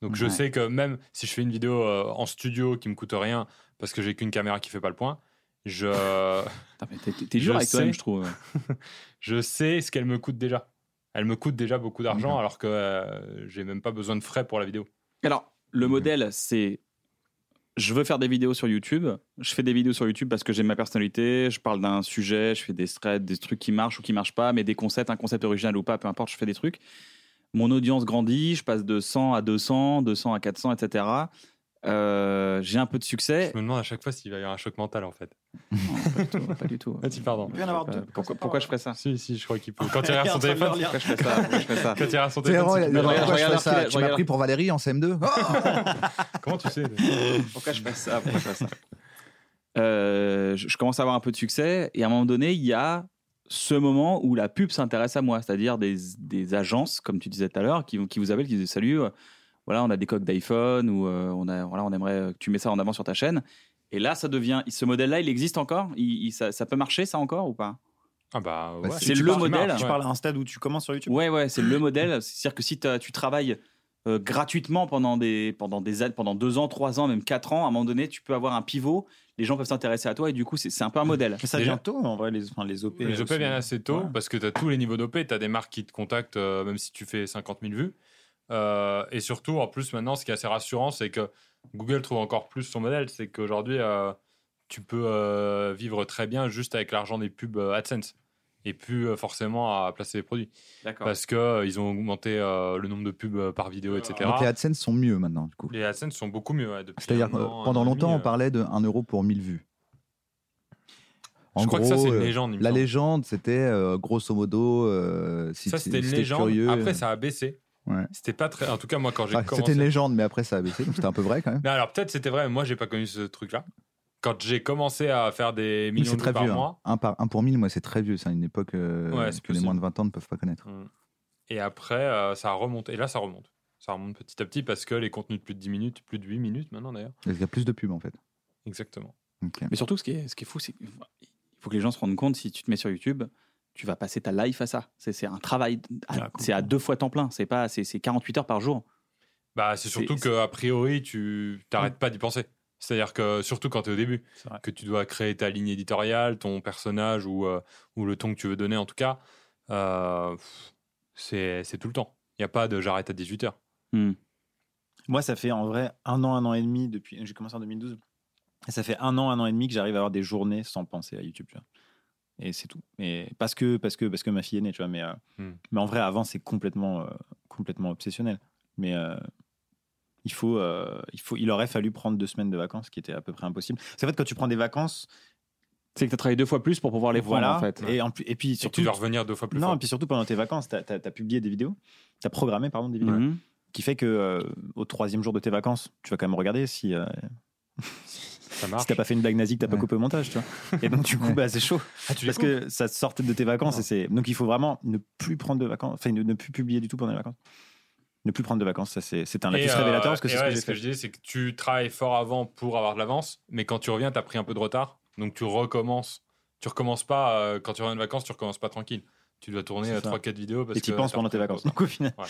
Speaker 2: Donc je
Speaker 4: Ouais.
Speaker 2: sais que même si je fais une vidéo euh, en studio qui me coûte rien parce que j'ai qu'une caméra qui fait pas le point, je.
Speaker 4: Putain, mais T'es t'es
Speaker 2: Je
Speaker 4: dur avec hein.
Speaker 2: sais.
Speaker 4: toi-même, je trouve.
Speaker 2: je sais ce qu'elle me coûte déjà. Elle me coûte déjà beaucoup d'argent
Speaker 3: D'accord.
Speaker 2: alors que euh, j'ai même pas besoin de frais pour la vidéo.
Speaker 4: Alors, le
Speaker 3: Mhm.
Speaker 4: modèle, c'est je veux faire des vidéos sur YouTube. Je fais des vidéos sur YouTube parce que j'aime ma personnalité. Je parle d'un sujet, je fais des threads, des trucs qui marchent ou qui marchent pas, mais des concepts, un concept original ou pas, peu importe, je fais des trucs. Mon audience grandit, je passe de 100 à 200, 200 à 400, etc. Euh, J'ai un peu de succès.
Speaker 2: Je me demande à chaque fois s'il va y avoir un choc mental en fait.
Speaker 4: Non, pas du tout, pas du tout. hein.
Speaker 2: Ah, si, pardon.
Speaker 5: Il peut y en avoir
Speaker 4: Je sais pas.
Speaker 5: deux.
Speaker 4: Pourquoi, pourquoi je ferais ça
Speaker 2: Si, si, je crois qu'il peut. Quand il regarde son
Speaker 5: Il est en train de
Speaker 2: téléphone,
Speaker 5: le
Speaker 2: quand
Speaker 5: relire.
Speaker 4: Pourquoi je ferais ça Pourquoi je ferais ça
Speaker 2: il regarde son
Speaker 3: C'est
Speaker 2: téléphone, c'est qu'il
Speaker 3: vraiment, la
Speaker 2: peut-
Speaker 4: regarde,
Speaker 3: dernière fois, je fais
Speaker 4: regarde
Speaker 3: ça,
Speaker 4: l'article,
Speaker 3: Tu m'as
Speaker 4: regarde.
Speaker 3: pris pour Valérie en CM2 Oh
Speaker 2: comment tu sais
Speaker 4: Pourquoi je ferais ça Pourquoi je ferais ça Euh, je, je commence à avoir un peu de succès et à un moment donné, il y a ce moment où la pub s'intéresse à moi, c'est-à-dire des, des agences, comme tu disais tout à l'heure, qui, vous- qui vous appellent, qui disent Salut, euh, voilà, on a des coques d'iPhone ou euh, on, a, voilà, on aimerait euh, que tu mets ça en avant sur ta chaîne. Et là, ça devient. Ce modèle-là, il existe encore Il- il- ça, ça peut marcher, ça encore ou pas
Speaker 2: Ah bah ouais,
Speaker 3: Bah,
Speaker 4: c'est le modèle. hein.
Speaker 5: Tu
Speaker 2: ouais.
Speaker 5: parles à un stade où tu commences sur YouTube.
Speaker 4: Ouais, ouais, c'est le modèle. C'est-à-dire que si t'as- tu travailles euh, gratuitement pendant des, pendant des années- pendant deux ans, trois ans, même quatre ans, à un moment donné, tu peux avoir un pivot. Les gens peuvent s'intéresser à toi et du coup, c'est c'est un peu un modèle.
Speaker 5: Mais ça
Speaker 2: Déjà-
Speaker 5: vient tôt, en vrai, les, enfin, les OP.
Speaker 2: Les
Speaker 5: euh,
Speaker 2: OP
Speaker 5: sont-
Speaker 2: viennent assez tôt
Speaker 5: Ouais.
Speaker 2: parce que tu as tous les niveaux d'OP, tu as des marques qui te contactent euh, même si tu fais 50 000 vues. Euh, et surtout, en plus, maintenant, ce qui est assez rassurant, c'est que Google trouve encore plus son modèle. C'est qu'aujourd'hui, euh, tu peux euh, vivre très bien juste avec l'argent des pubs euh, AdSense et plus euh, forcément à placer des produits
Speaker 4: D'accord.
Speaker 2: parce que euh, ils ont augmenté euh, le nombre de pubs euh, par vidéo, etc.
Speaker 3: Donc les AdSense sont mieux maintenant, du coup.
Speaker 2: les AdSense sont beaucoup mieux. ouais, depuis
Speaker 3: C'est-à-dire
Speaker 2: un
Speaker 3: que
Speaker 2: an,
Speaker 3: pendant
Speaker 2: un an et
Speaker 3: longtemps,
Speaker 2: demi,
Speaker 3: on
Speaker 2: euh.
Speaker 3: parlait de 1 euro pour 1000 vues. En
Speaker 2: Je crois que ça,
Speaker 3: gros,
Speaker 2: c'est une
Speaker 3: euh,
Speaker 2: légende. hein. il me
Speaker 3: La
Speaker 2: semble.
Speaker 3: légende, c'était euh, grosso modo. euh, si
Speaker 2: Ça,
Speaker 3: t-
Speaker 2: c'était une
Speaker 3: si t'es
Speaker 2: légende.
Speaker 3: curieux, euh.
Speaker 2: Après, ça a baissé.
Speaker 3: Ouais.
Speaker 2: C'était pas très. En tout cas, moi, quand j'ai
Speaker 3: Enfin,
Speaker 2: commencé.
Speaker 3: c'était une légende, mais après ça a baissé, donc c'était un peu vrai quand même.
Speaker 2: Mais alors peut-être c'était vrai, mais moi j'ai pas connu ce truc-là. Quand j'ai commencé à faire des
Speaker 3: Mais
Speaker 2: millions
Speaker 3: C'est
Speaker 2: de
Speaker 3: très
Speaker 2: vues par
Speaker 3: vieux. hein.
Speaker 2: mois,
Speaker 3: Un, par, un pour 1000, moi, c'est très vieux. C'est une époque euh,
Speaker 2: Ouais, c'est
Speaker 3: que les
Speaker 2: possible.
Speaker 3: moins de 20 ans ne peuvent pas connaître.
Speaker 2: et après euh, ça remonte. Et là ça remonte. Ça remonte petit à petit parce que les contenus de plus de 10 minutes, plus de 8 minutes maintenant d'ailleurs.
Speaker 3: Il y a plus de pubs en fait.
Speaker 2: Exactement.
Speaker 3: Ok.
Speaker 4: Mais surtout, ce qui est, ce qui est fou, c'est qu'il faut que les gens se rendent compte si tu te mets sur YouTube. Tu vas passer ta life à ça. C'est c'est un travail. à-
Speaker 5: Ah, complètement.
Speaker 4: C'est à deux fois temps plein. C'est pas. C'est c'est 48 heures par jour.
Speaker 2: Bah c'est surtout
Speaker 4: C'est-
Speaker 2: que a priori tu t'arrêtes pas d'y penser. C'est-à-dire que surtout quand tu es au début,
Speaker 5: Mm. C'est vrai.
Speaker 2: que tu dois créer ta ligne éditoriale, ton personnage ou, euh, ou le ton que tu veux donner en tout cas, euh, pff, c'est c'est tout le temps. Il n'y a pas de j'arrête à 18h.
Speaker 4: Hmm.
Speaker 5: Moi, ça fait en vrai un an, un an et demi depuis. J'ai commencé en 2012. Et ça fait un an, un an et demi que j'arrive à avoir des journées sans penser à YouTube. tu vois. Et c'est tout. Et parce que, parce que, parce que ma fille est née, tu vois. Mais, euh,
Speaker 2: Hmm.
Speaker 5: mais en vrai, avant, c'est complètement, euh, complètement obsessionnel. Mais euh, il faut, euh, il faut, il aurait fallu prendre deux semaines de vacances, ce qui était à peu près impossible. C'est en fait quand tu prends des vacances,
Speaker 4: C'est que tu as travaillé deux fois plus pour pouvoir les prendre,
Speaker 5: voilà.
Speaker 4: en fait.
Speaker 5: Et en plus, et puis
Speaker 2: Et tu
Speaker 5: surtout,
Speaker 2: dois revenir deux fois plus
Speaker 5: non,
Speaker 2: fort.
Speaker 5: et puis surtout pendant tes vacances, t'as, t'as- t'as publié des vidéos, t'as programmé pardon des vidéos
Speaker 4: hum,
Speaker 5: qui fait que euh, au troisième jour de tes vacances, tu vas quand même regarder si euh,
Speaker 2: Ça marche.
Speaker 5: si t'as pas fait une blague nazie, que t'as pas
Speaker 3: Ouais.
Speaker 5: coupé au montage, tu vois. Et donc, du coup,
Speaker 3: Ouais.
Speaker 5: bah, c'est chaud.
Speaker 2: Ah, tu les
Speaker 5: Parce
Speaker 2: coupes
Speaker 5: que ça sortait de tes vacances et c'est. Donc, il faut vraiment ne plus prendre de vacances, enfin, ne, ne plus publier du tout pendant les vacances. Ne plus prendre de vacances, ça, c'est c'est un
Speaker 2: Et,
Speaker 5: lapsus
Speaker 2: euh,
Speaker 5: révélateur parce que
Speaker 2: et
Speaker 5: c'est
Speaker 2: ouais,
Speaker 5: ce
Speaker 2: ce que
Speaker 5: que j'ai
Speaker 2: je
Speaker 5: fait.
Speaker 2: disais, c'est que tu travailles fort avant pour avoir de l'avance, mais quand tu reviens, tu as pris un peu de retard, donc tu recommences. Tu recommences pas, euh, quand tu reviens de vacances, tu recommences pas tranquille. Tu dois tourner
Speaker 5: C'est ça.
Speaker 2: 3-4 vidéos parce
Speaker 5: Et t'y
Speaker 2: que
Speaker 5: penses
Speaker 2: t'as
Speaker 5: pendant tes
Speaker 2: pris un peu
Speaker 5: vacances.
Speaker 2: de retard.
Speaker 5: Donc, au final.
Speaker 2: Ouais.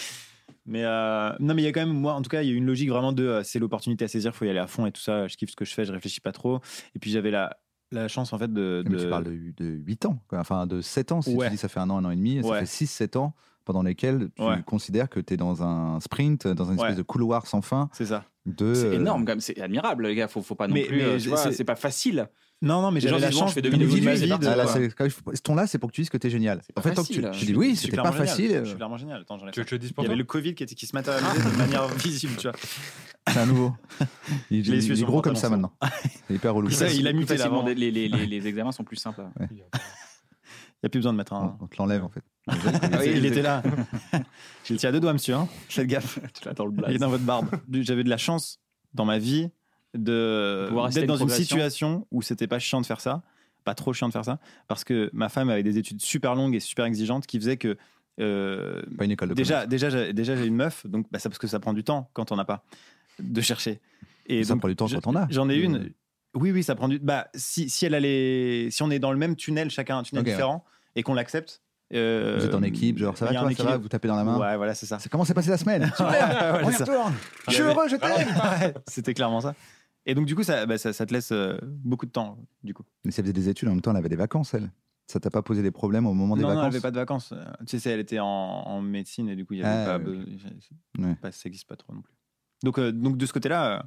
Speaker 5: Mais euh, non, mais il y a quand même, moi, en tout cas, il y a une logique vraiment de euh, c'est l'opportunité à saisir, faut y aller à fond et tout ça. Je kiffe ce que je fais, je réfléchis pas trop. Et puis, j'avais la, la chance, en fait, de.
Speaker 3: Mais
Speaker 5: de-
Speaker 3: tu parles de, 8 ans, quoi. enfin de 7 ans, si
Speaker 5: Ouais.
Speaker 3: tu dis ça fait un an, un an et demi, ça
Speaker 5: Ouais.
Speaker 3: fait 6-7 ans pendant lesquels tu
Speaker 5: Ouais.
Speaker 3: considères que tu es dans un sprint, dans une espèce
Speaker 5: Ouais.
Speaker 3: de couloir sans fin
Speaker 5: C'est ça.
Speaker 3: de...
Speaker 4: C'est
Speaker 3: euh,
Speaker 4: énorme quand même, c'est admirable les gars, faut, faut pas non
Speaker 5: Mais-
Speaker 4: plus,
Speaker 5: mais
Speaker 4: euh,
Speaker 5: c'est-
Speaker 4: tu vois,
Speaker 5: c'est-
Speaker 4: c'est pas facile.
Speaker 5: Non, non, mais
Speaker 4: Les gens
Speaker 5: j'avais la
Speaker 4: disent, bon,
Speaker 5: chance
Speaker 4: je fais deux
Speaker 5: de
Speaker 3: Comme
Speaker 4: vidéos
Speaker 3: tu
Speaker 4: de ma vie,
Speaker 3: dis,
Speaker 4: c'est parti,
Speaker 3: ah, là,
Speaker 4: quoi.
Speaker 3: c'est- quand il faut- ce ton-là, c'est pour que tu dises que t'es génial.
Speaker 4: C'est
Speaker 3: En
Speaker 4: pas
Speaker 3: fait, tant que tu,
Speaker 4: facile.
Speaker 5: hein.
Speaker 3: tu dis oui, c'était pas
Speaker 5: Superman génial.
Speaker 3: facile, euh,
Speaker 5: Superman génial. Attends, j'en ai
Speaker 2: Tu veux
Speaker 5: fait.
Speaker 2: que je te le dise
Speaker 5: Il
Speaker 2: pour
Speaker 5: y
Speaker 2: toi
Speaker 5: avait le Covid qui, était, qui se matérialisait de manière visible, tu vois.
Speaker 3: c'est un nouveau. Il,
Speaker 5: Je l'ai
Speaker 3: il-
Speaker 5: essuyé
Speaker 3: il est
Speaker 5: sur
Speaker 3: gros
Speaker 5: mon
Speaker 3: comme ça
Speaker 5: pantalon.
Speaker 3: maintenant. C'est hyper relou.
Speaker 5: Ça, il a muté
Speaker 4: Facilement,
Speaker 5: l'avant.
Speaker 4: des- les, les, les, les examens sont plus simples.
Speaker 5: Il n'y a plus besoin de mettre
Speaker 3: On,
Speaker 5: un.
Speaker 3: on te l'enlève en fait.
Speaker 5: Ah. il, était là. J'ai le tir à deux doigts, monsieur. Hein. Faites gaffe.
Speaker 4: tu l'as dans le
Speaker 5: Il est dans votre barbe. J'avais de la chance dans ma vie de
Speaker 4: Pouvoir assister à
Speaker 5: d'être
Speaker 4: une
Speaker 5: dans une
Speaker 4: progression.
Speaker 5: situation où c'était pas chiant de faire ça, pas trop chiant de faire ça, parce que ma femme avait des études super longues et super exigeantes qui faisaient que euh,
Speaker 3: Pas une école de
Speaker 5: déjà déjà j'ai- déjà j'ai une meuf, donc bah, ça parce que ça prend du temps quand on n'a pas de chercher. Et
Speaker 3: commerce. ça
Speaker 5: donc,
Speaker 3: prend du temps
Speaker 5: je-
Speaker 3: quand on a.
Speaker 5: J'en ai
Speaker 3: Euh,
Speaker 5: une. Oui, oui, ça prend du. Bah, si, si elle allait, si on est dans le même tunnel, chacun un tunnel
Speaker 3: Ok, ouais.
Speaker 5: différent, et qu'on l'accepte. euh,
Speaker 3: Vous êtes en équipe, genre ça va,
Speaker 5: il y a un
Speaker 3: toi, ça va,
Speaker 5: équilibre.
Speaker 3: vous tapez dans la main.
Speaker 5: Ouais, voilà, c'est ça.
Speaker 3: C'est comment s'est passée la semaine
Speaker 5: Ouais,
Speaker 3: On
Speaker 5: ouais,
Speaker 3: y
Speaker 5: c'est ça.
Speaker 3: retourne. Je suis
Speaker 2: Il y avait-
Speaker 3: heureux, je t'aime.
Speaker 5: Ouais, C'était clairement ça. Et donc du coup, ça, bah, ça, ça te laisse euh, beaucoup de temps, du coup.
Speaker 3: Mais si elle faisait des études en même temps, elle avait des vacances, elle. Ça t'a pas posé des problèmes au moment des
Speaker 5: non, non, elle
Speaker 3: vacances
Speaker 5: avait pas de vacances. Euh, Tu sais, elle était en, en médecine et du coup, il y avait
Speaker 3: Ah,
Speaker 5: pas,
Speaker 3: ouais,
Speaker 5: besoin-
Speaker 3: Ouais.
Speaker 5: pas- ça n'existe pas trop non plus. Donc, euh, donc de ce côté-là, euh,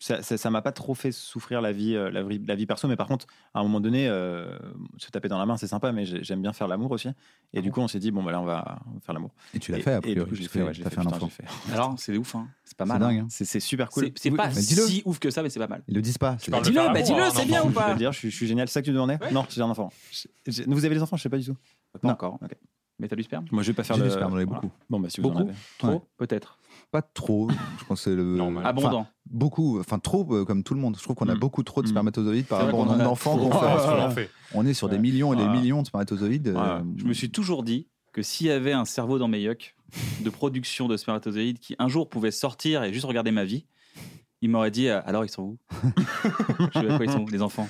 Speaker 5: ça, ça, ça m'a pas trop fait souffrir la vie, euh, la vie, la vie perso. Mais par contre, à un moment donné, euh, se taper dans la main, c'est sympa, mais j'ai- j'aime bien faire l'amour aussi. Et du coup, on s'est dit bon, bah là, on va on va faire l'amour.
Speaker 3: Et Ah tu l'as
Speaker 5: Et-
Speaker 3: fait,
Speaker 5: et
Speaker 3: a
Speaker 5: du
Speaker 3: priori.
Speaker 5: coup, je l'ai
Speaker 3: tu
Speaker 5: fait, ouais,
Speaker 3: fais-
Speaker 5: je l'ai
Speaker 3: T'as
Speaker 5: fait,
Speaker 3: fait un
Speaker 5: putain,
Speaker 3: enfant.
Speaker 5: j'ai fait.
Speaker 4: Alors, c'est ouf, hein. c'est pas
Speaker 3: C'est
Speaker 4: mal. hein.
Speaker 3: dingue. hein.
Speaker 5: C'est c'est super cool.
Speaker 4: C'est- C'est
Speaker 5: Vous-
Speaker 4: pas
Speaker 3: mais dis-le.
Speaker 4: si ouf que ça, mais c'est pas mal.
Speaker 3: Ils le disent pas. c'est-
Speaker 2: parles de
Speaker 4: Dis-le,
Speaker 2: faire
Speaker 4: bah
Speaker 2: l'amour,
Speaker 4: dis-le,
Speaker 2: hein,
Speaker 4: c'est
Speaker 2: un
Speaker 4: bien
Speaker 2: enfant.
Speaker 4: ou
Speaker 5: Je vais
Speaker 4: pas
Speaker 5: le dire, je suis, je suis génial. C'est ça que tu me demandais Non, j'ai un enfant. J'ai- j'ai- Vous avez des enfants Je sais pas du tout.
Speaker 4: Pas
Speaker 3: Non.
Speaker 4: encore. Mais t'as du sperme
Speaker 5: Moi, je vais pas faire
Speaker 3: J'ai
Speaker 5: le-
Speaker 3: du sperme, j'en ai
Speaker 5: Voilà.
Speaker 3: beaucoup.
Speaker 5: Bon, bah, si vous en
Speaker 4: Beaucoup
Speaker 5: avez.
Speaker 4: Trop
Speaker 3: Ouais.
Speaker 4: Peut-être.
Speaker 3: Pas trop. Je pense que c'est le.
Speaker 2: Normal.
Speaker 3: enfin,
Speaker 4: Abondant.
Speaker 3: beaucoup, enfin trop, euh, comme tout le monde. Je trouve qu'on a
Speaker 5: Mm.
Speaker 3: beaucoup trop de
Speaker 5: Mm.
Speaker 3: spermatozoïdes par
Speaker 2: C'est vrai
Speaker 3: rapport au
Speaker 2: qu'on en
Speaker 3: nombre
Speaker 2: a
Speaker 3: d'enfants
Speaker 2: trop.
Speaker 3: qu'on
Speaker 2: Ouais,
Speaker 3: fait.
Speaker 2: ouais,
Speaker 5: Ouais.
Speaker 2: on en fait.
Speaker 3: On est sur des
Speaker 5: Ouais.
Speaker 3: millions et des
Speaker 5: Voilà.
Speaker 3: millions de spermatozoïdes. euh,
Speaker 5: Ouais.
Speaker 4: Je me suis toujours dit que s'il y avait un cerveau dans mes yucks de production de spermatozoïdes qui un jour pouvait sortir et juste regarder ma vie, il m'aurait dit euh, alors ils sont où Je sais pas quoi ils sont où, les enfants.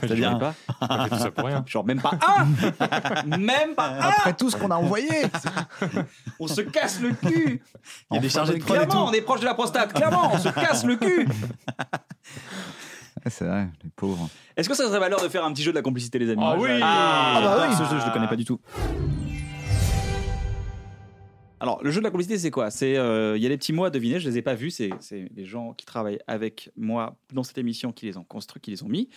Speaker 5: T'as
Speaker 4: Bah, Je
Speaker 5: bien
Speaker 4: sais pas.
Speaker 2: T'as fait tout ça pour rien.
Speaker 4: Genre même pas un Même pas un
Speaker 3: Après tout ce qu'on a envoyé,
Speaker 4: On se casse le cul
Speaker 5: Il y a des chargés de prod et
Speaker 4: Clairement,
Speaker 5: tout.
Speaker 4: on est proche de la prostate. Clairement, on se casse le cul
Speaker 3: Ah, c'est vrai, les pauvres.
Speaker 4: Est-ce que ça serait valeur de faire un petit jeu de la complicité, les amis
Speaker 2: Ah oui
Speaker 4: Ah,
Speaker 3: bah oui.
Speaker 5: Ce jeu, je le connais pas du tout.
Speaker 4: Alors, le jeu de la complicité, c'est quoi C'est euh, il y a des petits mots à deviner. Je les ai pas vus. C'est c'est les gens qui travaillent avec moi dans cette émission qui les ont construits, qui les ont mis.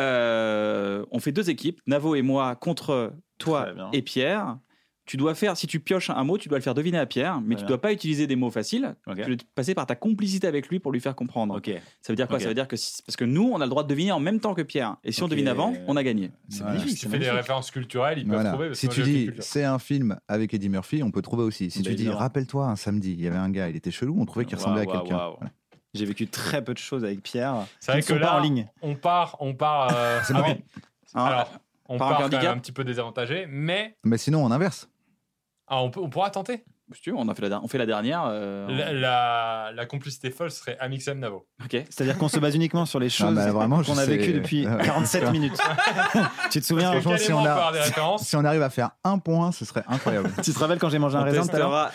Speaker 4: Euh, on fait deux équipes, Navo et moi contre toi
Speaker 5: Très bien.
Speaker 4: et Pierre. Tu dois faire, si tu pioches un mot, tu dois le faire deviner à Pierre, mais tu
Speaker 5: Très bien.
Speaker 4: dois pas utiliser des mots faciles.
Speaker 5: Ok.
Speaker 4: Tu dois passer par ta complicité avec lui pour lui faire comprendre.
Speaker 5: Ok.
Speaker 4: Ça veut dire quoi
Speaker 5: Ok.
Speaker 4: Ça veut dire que si- parce que nous, on a le droit de deviner en même temps que Pierre, et si on
Speaker 5: Ok.
Speaker 4: devine avant, on a gagné.
Speaker 5: C'est
Speaker 3: Voilà.
Speaker 5: magnifique.
Speaker 2: Si tu fais des références culturelles, ils peuvent
Speaker 3: Voilà.
Speaker 2: trouver. parce
Speaker 3: Si
Speaker 2: que
Speaker 3: tu
Speaker 2: moi, j'ai
Speaker 3: dis
Speaker 2: aucune culture.
Speaker 3: c'est un film avec Eddie Murphy, on peut trouver aussi. Si
Speaker 5: Bah,
Speaker 3: tu dis
Speaker 5: évidemment.
Speaker 3: rappelle-toi un samedi, il y avait un gars, il était chelou, on trouvait qu'il ressemblait
Speaker 5: Waouh,
Speaker 3: à quelqu'un.
Speaker 5: waouh, waouh. J'ai vécu très peu de choses avec Pierre.
Speaker 2: C'est vrai
Speaker 5: Ils sont
Speaker 2: que
Speaker 5: pas
Speaker 2: là,
Speaker 5: en ligne.
Speaker 2: on part, on part. euh,
Speaker 3: C'est
Speaker 2: ah
Speaker 3: marrant.
Speaker 2: oui,
Speaker 4: Hein
Speaker 2: Alors, on
Speaker 4: Par
Speaker 2: part
Speaker 4: un
Speaker 2: quand même
Speaker 4: handicap.
Speaker 2: un petit peu désavantagé, mais
Speaker 3: Mais sinon, on inverse.
Speaker 2: ah, on, peut- on pourra tenter.
Speaker 4: Si tu veux, on a fait la, der- on fait la dernière. euh,
Speaker 2: La, la- la complicité folle serait Amixem Navo.
Speaker 4: Ok.
Speaker 5: C'est-à-dire qu'on se base uniquement sur les choses
Speaker 3: bah, vraiment, je
Speaker 5: qu'on a
Speaker 3: sais- Ah
Speaker 5: vécues depuis
Speaker 3: Ouais.
Speaker 5: 47 minutes. tu te souviens,
Speaker 2: Parce que
Speaker 3: franchement, si
Speaker 2: quel
Speaker 3: on
Speaker 2: élément
Speaker 3: a-
Speaker 2: peut avoir des références
Speaker 3: Si on arrive à faire un point, ce serait incroyable.
Speaker 5: tu te rappelles quand j'ai mangé un
Speaker 4: On
Speaker 5: raisin tout à l'heure
Speaker 4: testera.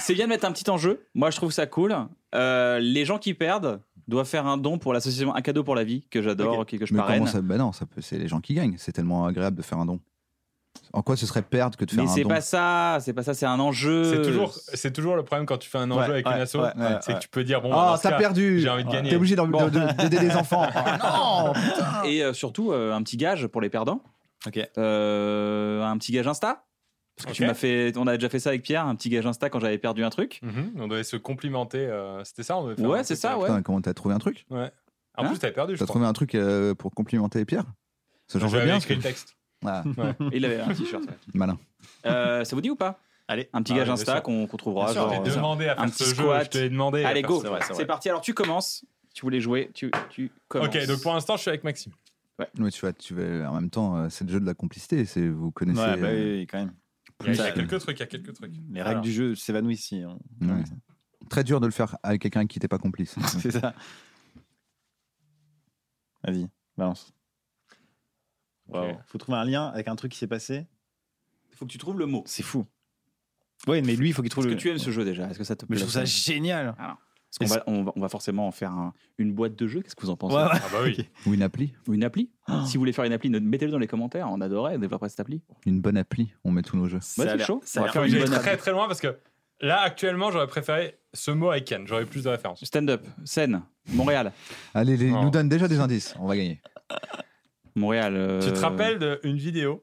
Speaker 4: C'est bien de mettre un petit enjeu. Moi, je trouve ça cool. Euh, les gens qui perdent doivent faire un don pour l'association Un cadeau pour la vie que j'adore, qui- que je
Speaker 3: Mais
Speaker 4: parraine.
Speaker 3: comment ça Bah non, ça peut- c'est les gens qui gagnent. C'est tellement agréable de faire un don. En quoi ce serait perdre que de faire
Speaker 4: Mais
Speaker 3: un
Speaker 4: c'est
Speaker 3: don
Speaker 4: pas ça, c'est pas ça, c'est un enjeu.
Speaker 2: C'est toujours, c'est toujours le problème quand tu fais un enjeu
Speaker 5: Ouais,
Speaker 2: avec
Speaker 5: ouais,
Speaker 2: une asso,
Speaker 5: ouais, ouais,
Speaker 2: c'est
Speaker 5: ouais.
Speaker 2: que tu peux dire bon, bah,
Speaker 3: Oh,
Speaker 2: dans ce
Speaker 3: t'as
Speaker 2: cas,
Speaker 3: perdu
Speaker 2: j'ai envie de gagner. Ah
Speaker 3: T'es obligé d'en-
Speaker 4: Bon.
Speaker 3: de- de- d'aider des enfants. Oh, non
Speaker 4: Et euh, surtout, euh, un petit gage pour les perdants.
Speaker 5: Ok.
Speaker 4: Euh, un petit gage Insta. Parce que tu
Speaker 2: Ok.
Speaker 4: m'as fait, on a déjà fait ça avec Pierre, un petit gage Insta quand j'avais perdu un truc.
Speaker 2: Mhm, on devait se complimenter. euh, C'était ça, on devait faire un
Speaker 4: Ouais,
Speaker 2: truc,
Speaker 4: c'est ça,
Speaker 2: euh,
Speaker 4: ouais.
Speaker 3: Putain, comment t'as trouvé un truc
Speaker 2: En
Speaker 4: Hein
Speaker 2: plus, t'avais perdu, je
Speaker 3: T'as
Speaker 2: crois.
Speaker 3: trouvé un truc euh, pour complimenter Pierre Ce genre
Speaker 2: J'avais
Speaker 3: bien
Speaker 2: écrit le
Speaker 3: parce
Speaker 2: texte.
Speaker 3: que- Ah,
Speaker 4: Et il avait un t-shirt. ouais.
Speaker 3: malin.
Speaker 4: Euh, ça vous dit ou pas
Speaker 5: Allez.
Speaker 4: Un petit
Speaker 2: Ah,
Speaker 4: gage
Speaker 2: bien
Speaker 4: Insta
Speaker 2: sûr.
Speaker 4: qu'on qu'on trouvera.
Speaker 5: Bien sûr,
Speaker 4: genre,
Speaker 2: Je
Speaker 5: t'es
Speaker 4: euh,
Speaker 2: t'ai
Speaker 5: deux.
Speaker 4: ça.
Speaker 2: demandé à
Speaker 4: Un
Speaker 2: faire
Speaker 4: petit
Speaker 2: ce jeu,
Speaker 4: squat.
Speaker 2: je t'ai demandé. à
Speaker 4: Allez,
Speaker 2: faire
Speaker 4: go.
Speaker 2: ça.
Speaker 5: vrai, c'est vrai.
Speaker 4: C'est parti. Alors, tu commences. Tu voulais jouer, tu, tu commences.
Speaker 2: Ok, donc pour l'instant, je suis avec Maxime.
Speaker 3: Mais tu vas, tu vas, en même temps, euh, c'est le jeu de la complicité. C'est, vous connaissez.
Speaker 5: Ouais, bah
Speaker 3: euh,
Speaker 5: oui, oui, quand même.
Speaker 2: Il y a, il y a
Speaker 5: Ça-
Speaker 2: quelques trucs, il y a quelques trucs.
Speaker 5: Les règles
Speaker 2: Alors.
Speaker 5: du jeu s'évanouissent ici. hein.
Speaker 3: ouais. Très dur de le faire avec quelqu'un qui n'était pas complice.
Speaker 5: C'est ça. Vas-y, balance. Wow. Faut trouver un lien avec un truc qui s'est passé.
Speaker 4: faut que tu trouves le mot.
Speaker 5: C'est fou. Ouais, mais lui, il faut qu'il trouve
Speaker 4: Est-ce que
Speaker 5: le.
Speaker 4: tu aimes ce jeu déjà Est-ce que ça te plaît
Speaker 5: Mais je trouve ça génial.
Speaker 4: Parce qu'on va, on va, on va forcément en faire un- une boîte de jeux. Qu'est-ce que vous en pensez
Speaker 5: Ouais, ouais.
Speaker 2: Ah bah oui.
Speaker 3: Ou une appli.
Speaker 4: Ou une appli
Speaker 2: Oh.
Speaker 4: Si vous voulez faire une appli, ne- mettez-le dans les commentaires. On adorait développer cette appli.
Speaker 3: Une bonne appli. On met tous nos jeux.
Speaker 4: Ouais,
Speaker 5: a
Speaker 4: c'est
Speaker 5: l'air-
Speaker 4: chaud.
Speaker 5: ça a
Speaker 4: on va
Speaker 5: l'air
Speaker 4: faire une
Speaker 2: J'ai
Speaker 4: bonne
Speaker 2: très
Speaker 4: appli.
Speaker 2: très loin parce que là, actuellement, j'aurais préféré ce mot avec Ken. J'aurais plus de références.
Speaker 4: Stand-up, scène, Montréal.
Speaker 3: Allez, les-
Speaker 2: Non.
Speaker 3: nous donne déjà des indices. On va gagner.
Speaker 4: Montréal. euh,
Speaker 2: Tu te rappelles d'une vidéo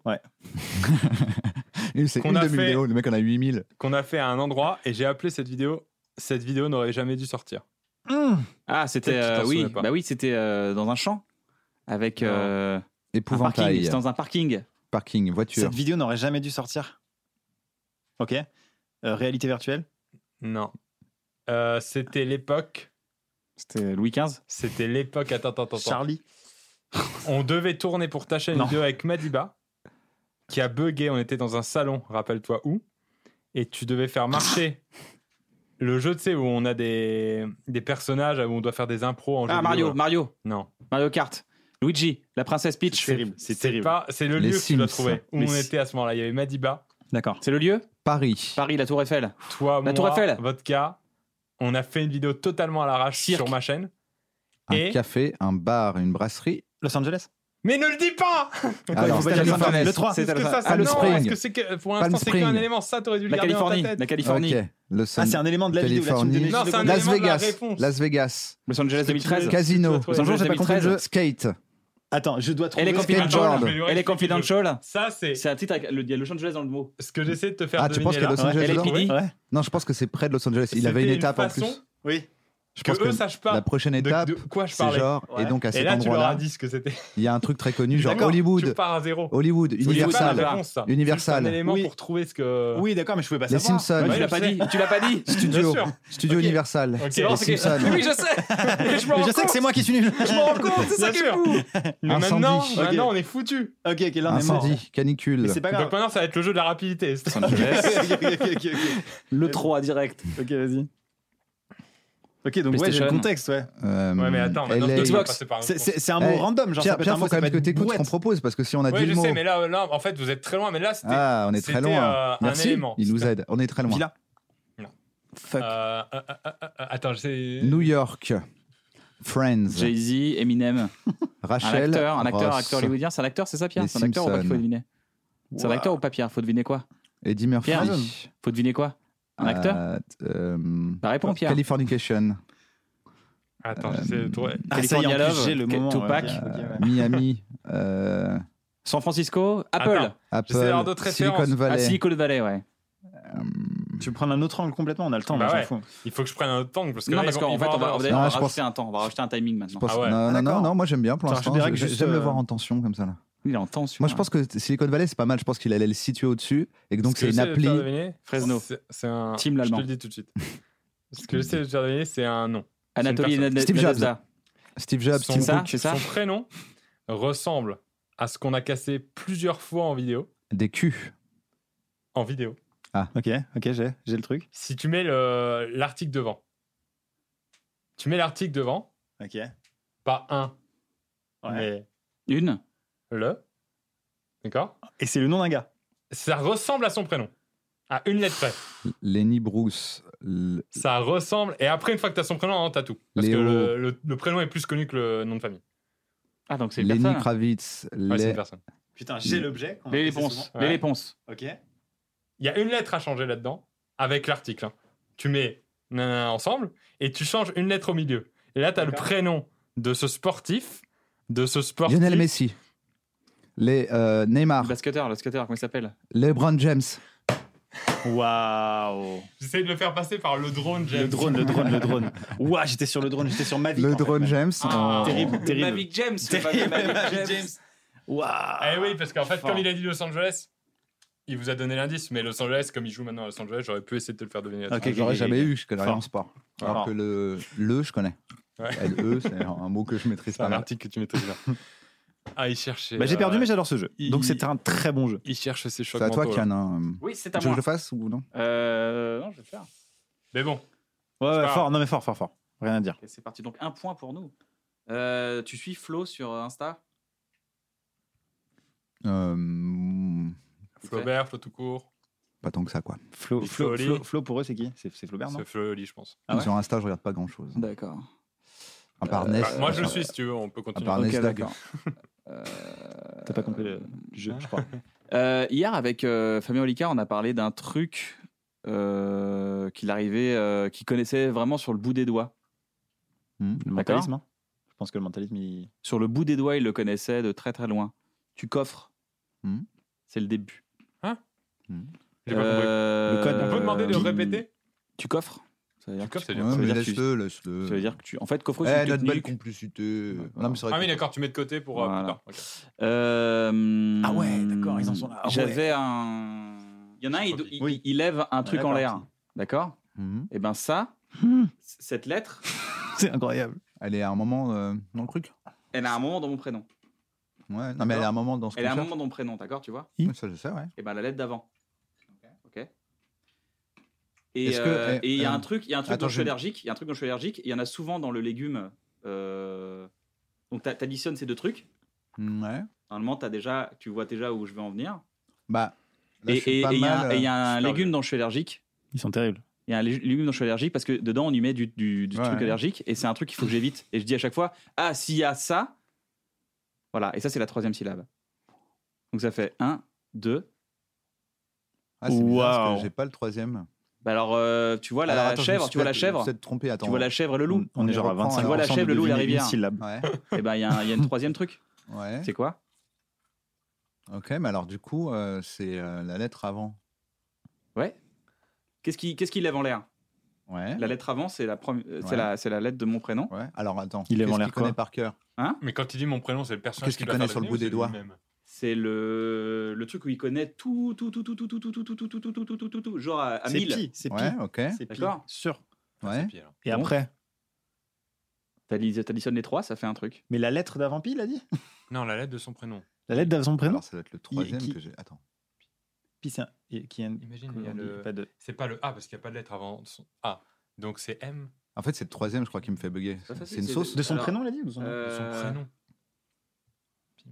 Speaker 3: Et C'est
Speaker 2: Qu'on
Speaker 3: une
Speaker 2: a
Speaker 3: de mille
Speaker 2: fait-
Speaker 3: vidéos. Le mec en a 8000.
Speaker 2: qu'on a fait à un endroit et j'ai appelé cette vidéo cette vidéo n'aurait jamais dû sortir.
Speaker 5: hum.
Speaker 4: Ah, c'était.
Speaker 2: Peut-être que tu t'en
Speaker 4: euh, oui,
Speaker 2: souviens pas.
Speaker 4: bah oui, c'était euh, dans un champ. Avec
Speaker 2: Non.
Speaker 4: euh, un parking.
Speaker 3: Épouvantail.
Speaker 4: C'était dans un parking.
Speaker 3: Parking, voiture.
Speaker 5: Cette vidéo n'aurait jamais dû sortir. Ok. Euh, réalité virtuelle.
Speaker 2: Non. Euh, c'était l'époque.
Speaker 4: C'était Louis XV.
Speaker 2: C'était l'époque. Attends, attends, attends, attends.
Speaker 5: Charlie.
Speaker 2: On devait tourner pour ta chaîne
Speaker 4: Non.
Speaker 2: vidéo avec Madiba, qui a bugué. On était dans un salon, rappelle-toi où. Et tu devais faire marcher le jeu, tu sais, où on a des, des personnages, où on doit faire des impros en jeu
Speaker 4: Ah,
Speaker 2: vidéo,
Speaker 4: Mario,
Speaker 2: là.
Speaker 4: Mario.
Speaker 2: Non.
Speaker 4: Mario Kart. Luigi, la princesse Peach.
Speaker 5: C'est terrible. C'est terrible.
Speaker 2: pas- C'est le
Speaker 3: Les
Speaker 2: lieu que tu dois
Speaker 3: Sims.
Speaker 2: trouver. Où
Speaker 5: Les
Speaker 2: on
Speaker 5: Sims.
Speaker 2: était à ce moment-là. Il y avait Madiba,
Speaker 5: D'accord.
Speaker 4: C'est le lieu
Speaker 3: Paris.
Speaker 4: Paris, la Tour Eiffel.
Speaker 2: toi,
Speaker 4: La
Speaker 2: moi,
Speaker 4: Tour Eiffel.
Speaker 2: Vodka. On a fait une vidéo totalement à l'arrache
Speaker 4: Cirque.
Speaker 2: sur ma chaîne.
Speaker 3: Un
Speaker 2: Et-
Speaker 3: café, un bar, une brasserie.
Speaker 5: Los Angeles.
Speaker 2: Mais ne le dis pas
Speaker 3: Alors,
Speaker 5: faut pas dire
Speaker 3: Los
Speaker 5: ça.
Speaker 3: Angeles.
Speaker 5: Le 3.
Speaker 4: C'est à
Speaker 2: Parce que
Speaker 4: la-
Speaker 2: ça,
Speaker 3: Palm
Speaker 2: ça, non,
Speaker 3: Spring.
Speaker 2: est-ce que c'est que, pour
Speaker 3: Palm
Speaker 2: l'instant, c'est
Speaker 3: Spring.
Speaker 2: qu'un élément, ça, t'aurais dû le
Speaker 4: La
Speaker 2: garder
Speaker 4: Californie.
Speaker 2: dans ta tête.
Speaker 4: La Californie.
Speaker 3: Ok. Los
Speaker 5: Ah, c'est un élément de la vidéo. là, tu me
Speaker 3: Californie.
Speaker 5: donnais-
Speaker 2: Non, c'est un
Speaker 3: Las
Speaker 2: élément de la
Speaker 3: Vegas.
Speaker 2: réponse.
Speaker 3: Las Vegas.
Speaker 4: Los Angeles 2013.
Speaker 3: Casino.
Speaker 2: Los
Speaker 4: Angeles
Speaker 3: j'ai pas compris le
Speaker 4: 2013.
Speaker 3: jeu. Skate.
Speaker 5: Attends, je dois
Speaker 4: Elle est
Speaker 5: trouver.
Speaker 3: Skate
Speaker 4: confidential.
Speaker 3: Jordan.
Speaker 2: Jordan.
Speaker 4: Elle est confidential.
Speaker 2: Ça, c'est
Speaker 4: C'est un titre avec le, il y a Los Angeles dans le mot.
Speaker 2: ce que j'essaie de te faire
Speaker 3: Ah, tu
Speaker 2: deviner
Speaker 3: penses qu'il y a
Speaker 2: là.
Speaker 3: Los Angeles
Speaker 4: Ouais,
Speaker 3: dedans
Speaker 4: LAPD.
Speaker 5: Ouais.
Speaker 3: Non, je pense que c'est près de Los Angeles. Il avait une
Speaker 2: C'était
Speaker 3: étape en
Speaker 2: façon
Speaker 3: plus.
Speaker 5: Oui.
Speaker 3: Je
Speaker 2: Que
Speaker 3: pense que
Speaker 2: eux sachent
Speaker 3: la
Speaker 2: pas
Speaker 3: prochaine
Speaker 2: de-
Speaker 3: étape,
Speaker 2: de quoi je
Speaker 3: c'est
Speaker 2: parlais.
Speaker 3: genre.
Speaker 4: Ouais.
Speaker 3: Et donc à
Speaker 2: Et
Speaker 3: cet
Speaker 2: là, tu leur as
Speaker 3: endroit-là,
Speaker 2: dit ce que c'était.
Speaker 3: il y a un truc très connu, genre
Speaker 2: D'accord, Tu
Speaker 3: Hollywood.
Speaker 2: pars à zéro.
Speaker 3: Hollywood,
Speaker 2: C'est pas la
Speaker 3: Universal.
Speaker 2: réponse, ça. C'est un
Speaker 3: Universal.
Speaker 2: élément
Speaker 5: Oui.
Speaker 2: pour trouver ce que.
Speaker 5: Oui, d'accord, mais je pouvais pas
Speaker 3: Les
Speaker 5: savoir.
Speaker 3: Simpsons.
Speaker 4: Ouais,
Speaker 2: Ouais,
Speaker 4: tu
Speaker 2: je
Speaker 4: l'as pas
Speaker 2: sais.
Speaker 4: dit. Tu l'as pas dit.
Speaker 2: Bien
Speaker 3: Studio.
Speaker 2: sûr.
Speaker 3: Studio
Speaker 5: Ok.
Speaker 3: Universal.
Speaker 2: Ok.
Speaker 4: Non,
Speaker 3: Les
Speaker 4: c'est que-
Speaker 3: Simpsons.
Speaker 4: Oui, je sais. Mais je me
Speaker 5: Mais
Speaker 4: rends
Speaker 5: je sais que
Speaker 4: compte.
Speaker 5: c'est moi qui suis nul.
Speaker 4: Je me rends compte. C'est ça
Speaker 2: Bien
Speaker 4: qui est
Speaker 2: sûr.
Speaker 4: fou.
Speaker 2: Mais
Speaker 3: Incendie.
Speaker 2: maintenant,
Speaker 3: Ok.
Speaker 2: maintenant, on est foutu.
Speaker 5: Ok, ok, là on est mort.
Speaker 3: Incendie,
Speaker 5: Mais
Speaker 3: canicule.
Speaker 5: c'est pas grave.
Speaker 2: Donc maintenant, ça va être le jeu de la rapidité.
Speaker 5: ok, ok, ok, ok.
Speaker 4: Le 3 direct.
Speaker 5: Ok, vas-y. Ok, donc ouais, j'ai
Speaker 4: PlayStation.
Speaker 5: le contexte, ouais.
Speaker 3: Euh,
Speaker 2: Ouais, mais attends, maintenant,
Speaker 3: LA.
Speaker 2: je dois
Speaker 4: Xbox.
Speaker 2: passer par un
Speaker 5: C'est-
Speaker 2: autre.
Speaker 5: C'est c'est un
Speaker 3: Eh,
Speaker 5: mot random, genre ça
Speaker 3: Pierre,
Speaker 5: peut être
Speaker 3: Pierre,
Speaker 5: un
Speaker 3: faut
Speaker 5: mot,
Speaker 3: quand
Speaker 5: ça peut
Speaker 3: même que
Speaker 5: être
Speaker 3: t'écoutes ce qu'on
Speaker 5: bouette.
Speaker 3: propose parce que si on a
Speaker 2: Ouais,
Speaker 3: dit
Speaker 2: je
Speaker 3: le mot.
Speaker 2: sais, mais là, là, en fait, vous êtes très loin. Mais là, c'était
Speaker 3: Ah, on est
Speaker 2: c'était,
Speaker 3: très loin.
Speaker 2: euh, un
Speaker 3: Merci,
Speaker 2: élément.
Speaker 3: il nous aide. On est très loin.
Speaker 5: Villa.
Speaker 4: Fuck.
Speaker 2: Euh, euh, euh, euh, euh, attends, j'essaie.
Speaker 3: New York, Friends,
Speaker 4: Jay-Z, Eminem. Un
Speaker 3: Rachel,
Speaker 4: acteur, un acteur,
Speaker 3: Ross,
Speaker 4: acteur hollywoodien. C'est un acteur, c'est ça, Pierre
Speaker 3: Les
Speaker 4: C'est un acteur ou pas qu'il faut
Speaker 3: Simpsons.
Speaker 4: deviner C'est un
Speaker 5: Ouah.
Speaker 4: acteur ou pas, Pierre Faut deviner quoi
Speaker 3: Eddie Murphy.
Speaker 4: Pierre. Faut deviner quoi Un acteur
Speaker 3: Euh, euh,
Speaker 4: Bah, réponds, Pierre.
Speaker 3: Californication,
Speaker 2: Attends, j'essaie de
Speaker 3: euh,
Speaker 2: trouver.
Speaker 5: Ah, ça y est,
Speaker 4: California
Speaker 5: en plus,
Speaker 4: Love,
Speaker 5: j'ai le
Speaker 4: K-
Speaker 5: moment.
Speaker 4: Tupac.
Speaker 5: ouais, ok, ouais.
Speaker 3: Miami, euh,
Speaker 4: San Francisco, Apple.
Speaker 2: Attends.
Speaker 3: Apple,
Speaker 2: J'essaie d'avoir d'autres références.
Speaker 3: Silicon
Speaker 4: Ah,
Speaker 3: Valley.
Speaker 4: Silicon Valley, ouais.
Speaker 5: Tu veux prendre un autre angle complètement, on a le temps,
Speaker 2: Bah
Speaker 5: moi, je m'en
Speaker 2: ouais.
Speaker 5: fous.
Speaker 2: Il faut que je prenne un autre temps parce que
Speaker 4: non,
Speaker 2: là,
Speaker 4: parce
Speaker 2: ils vont-
Speaker 4: qu'en
Speaker 2: ils
Speaker 4: fait,
Speaker 2: vont
Speaker 4: on va,
Speaker 2: avoir-
Speaker 4: d'ailleurs, on
Speaker 3: Non,
Speaker 4: va
Speaker 3: je
Speaker 4: rajouter
Speaker 3: pense-
Speaker 4: un temps. On va rajouter un timing
Speaker 3: Je
Speaker 4: maintenant.
Speaker 3: pense-
Speaker 2: Ah ouais.
Speaker 3: non, non, non,
Speaker 5: d'accord.
Speaker 3: non, moi j'aime bien pour
Speaker 5: Ça
Speaker 3: l'instant.
Speaker 5: rajoute des
Speaker 3: Je-
Speaker 5: règles juste,
Speaker 3: J'aime le
Speaker 5: euh,
Speaker 3: voir en tension comme ça. Là.
Speaker 4: Il est en tension.
Speaker 3: Moi je pense que Silicon Valley c'est pas mal. Je pense qu'il allait le situer au-dessus et que donc
Speaker 2: Ce que
Speaker 3: c'est une
Speaker 2: j'essaie de
Speaker 3: appli.
Speaker 2: faire deviner,
Speaker 4: Fresno.
Speaker 2: c'est- C'est un.
Speaker 4: Team
Speaker 2: Je
Speaker 4: l'allemand.
Speaker 2: te le dis tout de suite. Ce que j'essaie de faire deviner, c'est un nom.
Speaker 4: Anatoly
Speaker 2: C'est une
Speaker 4: Nad-
Speaker 3: Steve Jobs.
Speaker 4: Nadezhda.
Speaker 3: Steve Jobs,
Speaker 2: Son-
Speaker 4: C'est
Speaker 3: Tim
Speaker 4: ça,
Speaker 3: Cook,
Speaker 4: c'est ça.
Speaker 2: Son prénom ressemble à ce qu'on a cassé plusieurs fois en vidéo.
Speaker 3: des culs.
Speaker 2: En vidéo.
Speaker 5: Ok, ok, j'ai j'ai le truc.
Speaker 2: Si tu mets le- l'article devant, tu mets l'article devant,
Speaker 5: Ok. Ouais.
Speaker 2: pas un, mais
Speaker 4: Une.
Speaker 2: le. D'accord
Speaker 5: Et c'est le nom d'un gars.
Speaker 2: Ça ressemble à son prénom. À une lettre près.
Speaker 3: Lenny Bruce, l-
Speaker 2: Ça ressemble. Et après, une fois que t'as son prénom, hein, t'as tout. Parce
Speaker 3: Léo.
Speaker 2: que le, le- le prénom est plus connu que le nom de famille.
Speaker 4: Ah, donc c'est une
Speaker 3: Lenny
Speaker 4: personne.
Speaker 3: Kravitz,
Speaker 2: Ouais, c'est
Speaker 3: les-
Speaker 2: une personne.
Speaker 5: Putain,
Speaker 3: j'ai
Speaker 5: l'objet.
Speaker 4: Les réponses.
Speaker 2: Ouais.
Speaker 4: Les réponses.
Speaker 5: Ok.
Speaker 2: Il y a une lettre à changer là-dedans, avec l'article. hein. Tu mets nanana ensemble et tu changes une lettre au milieu. Et là, tu as le
Speaker 5: D'accord.
Speaker 2: prénom de ce sportif, de Bah, ce sportif.
Speaker 3: Lionel Messi, les euh,
Speaker 4: Le
Speaker 3: Neymar,
Speaker 4: basketteur, le skateur, comment il s'appelle
Speaker 3: LeBron James.
Speaker 5: Waouh.
Speaker 2: J'essaie de le faire passer par le drone, James.
Speaker 5: Le drone, le drone, le drone. Ouah, j'étais sur le drone, j'étais sur ma vie.
Speaker 3: Le drone James.
Speaker 2: Ah.
Speaker 5: Terrible,
Speaker 4: Le
Speaker 5: terrible.
Speaker 4: Mavic James. le fameux
Speaker 5: Terrible,
Speaker 4: Mavic
Speaker 5: Mavic
Speaker 4: James.
Speaker 5: James. Waouh.
Speaker 2: Eh oui, parce qu'en fait,
Speaker 5: Ah, Fort.
Speaker 2: comme il a dit Los Angeles, il vous a donné l'indice, mais Los Angeles, comme il joue maintenant à Los Angeles, j'aurais pu essayer de te le faire Ah, deviner.
Speaker 5: Ok,
Speaker 3: que J'aurais
Speaker 5: ok,
Speaker 3: jamais
Speaker 5: ok.
Speaker 3: eu, je connais rien en sport. Alors
Speaker 5: Fort.
Speaker 3: que le, le, je connais. LE, c'est un mot que je maîtrise
Speaker 2: C'est
Speaker 3: pas
Speaker 2: un
Speaker 3: mal.
Speaker 2: article que tu maîtrise bien. Ah, il cherchait.
Speaker 5: Bah, j'ai
Speaker 2: euh,
Speaker 5: perdu, mais j'adore ce jeu.
Speaker 2: il-
Speaker 5: Donc c'est un très bon jeu.
Speaker 2: Il cherche ses chocs
Speaker 3: C'est à toi,
Speaker 2: mentaux, là.
Speaker 3: Kian. hein.
Speaker 4: Oui, c'est à
Speaker 3: Tu veux que
Speaker 4: moi.
Speaker 3: je le fasse ou non
Speaker 4: Euh, non, je vais le faire.
Speaker 2: Mais bon,
Speaker 5: Ouais, ouais,
Speaker 2: pas grave.
Speaker 5: fort, non mais fort, fort, fort. Rien à dire.
Speaker 4: Ok, c'est parti. Donc un point pour nous. Euh, tu suis Flo sur Insta
Speaker 3: Euh,
Speaker 2: Flaubert, Flo tout court.
Speaker 3: Pas tant que ça, quoi.
Speaker 5: Flo,
Speaker 2: Big
Speaker 5: Flo,
Speaker 2: Flo,
Speaker 5: Flo,
Speaker 2: Oli.
Speaker 5: Flo, pour eux, c'est qui C'est c'est Flaubert, non
Speaker 2: C'est Flo Oli, je pense.
Speaker 4: Ah ouais
Speaker 3: Sur Insta, je regarde pas grand chose.
Speaker 4: D'accord.
Speaker 3: À part
Speaker 4: Euh,
Speaker 3: Ness.
Speaker 2: Bah, moi, je
Speaker 3: euh,
Speaker 2: le suis, si tu veux, on
Speaker 5: Ah,
Speaker 2: peut
Speaker 3: À
Speaker 2: continuer.
Speaker 3: part
Speaker 4: Ok,
Speaker 3: Ness Dag.
Speaker 4: d'accord. Euh,
Speaker 5: T'as pas compris le le jeu, je crois.
Speaker 4: euh, hier, avec euh, Fabien Olicard, on a parlé d'un truc euh, qu'il arrivait, euh, qu'il connaissait vraiment sur le bout des doigts.
Speaker 3: Hmm.
Speaker 5: Le mentalisme hein Je pense que le mentalisme, il...
Speaker 4: Sur le bout des doigts, il le connaissait de très très loin. Tu coffres.
Speaker 5: Hmm.
Speaker 3: Mhm.
Speaker 4: C'est le début.
Speaker 2: J'ai pas compris.
Speaker 4: Euh,
Speaker 5: Le code.
Speaker 2: On peut demander de
Speaker 4: tu-
Speaker 2: répéter
Speaker 4: Tu coffres. Ça veut dire
Speaker 2: Tu
Speaker 4: que
Speaker 2: coffres,
Speaker 4: tu-
Speaker 2: c'est-à-dire
Speaker 3: Ouais,
Speaker 4: ça veut
Speaker 3: mais
Speaker 4: dire que tu-
Speaker 3: laisse-le,
Speaker 4: ça veut
Speaker 3: laisse-le.
Speaker 4: dire que tu. En fait, coffre,
Speaker 3: Eh,
Speaker 4: c'est une
Speaker 3: notre belle
Speaker 4: technique.
Speaker 3: complicité.
Speaker 4: Voilà.
Speaker 3: Non, mais c'est vrai
Speaker 2: Ah oui,
Speaker 3: que-
Speaker 2: d'accord, tu mets de côté pour euh, plus
Speaker 4: Voilà.
Speaker 2: tard. ok.
Speaker 4: Euh,
Speaker 5: Ah ouais, d'accord, ils en sont là. Ah ouais.
Speaker 4: J'avais un. Il y en a un, il, il-
Speaker 5: Oui.
Speaker 4: il lève un truc en
Speaker 5: d'accord.
Speaker 4: l'air. D'accord
Speaker 3: Mhm.
Speaker 4: Et ben ça,
Speaker 5: Hmm.
Speaker 4: c- cette lettre,
Speaker 5: C'est incroyable.
Speaker 3: Elle est à un moment euh, dans le truc.
Speaker 4: elle a un moment dans mon prénom.
Speaker 3: Ouais. Non, mais elle est à un moment dans ce
Speaker 4: Elle a un
Speaker 3: concert.
Speaker 4: moment dans mon prénom, d'accord Tu vois
Speaker 3: Ouais, Ça, je sais, ouais.
Speaker 4: Et ben la lettre d'avant. Ok. Et
Speaker 3: Est-ce que-
Speaker 4: euh,
Speaker 3: eh,
Speaker 4: et il y a
Speaker 3: euh,
Speaker 4: un truc, il y a un truc
Speaker 3: attends,
Speaker 4: dont je suis
Speaker 3: je-
Speaker 4: allergique. Il y a un truc dont je suis allergique. et Il y en a souvent dans le légume. euh, Donc t'a- t'additionnes ces deux trucs.
Speaker 3: Mm, Ouais.
Speaker 4: Normalement, t'as déjà, tu vois déjà où je veux en venir.
Speaker 3: Bah. là,
Speaker 4: Et-
Speaker 3: je suis
Speaker 4: et
Speaker 3: pas
Speaker 4: et il y a
Speaker 3: mal, euh,
Speaker 4: un- et il y a un
Speaker 2: super
Speaker 4: légume dont je suis allergique.
Speaker 5: Ils sont terribles.
Speaker 4: Il y a un lég- légume dont je suis allergique parce que dedans on y met du, du- du
Speaker 3: Ouais.
Speaker 4: truc allergique et c'est un truc qu'il faut que j'évite. Et je dis à chaque fois Ah, s'il y a ça, voilà. Et ça, c'est la troisième syllabe. Donc ça fait 1, 2.
Speaker 3: Ah, c'est bizarre parce
Speaker 5: Waouh.
Speaker 3: que j'ai pas le troisième.
Speaker 4: Bah alors, euh, tu vois la
Speaker 3: Alors, attends, je me
Speaker 4: chèvre,
Speaker 3: suis
Speaker 4: tu vois la
Speaker 3: peut-être-
Speaker 4: chèvre,
Speaker 3: je me suis peut-être trompé, attends.
Speaker 4: tu vois la chèvre et le loup.
Speaker 5: On, est
Speaker 3: les
Speaker 5: genre à
Speaker 3: reprend,
Speaker 5: 25
Speaker 3: alors.
Speaker 4: Voilà, chèvre, le loup, la rivière.
Speaker 5: syllabe.
Speaker 3: Ouais.
Speaker 4: Et ben il y, a un- il y a une troisième truc.
Speaker 3: Ouais.
Speaker 4: C'est quoi
Speaker 3: Ok, mais alors du coup, euh, c'est euh, la lettre avant.
Speaker 4: Ouais. Qu'est-ce qui, qu'est-ce qui lève en l'air
Speaker 3: Ouais.
Speaker 4: La lettre avant, c'est la, premi- euh, c'est
Speaker 3: Ouais.
Speaker 4: la, c'est la lettre de mon prénom.
Speaker 3: Ouais. Alors attends.
Speaker 5: Il est en
Speaker 3: qu'est-ce
Speaker 5: l'air
Speaker 3: qu'il connaît
Speaker 5: quoi
Speaker 3: par cœur
Speaker 2: Mais quand il dit mon prénom, c'est le personnage
Speaker 3: Qu'est-ce
Speaker 2: qui
Speaker 3: qu'il
Speaker 2: doit
Speaker 3: connaît
Speaker 2: faire
Speaker 3: sur le
Speaker 2: l'année
Speaker 3: bout
Speaker 2: ou
Speaker 3: des
Speaker 2: c'est
Speaker 3: doigts
Speaker 2: lui-même
Speaker 4: C'est le, le truc où il connaît tout, tout, tout, tout, tout, tout, tout, tout, tout, tout, tout, tout, tout, tout, tout, tout, genre à, à
Speaker 5: C'est
Speaker 4: 1000.
Speaker 5: pi, c'est pi.
Speaker 3: Ouais, ok.
Speaker 5: C'est pi.
Speaker 4: D'accord.
Speaker 5: Sûr.
Speaker 2: C'est
Speaker 3: Ouais.
Speaker 2: pire.
Speaker 5: Et
Speaker 4: Bon.
Speaker 5: après
Speaker 4: T'addi- T'additionnes les trois, ça fait un truc.
Speaker 5: Mais la lettre d'avant pi, il a dit
Speaker 2: Non, la lettre de son prénom.
Speaker 5: La lettre d'avant son prénom
Speaker 3: Alors ça doit être le troisième
Speaker 5: qui-
Speaker 3: que j'ai. Attends.
Speaker 5: Pi, c'est un- il- qui est un-
Speaker 2: Imagine, il y
Speaker 5: comment
Speaker 2: a
Speaker 5: on dit,
Speaker 2: le...
Speaker 5: pas de-
Speaker 2: c'est pas le A parce qu'il n'y a pas de lettre avant son A. Donc c'est M
Speaker 3: En fait, c'est le troisième, je crois, qui me fait bugger.
Speaker 4: pas facile,
Speaker 3: C'est une
Speaker 4: c'est-
Speaker 3: sauce.
Speaker 5: De son
Speaker 4: Alors,
Speaker 5: prénom, il a dit ou son nom
Speaker 2: de son
Speaker 4: Euh,
Speaker 2: prénom. Pim.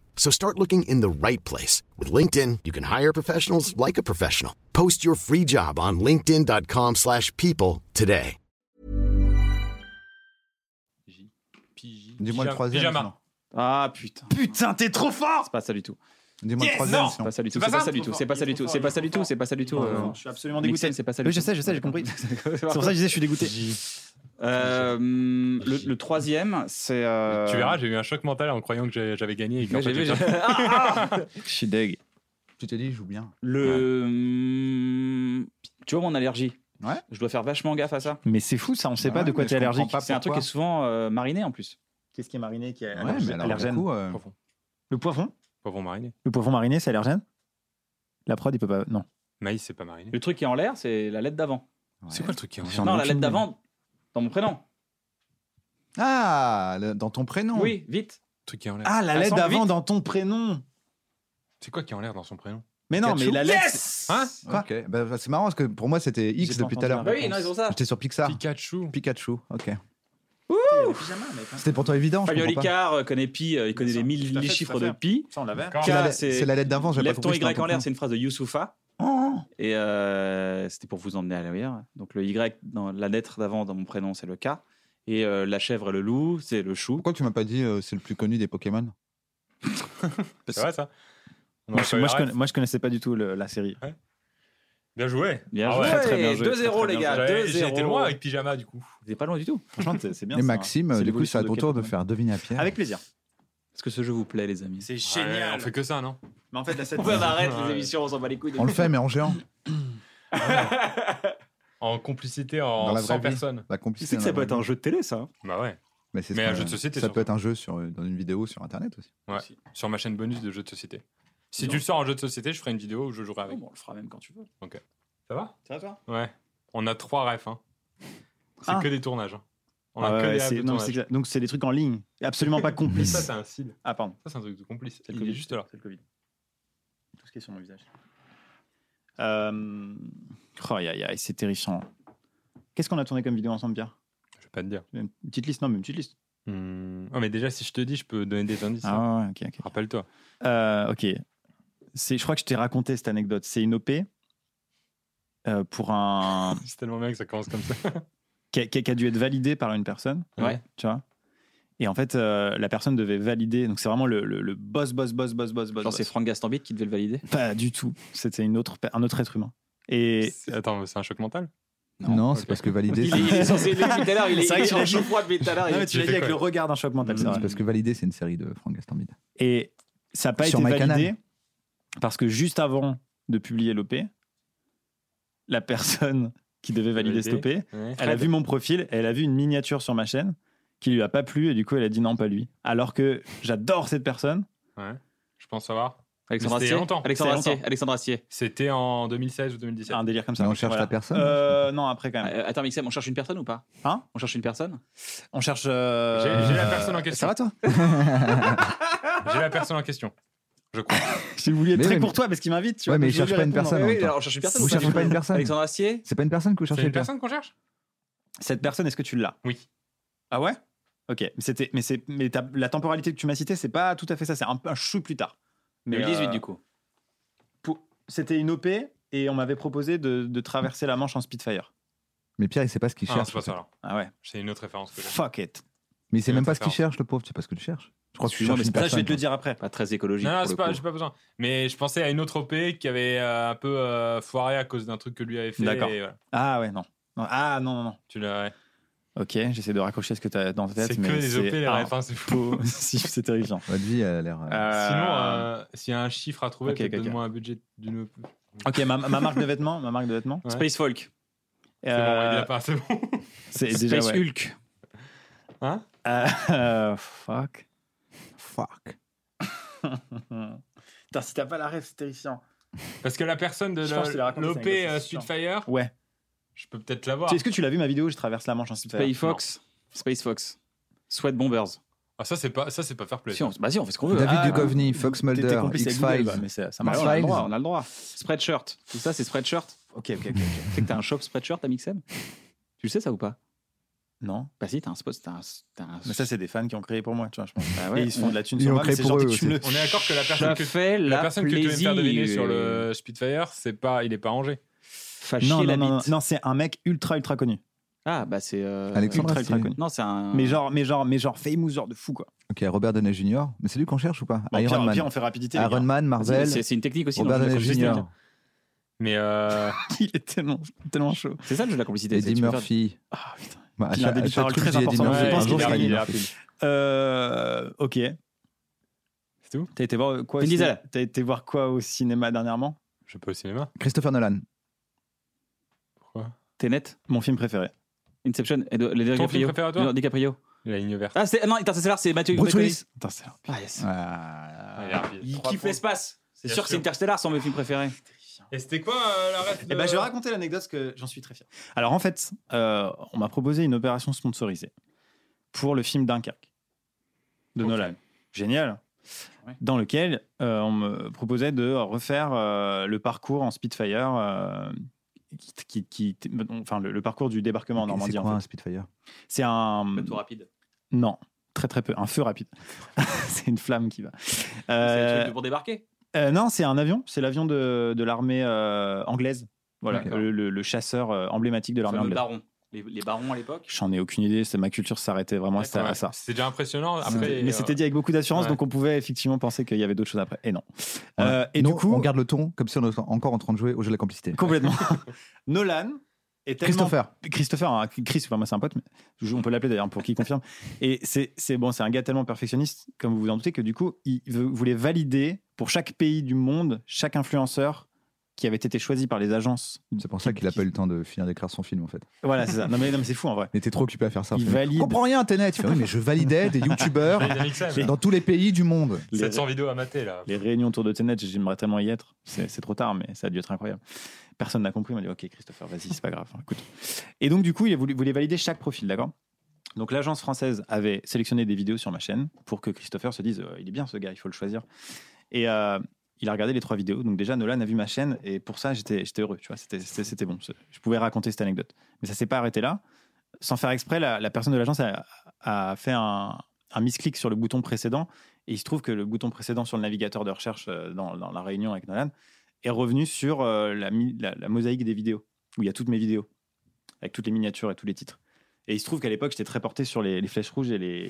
Speaker 6: So start looking in the right place. With LinkedIn, you can hire professionals like a professional. Post your free job on linkedin.com/people slash people today.
Speaker 2: IJ. Pij.
Speaker 3: Dis-moi le
Speaker 2: Pija-
Speaker 3: troisième.
Speaker 2: Pyjama.
Speaker 3: sinon.
Speaker 4: Ah putain.
Speaker 5: Putain, t'es trop fort
Speaker 4: C'est pas ça du tout.
Speaker 3: Dis-moi le
Speaker 2: Yes,
Speaker 3: troisième.
Speaker 2: non
Speaker 4: C'est
Speaker 3: sinon.
Speaker 4: pas ça du tout.
Speaker 2: pas
Speaker 4: C'est pas
Speaker 2: ça,
Speaker 4: ça du tout. C'est pas ça du tout. C'est pas ça du tout. C'est pas ça du tout. euh,
Speaker 5: Je suis absolument dégoûté.
Speaker 4: Nixon, c'est pas ça
Speaker 5: Oui,
Speaker 4: du
Speaker 5: je
Speaker 4: tout.
Speaker 5: sais, je sais, j'ai compris. C'est
Speaker 4: C'est
Speaker 5: pour ça que je disais, je suis dégoûté.
Speaker 4: Euh, le, le troisième, c'est. euh,
Speaker 2: Tu verras, j'ai eu un choc mental en croyant que j'ai- j'avais gagné. Et qu'en
Speaker 4: Ouais,
Speaker 2: fait,
Speaker 4: j'ai vu,
Speaker 2: j'ai-
Speaker 4: j'ai- Ah, ah
Speaker 5: Je suis deg.
Speaker 3: Tu t'es dit, il joue bien.
Speaker 4: le. hum, Tu vois mon allergie
Speaker 3: Ouais.
Speaker 4: Je dois faire vachement gaffe à ça.
Speaker 5: Mais c'est fou, ça, on sait
Speaker 3: Ouais,
Speaker 5: pas de quoi
Speaker 3: mais
Speaker 5: t'es
Speaker 3: je comprends
Speaker 5: allergique.
Speaker 3: pas
Speaker 4: C'est un truc qui est
Speaker 3: pourquoi.
Speaker 4: souvent euh, mariné en plus.
Speaker 5: Qu'est-ce qui est mariné qui est
Speaker 3: Ouais, mais alors du coup, euh,
Speaker 2: Poivron.
Speaker 5: Le poivron
Speaker 2: Poivron mariné.
Speaker 5: Le poivron mariné, c'est allergène La prod, il peut pas. Non.
Speaker 2: Maïs, c'est pas mariné.
Speaker 4: Le truc qui est en l'air, c'est la lettre d'avant.
Speaker 2: C'est
Speaker 3: ouais.
Speaker 2: quoi le truc qui est en
Speaker 5: J'en ai
Speaker 4: Non, la
Speaker 5: aucune
Speaker 4: lettre
Speaker 5: idée.
Speaker 4: d'avant, dans mon prénom.
Speaker 3: Ah, le- dans ton prénom.
Speaker 4: Oui, vite.
Speaker 2: Le truc qui est en l'air
Speaker 5: Ah, la
Speaker 4: Ah,
Speaker 5: lettre
Speaker 4: semble
Speaker 5: d'avant
Speaker 4: vite.
Speaker 5: dans ton prénom
Speaker 2: C'est quoi qui est en l'air dans son prénom
Speaker 5: Mais non,
Speaker 3: Pikachu
Speaker 5: mais la lettre.
Speaker 2: Hein
Speaker 5: Quoi
Speaker 3: Ok. Bah, c'est marrant parce que pour moi, c'était X
Speaker 5: J'ai pas
Speaker 3: depuis tout à l'heure.
Speaker 5: entendu la
Speaker 4: oui, non, ils ont ça.
Speaker 3: J'étais sur Pixar.
Speaker 2: Pikachu.
Speaker 3: Pikachu. Ok.
Speaker 5: Ouh
Speaker 3: C'était pourtant évident. je
Speaker 4: Fabio
Speaker 3: comprends pas.
Speaker 4: Licard euh, connaît Pi, euh, il connaît les,
Speaker 5: Bien sûr,
Speaker 4: mille,
Speaker 5: tout à
Speaker 4: les
Speaker 5: fait,
Speaker 4: chiffres
Speaker 5: tout à
Speaker 4: de
Speaker 5: fait.
Speaker 4: Pi.
Speaker 5: Ça, on l'avait.
Speaker 2: D'accord.
Speaker 3: C'est la
Speaker 4: K,
Speaker 3: lettre-
Speaker 4: c'est-
Speaker 3: C'est la lettre d'avant. j'ai pas
Speaker 4: Lève ton
Speaker 3: compris, j'étais
Speaker 4: Y en
Speaker 3: peu
Speaker 4: l'air,
Speaker 3: con.
Speaker 4: c'est une phrase de Youssoufa.
Speaker 5: Oh
Speaker 4: Et euh, c'était pour vous emmener à l'arrière. Donc le Y, dans la lettre d'avant dans mon prénom, c'est le K. Et euh, la chèvre et le loup, c'est le chou.
Speaker 3: Pourquoi tu m'as pas dit euh, c'est le plus connu des Pokémon
Speaker 2: C'est vrai ça On
Speaker 5: moi
Speaker 2: aurait
Speaker 5: je,
Speaker 2: pas eu
Speaker 5: moi,
Speaker 2: la
Speaker 5: je
Speaker 2: ref.
Speaker 5: connais- moi, je connaissais pas du tout le- la série.
Speaker 2: Bien joué.
Speaker 4: Bien
Speaker 2: Ah
Speaker 4: joué.
Speaker 2: ouais.
Speaker 5: Très, très bien joué.
Speaker 4: 2-0, les
Speaker 5: Très, très
Speaker 4: gars.
Speaker 5: bien
Speaker 2: J'avais-
Speaker 4: 2-0.
Speaker 2: J'ai été loin avec pyjama du coup.
Speaker 4: Vous n'êtes pas loin du tout.
Speaker 5: Franchement, c'est c'est bien.
Speaker 3: Et
Speaker 5: ça, hein.
Speaker 3: Maxime, euh,
Speaker 5: C'est
Speaker 3: du coup,
Speaker 5: l'évolution
Speaker 3: c'est à ton
Speaker 5: quel
Speaker 3: tour de
Speaker 5: phénomène
Speaker 3: faire deviner à Pierre.
Speaker 5: Avec plaisir.
Speaker 4: Parce Est-ce que ce jeu vous plaît, les amis
Speaker 5: C'est
Speaker 2: Ouais,
Speaker 5: génial.
Speaker 2: on fait que ça, non
Speaker 5: Mais en fait, la
Speaker 4: On arrête
Speaker 2: Ouais.
Speaker 4: les émissions, on s'en bat les couilles.
Speaker 3: On le fait, mais en géant.
Speaker 2: En complicité, en
Speaker 3: Dans la
Speaker 2: 100
Speaker 3: vraie vie.
Speaker 2: personnes.
Speaker 3: La
Speaker 4: Tu
Speaker 3: complicité.
Speaker 4: sais que
Speaker 3: dans
Speaker 4: ça
Speaker 3: la
Speaker 4: peut être
Speaker 3: vraie
Speaker 4: un jeu de télé, ça. hein
Speaker 2: Bah ouais.
Speaker 3: vie. Mais, c'est ce
Speaker 2: mais un
Speaker 3: qu'on-
Speaker 2: jeu de société,
Speaker 3: Ça peut
Speaker 2: surtout.
Speaker 3: être un jeu sur, euh, dans une vidéo sur internet aussi.
Speaker 2: Sur ma chaîne bonus de jeux de société. Si tu le sors en jeu de société, je ferai une vidéo où je jouerai avec.
Speaker 4: Bon, on le fera même quand tu veux.
Speaker 2: Ça va
Speaker 5: Ça va, toi
Speaker 2: Ouais. On a trois refs. hein. C'est
Speaker 5: Ah.
Speaker 2: que des tournages. hein. On a
Speaker 5: Ah
Speaker 2: que
Speaker 5: ouais,
Speaker 2: des
Speaker 5: c'est-
Speaker 2: apps de
Speaker 5: non, mais c'est
Speaker 2: tournage.
Speaker 5: que ça- Donc, c'est des trucs en ligne. Absolument pas
Speaker 2: Mais ça,
Speaker 5: complices.
Speaker 2: c'est un cil.
Speaker 5: Ah, pardon.
Speaker 2: Ça, c'est un truc de complice.
Speaker 5: C'est le
Speaker 2: Il est
Speaker 5: Covid.
Speaker 2: juste là.
Speaker 5: C'est le Covid. Tout ce qui est sur mon visage. Euh... Oh, aïe, aïe, aïe, c'est terrifiant. Qu'est-ce qu'on a tourné comme vidéo ensemble, Pierre
Speaker 2: Je vais pas te dire.
Speaker 5: Une petite liste Non, mais une petite liste.
Speaker 2: Hmm. Oh, mais déjà, si je te dis, je peux donner des indices. hein.
Speaker 5: Ah, ouais, ok, ok.
Speaker 2: Rappelle-toi.
Speaker 5: Euh, ok. C'est, je crois que je t'ai raconté cette anecdote. C'est une OP euh, pour un
Speaker 2: C'est tellement bien que ça commence comme ça.
Speaker 5: qui a, qui a- qui a dû être validée par une personne.
Speaker 1: Ouais.
Speaker 5: Tu vois. Et en fait, euh, la personne devait valider. Donc c'est vraiment le, le, le boss, boss, boss, boss, boss, boss.
Speaker 4: Genre, c'est
Speaker 5: boss.
Speaker 4: Franck Gastambit qui devait le valider.
Speaker 5: Pas du tout. C'était une autre, pe- un autre être humain. Et
Speaker 2: C'est- Attends, c'est un choc mental
Speaker 3: Non, c'est
Speaker 2: ok.
Speaker 3: parce que valider,
Speaker 4: Il est, il est
Speaker 3: c'est
Speaker 4: censé l'aider depuis tout à l'heure, il est,
Speaker 5: C'est vrai
Speaker 4: il est
Speaker 5: que tu
Speaker 4: en
Speaker 5: l'as dit.
Speaker 4: chaud froid depuis tout à l'heure. il
Speaker 5: Non, mais
Speaker 4: est-
Speaker 5: tu l'as
Speaker 2: Tu
Speaker 5: dit
Speaker 2: fais
Speaker 5: avec
Speaker 2: quoi
Speaker 5: le regard d'un choc mental, c'est vrai.
Speaker 3: c'est parce que valider, c'est une série de Franck Gastambide.
Speaker 5: Et ça n'a pas
Speaker 3: Sur
Speaker 5: été
Speaker 3: MyCanal.
Speaker 5: validé parce que juste avant de publier l'OP, la personne qui devait valider cette OP,
Speaker 2: Validé.
Speaker 5: elle a vu mon profil, elle a vu une miniature sur ma chaîne qui lui a pas plu et du coup elle a dit non, pas lui. Alors que j'adore cette personne.
Speaker 2: Ouais. Je pense savoir.
Speaker 4: Alexandre
Speaker 2: C'était il y
Speaker 4: Astier.
Speaker 2: a longtemps.
Speaker 4: Alexandre
Speaker 5: C'était il y a
Speaker 4: Astier. Alexandre Astier.
Speaker 2: C'était en 2016 ou 2017.
Speaker 5: Un délire comme ça.
Speaker 3: Mais on cherche la personne hein,
Speaker 5: Euh, non, après quand même.
Speaker 4: Euh, Attends, Mixem, on cherche une personne ou pas
Speaker 5: Hein
Speaker 4: On cherche une personne
Speaker 5: On cherche. euh,
Speaker 2: J'ai- j'ai la personne en question.
Speaker 5: Ça va toi Ah.
Speaker 2: J'ai la personne en question. Je crois.
Speaker 5: J'ai voulu être
Speaker 3: Mais
Speaker 5: très
Speaker 3: ouais, mais-
Speaker 5: courtois parce qu'il m'invite. tu
Speaker 3: Ouais,
Speaker 5: vois,
Speaker 3: mais
Speaker 5: donc
Speaker 3: il
Speaker 5: j'ai
Speaker 3: cherche
Speaker 5: voulu
Speaker 3: pas une
Speaker 5: répondre.
Speaker 3: personne. en
Speaker 4: Oui,
Speaker 3: même temps.
Speaker 4: alors on cherche une personne.
Speaker 3: Vous
Speaker 4: ou
Speaker 3: cherchez pas une personne
Speaker 4: Alexandre Astier
Speaker 3: C'est pas une personne que vous
Speaker 2: C'est
Speaker 3: cherchez,
Speaker 2: une
Speaker 3: Pierre.
Speaker 2: personne qu'on cherche
Speaker 3: hein.
Speaker 5: Cette personne, est-ce que tu l'as
Speaker 2: Oui.
Speaker 5: Ah ouais Ok, mais c'était, mais c'est, mais ta- la temporalité que tu m'as citée, c'est pas tout à fait ça, c'est un, un chou plus tard. Mais
Speaker 4: Le 18
Speaker 5: euh,
Speaker 4: du coup.
Speaker 5: pour- c'était une OP et on m'avait proposé de, de traverser la Manche en Spitfire.
Speaker 3: Mais Pierre, il sait pas ce qu'il
Speaker 2: Ah, non, c'est
Speaker 3: cherche.
Speaker 2: pas ça alors.
Speaker 5: Ah ouais.
Speaker 2: C'est une autre référence que j'ai.
Speaker 5: Fuck it.
Speaker 3: Mais il sait
Speaker 2: C'est
Speaker 3: même
Speaker 2: notre
Speaker 3: pas ce qu'il
Speaker 2: référence.
Speaker 3: cherche, le pauvre. Tu sais pas ce que tu cherches. Je crois que tu
Speaker 4: Excuse-moi,
Speaker 3: cherches
Speaker 4: mais
Speaker 3: une
Speaker 5: Ça, je vais
Speaker 3: personne.
Speaker 5: te le dire après.
Speaker 4: Pas très écologique.
Speaker 2: Non, non,
Speaker 4: pour
Speaker 2: c'est
Speaker 4: le
Speaker 2: pas,
Speaker 4: coup.
Speaker 2: j'ai pas besoin. Mais je pensais à une autre OP qui avait euh, un peu euh, foiré à cause d'un truc que lui avait fait.
Speaker 5: D'accord.
Speaker 2: et voilà.
Speaker 5: Ah ouais, non. Non, Ah non, non, non.
Speaker 2: Tu l'as. ouais.
Speaker 5: Ok, j'essaie de raccrocher ce que t'as dans ta tête.
Speaker 2: C'est que
Speaker 5: mais
Speaker 2: des OP, les
Speaker 5: un
Speaker 2: refs, hein, c'est fou.
Speaker 5: pot. si, c'est terrifiant.
Speaker 3: Votre vie, elle a l'air. euh,
Speaker 5: Euh,
Speaker 2: Sinon, euh, s'il y a un chiffre à trouver,
Speaker 5: ok,
Speaker 2: peut-être
Speaker 5: ok, ok.
Speaker 2: donne-moi un budget d'une OP.
Speaker 5: Ok, ma, ma marque de vêtements, ma marque de vêtements.
Speaker 2: Ouais.
Speaker 4: Space Folk.
Speaker 2: C'est bon, il
Speaker 5: Euh,
Speaker 2: l'a pas, c'est bon.
Speaker 5: c'est
Speaker 4: Space
Speaker 5: déjà ouais.
Speaker 4: Hulk.
Speaker 2: Hein
Speaker 5: Euh, fuck.
Speaker 3: Fuck.
Speaker 5: Putain, si t'as pas la rêve, c'est terrifiant.
Speaker 2: Parce que la personne de
Speaker 5: Je pense qu'il a raconté
Speaker 2: l'OP
Speaker 5: cette anecdote, c'est sûr.
Speaker 2: euh, Spitfire,
Speaker 5: Ouais.
Speaker 2: je peux peut-être l'avoir.
Speaker 5: Tu sais, Est-ce que tu l'as vu ma vidéo où je traverse la Manche en Spitfire
Speaker 4: Space Fox. Space Fox. Sweat Bombers.
Speaker 2: Ah, ça, c'est pas, ça, c'est pas fair play.
Speaker 4: Si, on, bah si, on fait ce qu'on veut. Ah
Speaker 3: David
Speaker 5: Ah,
Speaker 3: Duchovny, Fox
Speaker 5: T'es- t'es
Speaker 3: Mulder,
Speaker 5: complice avec Google, bah,
Speaker 3: X-Files.
Speaker 5: mais ça, ça
Speaker 3: Bah
Speaker 5: marche.
Speaker 3: ouais,
Speaker 5: on a le
Speaker 3: Files.
Speaker 5: droit, on a le droit.
Speaker 4: Spreadshirt. Tout ça, c'est Spreadshirt.
Speaker 5: Ok, ok, ok. ok.
Speaker 4: Tu sais que t'as un shop Spreadshirt à Mixem Tu le sais, ça ou pas
Speaker 5: Non,
Speaker 4: Bah si, t'as un spot, t'as un. t'as un-
Speaker 5: mais ça, c'est des fans qui ont créé pour moi, tu vois, je pense.
Speaker 4: Bah ouais.
Speaker 5: Et ils se font de la thune
Speaker 3: Ils
Speaker 5: sur
Speaker 3: ont
Speaker 5: moi, mais
Speaker 3: créé
Speaker 5: c'est
Speaker 3: pour
Speaker 5: gentil
Speaker 3: eux
Speaker 5: que tu me le-
Speaker 2: On est d'accord que la personne
Speaker 4: Ça
Speaker 2: que
Speaker 4: fait la,
Speaker 2: la personne que tu veux me faire deviner
Speaker 4: plaisir.
Speaker 2: sur le Spitfire, c'est pas, il est pas rangé.
Speaker 4: Fâche
Speaker 5: Non,
Speaker 4: chier la
Speaker 5: non, non,
Speaker 4: bite.
Speaker 5: non, c'est un mec ultra, ultra connu.
Speaker 4: Ah, bah c'est. euh,
Speaker 3: Alexandre
Speaker 5: ultra, ultra
Speaker 3: Astier.
Speaker 5: connu.
Speaker 4: Non, c'est un.
Speaker 5: Mais genre, mais genre, mais genre, famous, genre de fou, quoi.
Speaker 3: Ok, Robert Downey Jr. Mais c'est lui qu'on cherche ou pas
Speaker 5: Bon,
Speaker 3: Iron
Speaker 5: pire,
Speaker 3: Man.
Speaker 5: pire, on fait rapidité. les
Speaker 3: Iron
Speaker 5: gars.
Speaker 3: Man,
Speaker 4: C'est-
Speaker 3: Marvel,
Speaker 4: C'est c'est une technique aussi.
Speaker 3: Robert
Speaker 4: dans le jeu
Speaker 3: Downey
Speaker 4: de la
Speaker 3: Jr.
Speaker 4: complicité.
Speaker 2: Mais euh,
Speaker 5: Il est tellement, tellement chaud.
Speaker 4: C'est ça le jeu de la complicité. c'est-
Speaker 3: Eddie
Speaker 4: tu peux faire-
Speaker 3: Murphy.
Speaker 5: Ah, putain.
Speaker 3: Bah, à
Speaker 5: Il a
Speaker 3: chaque-
Speaker 5: des
Speaker 3: à chaque
Speaker 5: paroles
Speaker 3: truc,
Speaker 5: très
Speaker 3: je dis Eddie
Speaker 5: importantes.
Speaker 3: Murphy.
Speaker 2: Ouais,
Speaker 3: Un
Speaker 2: il
Speaker 3: jour,
Speaker 2: est
Speaker 3: je ferai Eddie
Speaker 2: rapide,
Speaker 3: Murphy.
Speaker 2: il est rapide.
Speaker 5: Euh, ok.
Speaker 2: C'est tout
Speaker 5: T'as été voir euh, quoi au
Speaker 4: Vin
Speaker 5: ciné-
Speaker 4: Diesel.
Speaker 5: T'as été voir quoi au cinéma dernièrement
Speaker 2: Je peux au cinéma.
Speaker 3: Christopher Nolan.
Speaker 2: Pourquoi
Speaker 4: Tenet,
Speaker 5: Mon film préféré.
Speaker 4: Inception, et de- les
Speaker 2: Ton film
Speaker 4: DiCaprio.
Speaker 2: préféré à toi
Speaker 4: DiCaprio.
Speaker 2: La ligne verte.
Speaker 4: Ah, c'est. Non, Interstellar, c'est Mathieu
Speaker 3: Bruce
Speaker 4: McConaughey.
Speaker 3: Willis.
Speaker 5: Putain, c'est-
Speaker 4: Ah, yes.
Speaker 2: Ah, il est
Speaker 3: Ah,
Speaker 2: rapide.
Speaker 4: Il
Speaker 2: Trois
Speaker 4: kiffe
Speaker 2: points.
Speaker 4: l'espace. C'est
Speaker 2: Bien
Speaker 4: sûr que c'est
Speaker 2: sûr.
Speaker 4: Interstellar, son film préféré.
Speaker 2: Et c'était quoi euh, la ref
Speaker 5: Eh ben, je vais raconter l'anecdote parce que j'en suis très fier. Alors, en fait, euh, on m'a proposé une opération sponsorisée pour le film Dunkerque de
Speaker 2: Ok.
Speaker 5: Nolan. Génial.
Speaker 4: Ouais.
Speaker 5: Dans lequel euh, on me proposait de refaire euh, le parcours en Spitfire, euh, qui, qui- qui- enfin le, le parcours du débarquement en Normandie.
Speaker 3: C'est
Speaker 5: en
Speaker 3: quoi un
Speaker 5: fait.
Speaker 3: Spitfire
Speaker 5: C'est un
Speaker 4: Le tour rapide.
Speaker 5: non, très très peu, un feu rapide. c'est une flamme qui va.
Speaker 4: C'est le
Speaker 5: Euh,
Speaker 4: truc pour débarquer.
Speaker 5: euh, non, c'est un avion. C'est l'avion de, de l'armée euh, anglaise. Voilà,
Speaker 4: D'accord.
Speaker 5: le, le- le chasseur euh, emblématique de l'armée
Speaker 4: Enfin, le
Speaker 5: anglaise.
Speaker 4: baron. Les, les barons à l'époque.
Speaker 5: J'en ai aucune idée. c'est- Ma culture s'arrêtait vraiment à ça. à ça.
Speaker 2: C'est déjà impressionnant. Après,
Speaker 5: C'était- mais
Speaker 2: euh,
Speaker 5: c'était dit avec beaucoup d'assurance,
Speaker 2: ouais.
Speaker 5: donc on pouvait effectivement penser qu'il y avait d'autres choses après. Et non.
Speaker 3: Ouais.
Speaker 5: Euh, et
Speaker 3: Non,
Speaker 5: du coup,
Speaker 3: on garde le ton comme si on était encore en train de jouer au jeu de la complicité.
Speaker 5: complètement. Nolan est tellement-
Speaker 3: Christopher.
Speaker 5: Christopher, hein, Chris, enfin, moi c'est un pote, mais je- on peut l'appeler d'ailleurs pour qu'il confirme. Et c'est c'est- bon, c'est un gars tellement perfectionniste, comme vous vous en doutez, que du coup, il veut- voulait valider pour chaque pays du monde, chaque influenceur qui avait été choisi par les agences.
Speaker 3: C'est pour ça qu'il a pas eu le temps de finir d'écrire son film en fait.
Speaker 5: Voilà, c'est ça. Non mais, non, mais c'est fou en vrai.
Speaker 3: Il était trop occupé à faire ça.
Speaker 5: Il
Speaker 3: Fait,
Speaker 5: valide.
Speaker 3: comprends rien Internet. Il fait, oui, mais je validais des youtubeurs
Speaker 2: Dynamic Sam,
Speaker 3: dans tous les pays du monde.
Speaker 5: Les-
Speaker 2: 700 vidéos à mater là.
Speaker 5: Les réunions autour de Tenet, j'aimerais tellement y être. C'est c'est trop tard, mais ça a dû être incroyable. Personne n'a compris. On m'a dit Ok, Christopher, vas-y, c'est pas grave. hein, écoute. Et donc, du coup, il voulait, voulait valider chaque profil, d'accord Donc, l'agence française avait sélectionné des vidéos sur ma chaîne pour que Christopher se dise Euh, Il est bien ce gars, il faut le choisir. Et euh, il a regardé les trois vidéos. Donc, déjà, Nolan a vu ma chaîne et pour ça, j'étais j'étais heureux. Tu vois, c'était- c'était c'était bon. C'est- Je pouvais raconter cette anecdote. Mais ça s'est pas arrêté là. Sans faire exprès, la, la personne de l'agence a, a fait un, un misclic sur le bouton précédent. Et il se trouve que le bouton précédent sur le navigateur de recherche euh, dans, dans la réunion avec Nolan est revenu sur euh, la, mi- la- la mosaïque des vidéos, où il y a toutes mes vidéos, avec toutes les miniatures et tous les titres. Et il se trouve qu'à l'époque, j'étais très porté sur les, les flèches rouges et les,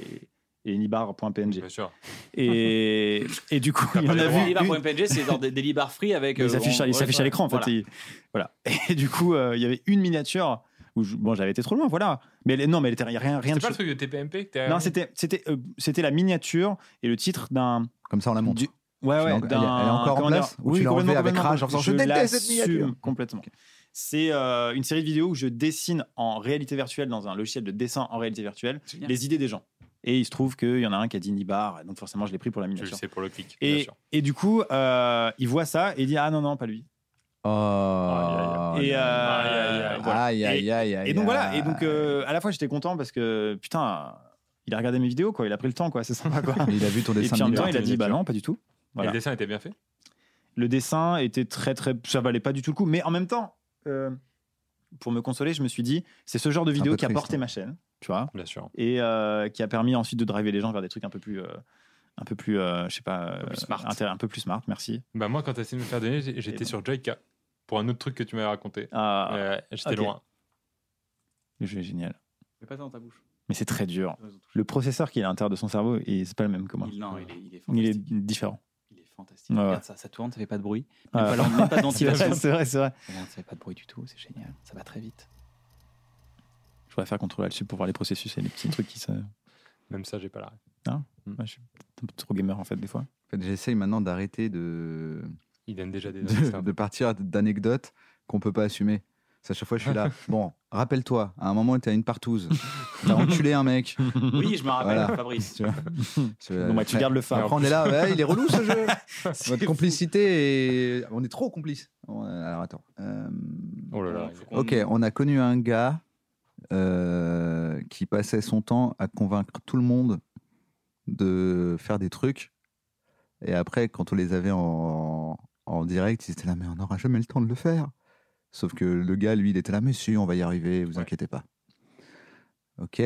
Speaker 5: et les libars.png.
Speaker 2: Bien sûr.
Speaker 5: Et, et du coup, il y
Speaker 2: pas
Speaker 5: en
Speaker 2: le
Speaker 5: a
Speaker 2: droit.
Speaker 5: vu. une-
Speaker 4: Delibar.png, c'est dans des Delibar free avec.
Speaker 5: mais
Speaker 4: euh,
Speaker 5: ils s'affichent
Speaker 4: on-
Speaker 5: ils
Speaker 4: ouais,
Speaker 5: s'affichent à l'écran, en fait.
Speaker 4: voilà.
Speaker 5: Ils- Voilà. Et du coup, euh, il y avait une miniature où, je- bon, j'avais été trop loin, voilà. Mais elle- non, mais elle était rien, rien
Speaker 2: C'est
Speaker 5: de.
Speaker 2: pas le
Speaker 5: cho-
Speaker 2: truc de TPMP que t'as.
Speaker 5: Non, c'était, c'était, euh, c'était la miniature et le titre d'un.
Speaker 3: Comme ça on la monte.
Speaker 5: Du- Ouais,
Speaker 3: Tu l'as
Speaker 5: ouais.
Speaker 3: encore- elle est-
Speaker 5: d'un-
Speaker 3: elle est encore en
Speaker 5: comment
Speaker 3: place
Speaker 5: dire
Speaker 3: ou tu l'as
Speaker 5: complètement,
Speaker 3: enlevée avec
Speaker 5: complètement,
Speaker 3: rage, en faisant, je déteste cette
Speaker 5: l'assume
Speaker 3: miniature.
Speaker 5: Complètement. C'est euh, une série de vidéos où je dessine en réalité virtuelle dans un logiciel de dessin en réalité virtuelle
Speaker 1: Génial.
Speaker 5: les idées des gens. Et il se trouve qu'il y en a un qui a dit Nibar, donc forcément je l'ai pris pour la
Speaker 2: Tu le
Speaker 5: miniature.
Speaker 2: sais pour le clic. bien
Speaker 5: Et,
Speaker 2: sûr.
Speaker 5: et du coup, euh, il voit ça et il dit Ah non, non, pas lui.
Speaker 3: Oh.
Speaker 5: et,
Speaker 2: Aïe,
Speaker 5: euh,
Speaker 2: aïe, aïe.
Speaker 5: voilà.
Speaker 3: Aïe, aïe, aïe, aïe,
Speaker 5: Et donc voilà,
Speaker 3: aïe.
Speaker 5: et donc euh, à la fois j'étais content parce que putain, il a regardé mes vidéos, quoi, il a pris le temps, quoi, c'est sympa, quoi.
Speaker 3: Mais il a vu ton
Speaker 5: et
Speaker 3: dessin
Speaker 5: puis en même
Speaker 3: animé.
Speaker 5: temps, il a dit
Speaker 2: miniature.
Speaker 5: Bah non, pas du tout.
Speaker 2: Et
Speaker 5: Voilà.
Speaker 2: le dessin était bien fait.
Speaker 5: le dessin était très très ça valait pas du tout le coup mais en même temps euh, pour me consoler je me suis dit c'est ce genre de
Speaker 3: C'est un
Speaker 5: vidéo
Speaker 3: peu
Speaker 5: qui a
Speaker 3: triste,
Speaker 5: porté
Speaker 3: hein.
Speaker 5: ma chaîne tu vois
Speaker 2: Bien sûr.
Speaker 5: et euh, qui a permis ensuite de driver les gens vers des trucs un peu plus euh, un peu plus euh, je sais pas
Speaker 2: peu plus
Speaker 5: euh,
Speaker 2: smart.
Speaker 5: intér- un peu plus smart merci
Speaker 2: Bah moi, quand t'as essayé de me faire donner, j'ai-
Speaker 5: Et
Speaker 2: j'étais
Speaker 5: ben.
Speaker 2: sur Joyka pour un autre truc que tu m'avais raconté.
Speaker 5: Ah,
Speaker 2: Euh, J'étais
Speaker 5: ok.
Speaker 2: loin.
Speaker 5: le jeu est génial
Speaker 4: Mets pas ça dans ta bouche.
Speaker 5: mais c'est très dur le processeur qu'il a à l'intérieur de son cerveau et c'est pas le même que moi
Speaker 4: Il, non, il est, il est
Speaker 5: il est
Speaker 4: fantastique.
Speaker 5: différent
Speaker 4: Il est fantastique.
Speaker 5: Ouais,
Speaker 4: Regarde ça, ça tourne, ça fait pas de bruit. Même
Speaker 5: Ouais.
Speaker 4: pas, l'en- même pas de
Speaker 5: c'est vrai
Speaker 4: ventilation.
Speaker 5: c'est vrai, c'est vrai.
Speaker 4: Regarde, ça fait pas de bruit du tout, c'est génial. Ça va très vite.
Speaker 5: je pourrais faire contrôle là-dessus pour voir les processus et les petits trucs qui se Moi,
Speaker 2: Même ça, j'ai pas la ref.
Speaker 5: je suis un peu trop gamer en fait des fois
Speaker 3: En fait, J'essaye maintenant d'arrêter de...
Speaker 2: Il donne déjà des indices,
Speaker 3: de,
Speaker 2: hein.
Speaker 3: de partir d'anecdotes qu'on peut pas assumer. À chaque fois, je suis là. Bon, rappelle-toi, à un moment, t'as une partouze. T'as enculé un mec.
Speaker 4: Oui, je me rappelle,
Speaker 3: Voilà.
Speaker 4: Fabrice.
Speaker 3: Tu vois. Tu vois,
Speaker 5: Bon, bah, tu
Speaker 3: après-
Speaker 5: gardes le
Speaker 3: Après,
Speaker 5: phare
Speaker 3: on est là, ouais, il est relou ce jeu. Votre complicité, est- on est trop complices. On- Alors attends. Euh,
Speaker 2: Oh là là.
Speaker 4: Faut qu'on-
Speaker 3: Ok, on a connu un gars euh, qui passait son temps à convaincre tout le monde de faire des trucs. Et après, quand on les avait en, en direct, ils étaient là, mais on n'aura jamais le temps de le faire. Sauf que le gars, lui, il était là, mais si, on va y arriver, vous
Speaker 2: Ouais.
Speaker 3: inquiétez pas. Ok,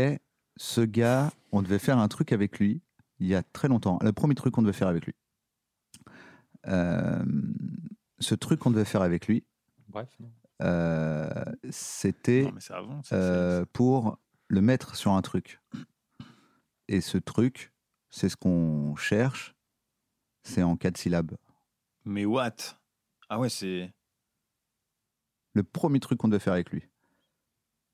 Speaker 3: ce gars, on devait faire un truc avec lui il y a très longtemps. Le premier truc qu'on devait faire avec lui. Euh, ce truc qu'on devait faire avec lui,
Speaker 2: Bref. non.
Speaker 3: euh, c'était
Speaker 5: non mais c'est avant c'est- c'est-
Speaker 3: euh, pour le mettre sur un truc. Et ce truc, c'est ce qu'on cherche, c'est en quatre syllabes.
Speaker 5: Mais what Ah ouais, c'est.
Speaker 3: Le premier truc qu'on devait faire avec lui.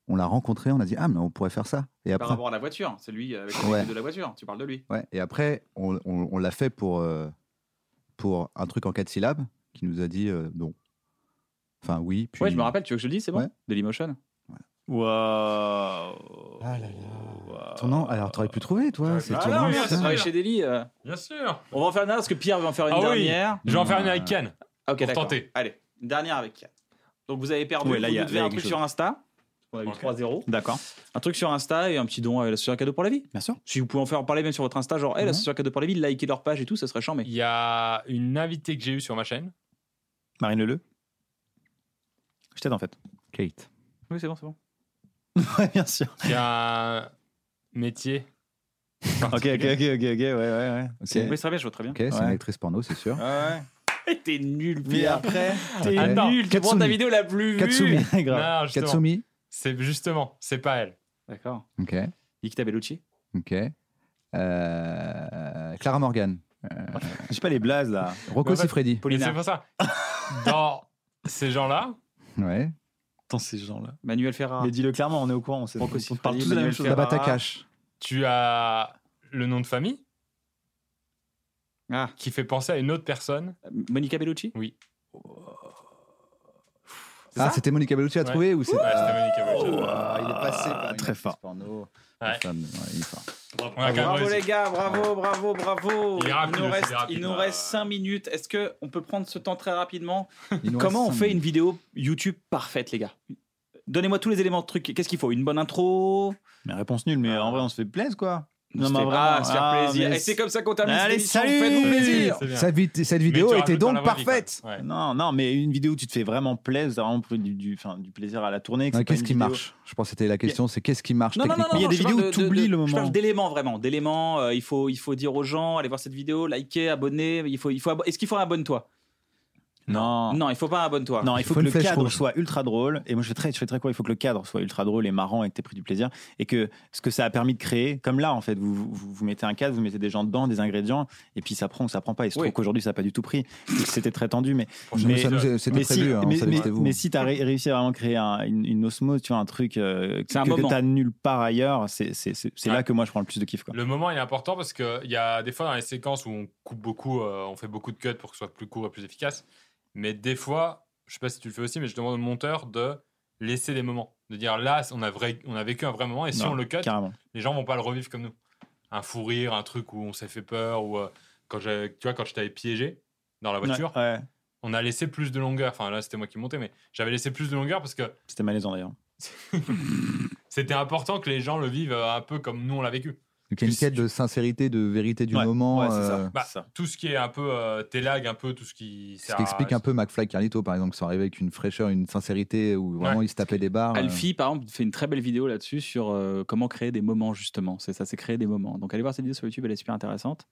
Speaker 3: On l'a rencontré, on a dit ah mais on pourrait faire ça. Et
Speaker 4: Par
Speaker 3: après,
Speaker 4: rapport à la voiture, c'est lui avec le
Speaker 3: Ouais.
Speaker 4: véhicule de la voiture, tu parles de lui.
Speaker 3: ouais, et après on, on- on l'a fait pour euh, pour un truc en quatre syllabes qui nous a dit euh, non. Enfin oui. Puis...
Speaker 4: Ouais, je me rappelle, tu veux que je le dise, c'est bon
Speaker 3: Ouais.
Speaker 4: Dailymotion.
Speaker 5: Waouh
Speaker 3: Ah là là. Ton nom- alors t'aurais pu trouver toi. C'est
Speaker 2: Ah
Speaker 3: ton
Speaker 2: non,
Speaker 3: nom,
Speaker 2: mais
Speaker 3: ça.
Speaker 4: ça
Speaker 2: c'est
Speaker 4: travaille
Speaker 2: bien.
Speaker 4: chez Deli. euh.
Speaker 2: Bien sûr.
Speaker 4: On va en faire une dernière parce que Pierre va en faire une
Speaker 2: Ah oui.
Speaker 4: dernière.
Speaker 2: Je vais en faire une
Speaker 3: Ouais.
Speaker 2: avec Can.
Speaker 4: Ah, ok,
Speaker 2: Pour
Speaker 4: d'accord.
Speaker 2: tenter.
Speaker 4: Allez, une dernière avec Kian. Donc vous avez perdu,
Speaker 5: Ouais, là,
Speaker 4: vous
Speaker 5: y a-
Speaker 4: nous devez
Speaker 5: là, y a
Speaker 4: un truc
Speaker 5: quelque
Speaker 4: sur Insta. On a eu
Speaker 2: Ok.
Speaker 4: 3-0.
Speaker 5: D'accord,
Speaker 4: Un truc sur Insta et un petit don à l'association Cadeau pour la vie.
Speaker 5: bien sûr.
Speaker 4: Si vous pouvez en faire parler même sur votre Insta, genre, hey,
Speaker 5: Mhm.
Speaker 4: l'association Cadeau pour la vie, likez leur page et tout, ça serait charmé.
Speaker 2: Il y a une invitée que j'ai eue sur ma chaîne.
Speaker 5: Marine Leleu Je t'aide en fait.
Speaker 3: Kate.
Speaker 4: Oui, c'est bon, c'est bon.
Speaker 5: ouais, bien sûr.
Speaker 2: qui a un métier.
Speaker 5: Ok, ok, ok, ok, ok, ouais, ouais, ouais.
Speaker 3: Ok.
Speaker 4: Oui, ça va bien, je vois très bien.
Speaker 3: Ok, c'est
Speaker 5: Ouais.
Speaker 3: une actrice porno, c'est sûr.
Speaker 5: Ouais,
Speaker 4: T'es nul,
Speaker 5: Mais
Speaker 4: Pierre.
Speaker 5: après,
Speaker 4: T'es
Speaker 3: Attends,
Speaker 4: nul. Tu prends ta
Speaker 3: Katsumi.
Speaker 4: vidéo la plus vue.
Speaker 3: Katsumi.
Speaker 5: grave.
Speaker 2: Non, justement.
Speaker 3: Katsumi.
Speaker 2: C'est justement, c'est pas elle.
Speaker 4: D'accord.
Speaker 3: Ok.
Speaker 4: Nikita Bellucci.
Speaker 3: Ok. Euh, Clara Morgan. Euh,
Speaker 5: J'ai pas les blazes là.
Speaker 3: Rocco
Speaker 2: Mais en fait-
Speaker 3: Siffredi.
Speaker 2: Mais
Speaker 4: Paulina.
Speaker 2: C'est pas ça. Dans ces gens-là,
Speaker 3: Ouais.
Speaker 5: Tant ces gens-là.
Speaker 4: Manuel
Speaker 3: Ah.
Speaker 4: Ferrara.
Speaker 5: Mais dis-le clairement, on est au courant. On, sait,
Speaker 4: Franco
Speaker 5: on
Speaker 4: Siffredi,
Speaker 5: parle tous de la même
Speaker 4: Manuel
Speaker 5: chose.
Speaker 4: Ferrara.
Speaker 3: Tabata Cash.
Speaker 2: Tu as le nom de famille
Speaker 4: Ah.
Speaker 2: qui fait penser à une autre personne.
Speaker 5: Euh,
Speaker 4: Monica Bellucci
Speaker 3: Ah, c'était Monica Bellucci à
Speaker 2: Ouais.
Speaker 3: trouver ou c'est
Speaker 2: Ouais, c'était Monica Bellucci.
Speaker 3: Ah, il est passé par une
Speaker 5: Très fort.
Speaker 3: actrice porno.
Speaker 2: Ouais.
Speaker 3: Femme, ouais, il est fort.
Speaker 2: On a quand même
Speaker 4: Bravo
Speaker 2: réussi.
Speaker 4: les gars, bravo, bravo, bravo.
Speaker 2: Il est rapide,
Speaker 4: nous
Speaker 2: c'est
Speaker 4: reste,
Speaker 2: rapide,
Speaker 4: il nous
Speaker 2: là.
Speaker 4: reste 5 minutes. Est-ce que on peut prendre ce temps très rapidement
Speaker 3: Il nous
Speaker 4: Comment on
Speaker 3: reste
Speaker 4: fait
Speaker 3: cinq
Speaker 4: une vidéo YouTube parfaite, les gars Donnez-moi tous les éléments de truc. Qu'est-ce qu'il faut Une bonne intro
Speaker 5: Mais réponse nulle, mais en vrai, on se fait plaisir, quoi. Non,
Speaker 4: C'était-
Speaker 5: mais vraiment,
Speaker 4: ah, se faire
Speaker 5: ah,
Speaker 4: plaisir.
Speaker 5: mais
Speaker 4: Et c'est comme ça qu'on termine
Speaker 5: Allez,
Speaker 4: cette émission.
Speaker 5: salut
Speaker 4: Faites-vous plaisir.
Speaker 2: C'est bien.
Speaker 3: Cette, vit- cette
Speaker 2: Mais
Speaker 3: vidéo
Speaker 2: tu
Speaker 3: était
Speaker 2: rajoutes dans la
Speaker 3: donc
Speaker 2: vraie vie, quoi.
Speaker 3: parfaite.
Speaker 2: Ouais.
Speaker 5: Non, non, mais une vidéo où tu te fais vraiment plaisir, t'as vraiment pris du, du, enfin, du plaisir à la tournée. que
Speaker 3: Ah,
Speaker 5: c'est pas
Speaker 3: Qu'est-ce
Speaker 5: une
Speaker 3: qui
Speaker 5: vidéo-
Speaker 3: marche Je pense que c'était la question, c'est qu'est-ce qui marche hein,
Speaker 4: Non, non, non,
Speaker 3: techniquement
Speaker 4: non,
Speaker 5: Il y a des
Speaker 4: je parle
Speaker 5: vidéos
Speaker 4: de-
Speaker 5: où
Speaker 4: de-
Speaker 5: t'oublies
Speaker 4: de-
Speaker 5: le
Speaker 4: Je
Speaker 5: moment.
Speaker 4: parle d'éléments vraiment, d'éléments. euh, il, faut, il faut dire aux gens, allez voir cette vidéo, liker, abonner. Il faut, il faut abo- Est-ce qu'il faut un abonne-toi
Speaker 5: Non.
Speaker 4: Non, il faut pas un abonne-toi.
Speaker 5: Non, il faut,
Speaker 3: faut
Speaker 5: que
Speaker 3: une
Speaker 5: le
Speaker 3: flèche
Speaker 5: cadre
Speaker 3: rouge.
Speaker 5: soit ultra drôle. Et moi, je fais très, je fais très quoi Il faut que le cadre soit ultra drôle et marrant et que tu pris du plaisir. Et que ce que ça a permis de créer, comme là, en fait, vous, vous, vous mettez un cadre, vous mettez des gens dedans, des ingrédients, et puis ça prend ou ça prend pas. Il se
Speaker 4: Oui.
Speaker 5: trouve qu'aujourd'hui, ça n'a pas du tout pris. C'était très tendu, mais.
Speaker 2: Prochain
Speaker 5: mais-
Speaker 3: Ça nous est- C'était
Speaker 5: mais si,
Speaker 3: prévu, hein,
Speaker 5: mais,
Speaker 3: ça
Speaker 5: mais-
Speaker 3: c'était vous.
Speaker 5: mais si t'as ré- réussi à vraiment créer un- une, une osmose, tu vois, un truc euh,
Speaker 4: C'est un
Speaker 5: que,
Speaker 4: moment.
Speaker 5: tu t'as nulle part ailleurs, c'est c'est- c'est- c'est
Speaker 2: Ouais.
Speaker 5: là que moi je prends le plus de kiff. Quoi.
Speaker 2: Le moment est important parce qu'il y a des fois dans les séquences où on coupe beaucoup, euh, on fait beaucoup de cuts pour que ce soit plus court et plus efficace. Mais des fois, je sais pas si tu le fais aussi, mais je demande au monteur de laisser des moments. De dire là, on a, vrai, on a vécu un vrai moment et si
Speaker 5: Non,
Speaker 2: on le cut,
Speaker 5: Carrément.
Speaker 2: les gens vont pas le revivre comme nous. Un fou rire, un truc où on s'est fait peur, ou euh, quand j'ai- tu vois, quand je t'avais piégé dans la voiture,
Speaker 5: Ouais, ouais.
Speaker 2: on a laissé plus de longueur. Enfin là, c'était moi qui montais, mais j'avais laissé plus de longueur parce que
Speaker 5: C'était malaisant d'ailleurs.
Speaker 2: c'était important que les gens le vivent euh, un peu comme nous on l'a vécu.
Speaker 3: Donc il y a une quête de sincérité, de vérité du
Speaker 5: Ouais,
Speaker 3: moment.
Speaker 5: ouais, c'est ça.
Speaker 3: euh,
Speaker 2: Bah,
Speaker 5: C'est ça.
Speaker 2: Tout ce qui est un peu euh, télag, un peu tout ce qui.
Speaker 3: Ce
Speaker 2: sert
Speaker 3: qui
Speaker 2: à-
Speaker 3: explique un peu McFly et Carlito, par exemple, qui sont arrivés avec une fraîcheur, une sincérité où vraiment ils se tapaient des barres. euh.
Speaker 4: Alfie, par exemple, fait une très belle vidéo là-dessus sur euh, comment créer des moments, justement. C'est ça, c'est créer des moments. Donc, allez voir cette vidéo sur YouTube, elle est super intéressante.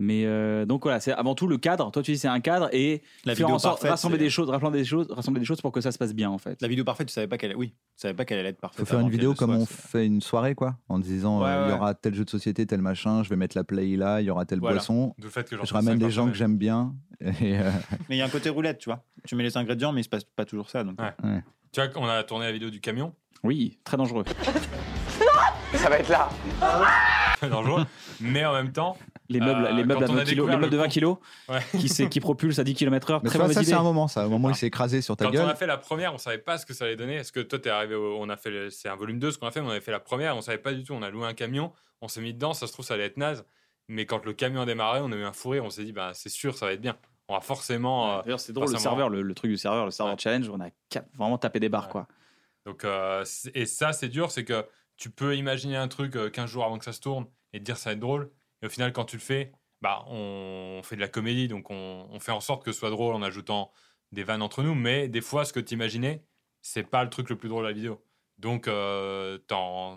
Speaker 4: Mais euh, donc voilà, c'est avant tout le cadre. Toi, tu dis c'est un cadre et
Speaker 5: La
Speaker 4: faire
Speaker 5: vidéo
Speaker 4: en sorte
Speaker 5: parfaite,
Speaker 4: rassembler
Speaker 5: c'est-
Speaker 4: des choses, rassembler des choses, rassembler des choses pour que ça se passe bien en fait.
Speaker 5: La vidéo parfaite, tu savais pas qu'elle oui, tu savais pas qu'elle allait être parfaite.
Speaker 3: faut faire une
Speaker 5: avant qu'elle
Speaker 3: vidéo
Speaker 5: le
Speaker 3: comme
Speaker 5: soit,
Speaker 3: on
Speaker 5: c'est-
Speaker 3: fait une soirée, quoi, en disant euh,
Speaker 5: Ouais,
Speaker 3: il y
Speaker 5: ouais.
Speaker 3: aura tel jeu de société, tel machin, je vais mettre la play là, il y aura telle
Speaker 5: Voilà.
Speaker 3: boisson,
Speaker 2: D'où le fait que j'en
Speaker 3: je
Speaker 2: fais
Speaker 3: ramène
Speaker 2: cinq
Speaker 3: des
Speaker 2: par
Speaker 3: gens que
Speaker 2: semaine.
Speaker 3: j'aime bien. Et, euh,
Speaker 5: Mais il y a un côté roulette, tu vois. Tu mets les ingrédients, mais il se passe pas toujours ça. Donc.
Speaker 2: Ouais. Tu vois, on a tourné la vidéo du camion.
Speaker 4: Oui, très dangereux.
Speaker 2: très dangereux. mais en même temps,
Speaker 4: Les meubles,
Speaker 2: Euh,
Speaker 4: les meubles, à
Speaker 2: quand on
Speaker 4: 20
Speaker 2: a
Speaker 4: kilos, les
Speaker 2: découvert
Speaker 4: meubles de
Speaker 2: le
Speaker 4: 20 kilos
Speaker 2: Ouais.
Speaker 4: qui, s'est- qui propulsent à 10 km heure.
Speaker 3: Mais tu
Speaker 4: Très
Speaker 3: vois,
Speaker 4: mauvaise
Speaker 3: ça, c'est
Speaker 4: idée.
Speaker 3: un moment, ça. Au moment où il
Speaker 5: Ah.
Speaker 3: s'est écrasé sur ta
Speaker 2: quand
Speaker 3: gueule.
Speaker 2: on a fait la première, on savait pas ce que ça allait donner. Est-ce que toi, t'es arrivé au- On a fait. le- C'est un volume 2 ce qu'on a fait, mais on avait fait la première, on savait pas du tout. On a loué un camion, on s'est mis dedans, ça se trouve, ça allait être naze. Mais quand le camion a démarré, on a eu un fou rire, on s'est dit, bah, c'est sûr, ça va être bien. On va forcément. euh,
Speaker 4: D'ailleurs, c'est drôle, le
Speaker 2: forcément.
Speaker 4: serveur, le, le truc du serveur, le serveur
Speaker 2: Ouais.
Speaker 4: challenge, on a cap- vraiment tapé des barres
Speaker 2: Ouais.
Speaker 4: quoi.
Speaker 2: Donc, euh, c'est- et ça, c'est dur, c'est que tu peux imaginer un truc euh, 15 jours avant que ça se tourne et te dire ça va être drôle. Et au final, quand tu le fais, bah, on fait de la comédie, donc on, on fait en sorte que ce soit drôle en ajoutant des vannes entre nous. Mais des fois, ce que tu imaginais, c'est pas le truc le plus drôle de la vidéo. Donc, euh, t'en-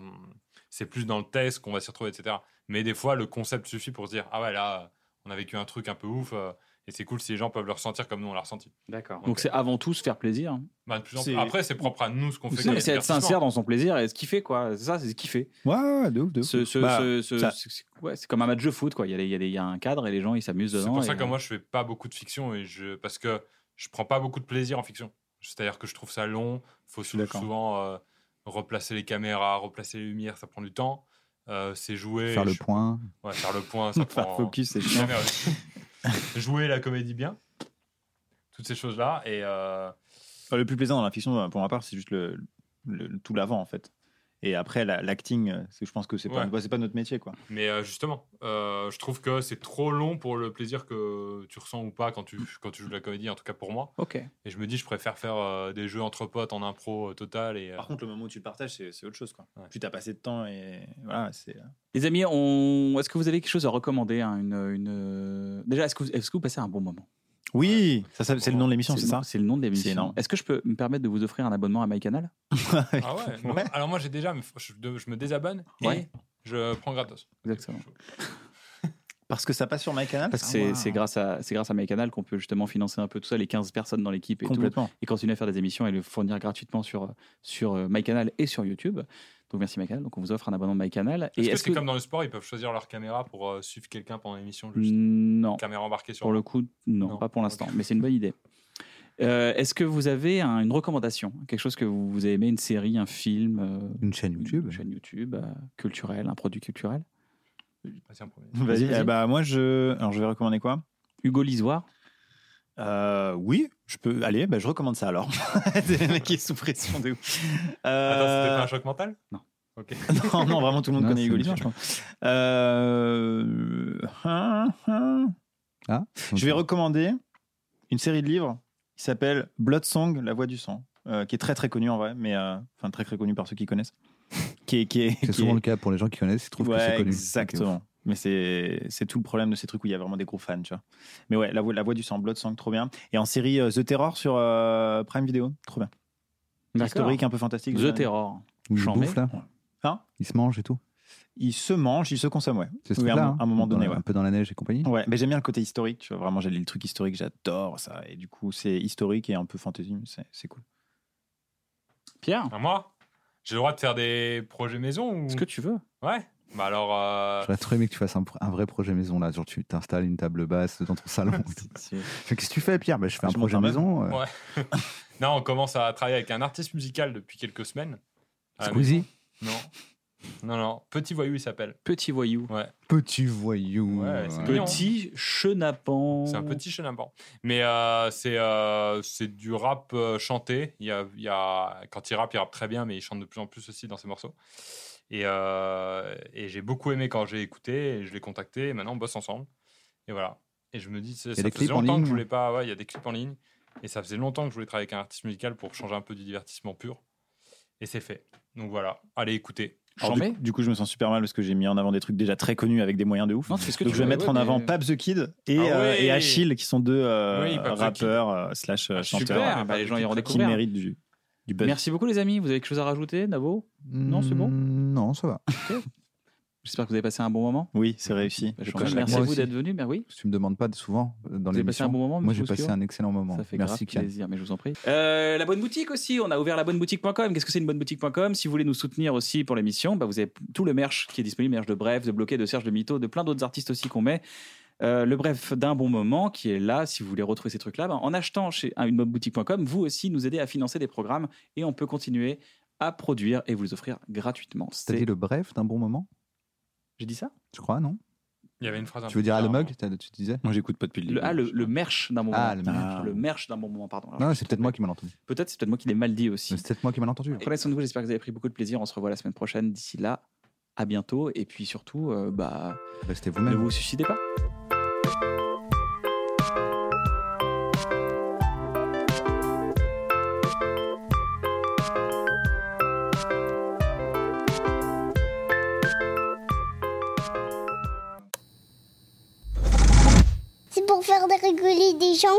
Speaker 2: c'est plus dans le test qu'on va s'y retrouver, etc. Mais des fois, le concept suffit pour se dire Ah ouais, là, on a vécu un truc un peu ouf, euh, et c'est cool si les gens peuvent le ressentir comme nous, on l'a ressenti.
Speaker 4: D'accord. Donc
Speaker 2: Ok.
Speaker 4: c'est avant tout se faire plaisir.
Speaker 2: Bah, de plus en
Speaker 5: C'est-
Speaker 2: plus- Après, c'est propre à nous ce qu'on fait. comme
Speaker 4: C'est c'est être
Speaker 2: divertissement.
Speaker 4: sincère dans son plaisir et ce qu'il fait quoi. C'est ça, c'est ce qu'il fait.
Speaker 5: Ouais, ouais, de ouf, de ouf.
Speaker 4: Ce- ce-
Speaker 5: Bah,
Speaker 4: ce- ce-
Speaker 5: ça-
Speaker 4: c'est- c'est- ouais, c'est comme un match de foot, quoi. Il y, a les- il y a les- il y a un cadre et les gens ils s'amusent
Speaker 2: C'est
Speaker 4: dedans.
Speaker 2: pour ça
Speaker 4: et-
Speaker 2: que moi, je fais pas beaucoup de fiction et je parce que je prends pas beaucoup de plaisir en fiction. C'est-à-dire que je trouve ça long. Faut sou-
Speaker 5: D'accord.
Speaker 2: souvent euh, replacer les caméras, replacer les lumières, ça prend du temps. Euh, c'est jouer,
Speaker 3: Faire le
Speaker 2: je-
Speaker 3: point.
Speaker 2: ouais, faire le point, ça
Speaker 5: Faire
Speaker 2: prend.
Speaker 5: focus, c'est chiant.
Speaker 2: Jamais réussi. jouer la comédie bien, toutes ces choses là et euh,
Speaker 5: Enfin, le plus plaisant dans la fiction, pour ma part, c'est juste le, le- le- tout l'avant, en fait. Et après, la- l'acting, euh, c'est- je pense que c'est pas,
Speaker 2: Ouais.
Speaker 5: bah, c'est pas notre métier, quoi.
Speaker 2: mais euh, justement, euh, je trouve que c'est trop long pour le plaisir que tu ressens ou pas quand tu quand tu joues de la comédie. En tout cas pour moi.
Speaker 4: euh, Ok.
Speaker 2: Et je me dis, je préfère faire euh, des jeux entre potes en impro euh, total et. euh,
Speaker 5: Par contre, le moment où tu le partages, c'est c'est autre chose, quoi.
Speaker 2: Ouais.
Speaker 5: Tu t'as passé de temps et voilà, c'est. euh,
Speaker 4: Les amis, on... est-ce que vous avez quelque chose à recommander hein, une, une... Déjà, est-ce que, vous... est-ce que vous passez un bon moment
Speaker 5: Oui, ça, ça- c'est le nom de l'émission,
Speaker 4: le
Speaker 5: c'est
Speaker 4: nom-
Speaker 5: ça
Speaker 4: C'est le nom de
Speaker 5: C'est
Speaker 4: l'émission.
Speaker 5: énorme.
Speaker 4: Est-ce que je peux me permettre de vous offrir un abonnement à MyCanal
Speaker 2: Ah ouais, non.
Speaker 5: Ouais.
Speaker 2: Alors moi j'ai déjà, mais f- je, de- je me désabonne
Speaker 4: Ouais.
Speaker 2: et je prends gratos.
Speaker 4: Exactement.
Speaker 5: Parce que ça passe sur MyCanal Ah,
Speaker 4: Parce que c'est, c'est grâce à, c'est grâce à MyCanal qu'on peut justement financer un peu tout ça, les 15 personnes dans l'équipe et tout,
Speaker 5: Complètement.
Speaker 4: et continuer à faire des émissions et le fournir gratuitement sur, sur euh, MyCanal et sur YouTube. Donc merci MyCanal. Donc on vous offre un abonnement MyCanal.
Speaker 2: Est-ce
Speaker 4: et
Speaker 2: que c'est comme dans le sport, ils peuvent choisir leur caméra pour euh, suivre quelqu'un pendant l'émission juste
Speaker 4: Non.
Speaker 2: Caméra embarquée sur
Speaker 4: Pour le coup, non,
Speaker 2: Non,
Speaker 4: pas pour l'instant,
Speaker 2: ok.
Speaker 4: mais c'est une bonne idée. Euh, Est-ce que vous avez un- une recommandation Quelque chose que vous, vous avez aimé Une série, un film euh,
Speaker 3: Une chaîne YouTube.
Speaker 4: Une chaîne YouTube, euh, culturelle, un produit culturel
Speaker 2: Vas-y, en Ah, premier.
Speaker 4: Vas-y,
Speaker 5: Vas-y,
Speaker 4: vas-y.
Speaker 5: eh bah, moi, je... Alors, je vais recommander quoi
Speaker 4: Hugo Lisoire
Speaker 5: Euh, oui, je peux. Allez, bah, je recommande ça alors. C'est le mec qui est sous pression de ouf. Euh,
Speaker 2: Attends, c'était pas un choc mental
Speaker 4: Non.
Speaker 2: Ok.
Speaker 5: non, non, vraiment, tout le monde
Speaker 3: Non,
Speaker 5: connaît
Speaker 3: c'est
Speaker 5: Hugo
Speaker 3: une
Speaker 5: Lisoire, je pense. Euh, hein, hein.
Speaker 3: Ah,
Speaker 5: Je vais recommander une série de livres qui s'appelle Blood Song, La Voix du Sang, euh, qui est très très connue en vrai, mais euh, enfin très très connue par ceux qui connaissent. Qui est, qui est-
Speaker 3: C'est
Speaker 5: qui
Speaker 3: souvent
Speaker 5: est-
Speaker 3: le cas pour les gens qui connaissent, ils trouvent
Speaker 5: Ouais,
Speaker 3: que c'est connu.
Speaker 5: Exactement. Mais c'est c'est tout le problème de ces trucs où il y a vraiment des gros fans, tu vois. Mais ouais, la voix, la voix du sang, Blood Sang, trop bien. Et en série euh, The Terror sur euh, Prime Video, trop bien. Historique, un peu fantastique. euh,
Speaker 4: The Terror.
Speaker 3: Où ils
Speaker 4: Chambé.
Speaker 3: bouffent là
Speaker 5: Hein
Speaker 3: Ils se mangent et tout.
Speaker 5: Il se mange, il se consomme, ouais.
Speaker 3: C'est ce
Speaker 5: Oui, à
Speaker 3: truc-là,
Speaker 5: un-
Speaker 3: hein,
Speaker 5: à un moment
Speaker 3: dans
Speaker 5: donné,
Speaker 3: la-
Speaker 5: ouais.
Speaker 3: Un peu dans la neige et compagnie.
Speaker 5: Ouais, mais j'aime bien le côté historique, tu vois. Vraiment, j'ai le truc historique, j'adore ça. Et du coup, c'est historique et un peu fantasy, mais c'est- c'est cool.
Speaker 4: Pierre,
Speaker 2: À Ah, moi J'ai le droit de faire des projets maison ou...
Speaker 4: ce que tu veux
Speaker 2: Ouais. Bah alors, euh,
Speaker 3: J'aurais trop aimé que tu fasses un, pr- un vrai projet maison là. Genre, tu t'installes une table basse dans ton salon. Mais Qu'est-ce que tu fais, Pierre Bah, Je fais un
Speaker 5: Ah, Je monte
Speaker 3: projet
Speaker 5: un meuble.
Speaker 3: maison. euh,
Speaker 2: Ouais. non, on commence à travailler avec un artiste musical depuis quelques semaines. À la
Speaker 3: Squeezie
Speaker 2: maison. Non. Non, non. Petit voyou, il s'appelle.
Speaker 4: Petit voyou.
Speaker 2: Ouais.
Speaker 3: Petit voyou. euh,
Speaker 2: Ouais, c'est mignon.
Speaker 4: Petit chenapan.
Speaker 3: Mmh.
Speaker 2: C'est un petit chenapan. Mais euh, c'est euh, c'est du rap euh, chanté. Il y a, il y a- quand il rappe, il rappe très bien, mais il chante de plus en plus aussi dans ses morceaux. Et, euh, et j'ai beaucoup aimé quand j'ai écouté, et je l'ai contacté, et maintenant on bosse ensemble. Et voilà. Et je me dis, c'est- ça faisait
Speaker 3: des clips en
Speaker 2: longtemps que
Speaker 3: ligne hein.
Speaker 2: je voulais pas. Ouais, il y a des clips en ligne. Et ça faisait longtemps que je voulais travailler avec un artiste musical pour changer un peu du divertissement pur. Et c'est fait. Donc voilà, allez écouter.
Speaker 5: Alors,
Speaker 4: Chambé
Speaker 5: du, du coup, je me sens super mal parce que j'ai mis en avant des trucs déjà très connus avec des moyens de ouf.
Speaker 4: Non, tu fais ce que
Speaker 5: Donc
Speaker 4: tu
Speaker 5: je vais
Speaker 4: veux,
Speaker 5: mettre
Speaker 4: ouais,
Speaker 5: en
Speaker 4: mais-
Speaker 5: avant Pab the Kid et,
Speaker 2: Ah
Speaker 5: euh,
Speaker 2: ouais.
Speaker 5: et Achille qui sont deux euh,
Speaker 2: Oui, Pab the
Speaker 5: rappeurs euh, slash euh,
Speaker 2: Ah,
Speaker 5: chanteurs
Speaker 4: Super, bah, les gens iront
Speaker 5: qui
Speaker 4: découvrir.
Speaker 5: méritent du, du buzz.
Speaker 4: Merci beaucoup les amis, vous avez quelque chose à rajouter, Navo hein. Non, c'est bon
Speaker 3: Mm, Non, ça va.
Speaker 4: J'espère que vous avez passé un bon moment.
Speaker 5: Oui, c'est réussi.
Speaker 4: Bah,
Speaker 5: Je
Speaker 4: Chambé,
Speaker 5: coche la
Speaker 4: merci
Speaker 3: moi
Speaker 4: beaucoup
Speaker 3: aussi.
Speaker 4: d'être venu, mais oui.
Speaker 3: Tu me demandes pas souvent euh, dans
Speaker 4: Vous
Speaker 3: les
Speaker 4: avez passé un bon moment,
Speaker 3: Moi,
Speaker 4: monsieur
Speaker 3: j'ai passé
Speaker 4: Oskio
Speaker 3: un excellent moment.
Speaker 4: Ça fait
Speaker 3: Merci,
Speaker 4: grave
Speaker 3: Kian.
Speaker 4: plaisir, mais je vous en prie. Euh, la bonne boutique aussi, on a ouvert la bonne boutique.com. Qu'est-ce que c'est une bonne boutique.com Si vous voulez nous soutenir aussi pour l'émission, bah vous avez tout le merch qui est disponible, merch de Bref, de Bloqué, de Serge de Mito, de plein d'autres artistes aussi qu'on met. Euh, le bref d'un bon moment qui est là, si vous voulez retrouver ces trucs-là, bah, en achetant chez une bonne boutique.com, vous aussi nous aidez à financer des programmes et on peut continuer à produire et vous les offrir gratuitement.
Speaker 3: T'as
Speaker 4: C'est-
Speaker 3: dit le bref d'un bon moment
Speaker 4: J'ai dit ça
Speaker 3: Je crois, non
Speaker 2: Il y avait une phrase un
Speaker 3: Tu
Speaker 2: peu
Speaker 3: veux dire à le
Speaker 2: bizarre,
Speaker 4: hein.
Speaker 3: mug t'as- Tu disais
Speaker 5: Moi, j'écoute pas depuis le
Speaker 4: le,
Speaker 5: début.
Speaker 4: ah, le, le merch d'un bon moment.
Speaker 3: Ah, le merch.
Speaker 4: Ah, le merch d'un bon moment, pardon. Alors,
Speaker 3: Non, c'est peut-être moi qui mal entendu.
Speaker 4: Peut-être c'est peut-être moi qui l'ai mal dit aussi.
Speaker 3: C'est peut-être moi qui mal entendu.
Speaker 4: Prenez soin de vous, j'espère que vous avez pris beaucoup de plaisir. On se revoit la semaine prochaine. D'ici là, à bientôt. Et puis surtout, euh, bah,
Speaker 3: Restez
Speaker 4: ne
Speaker 3: vous-même.
Speaker 4: vous suicidez pas.
Speaker 7: C'est pour faire de rigoler des gens.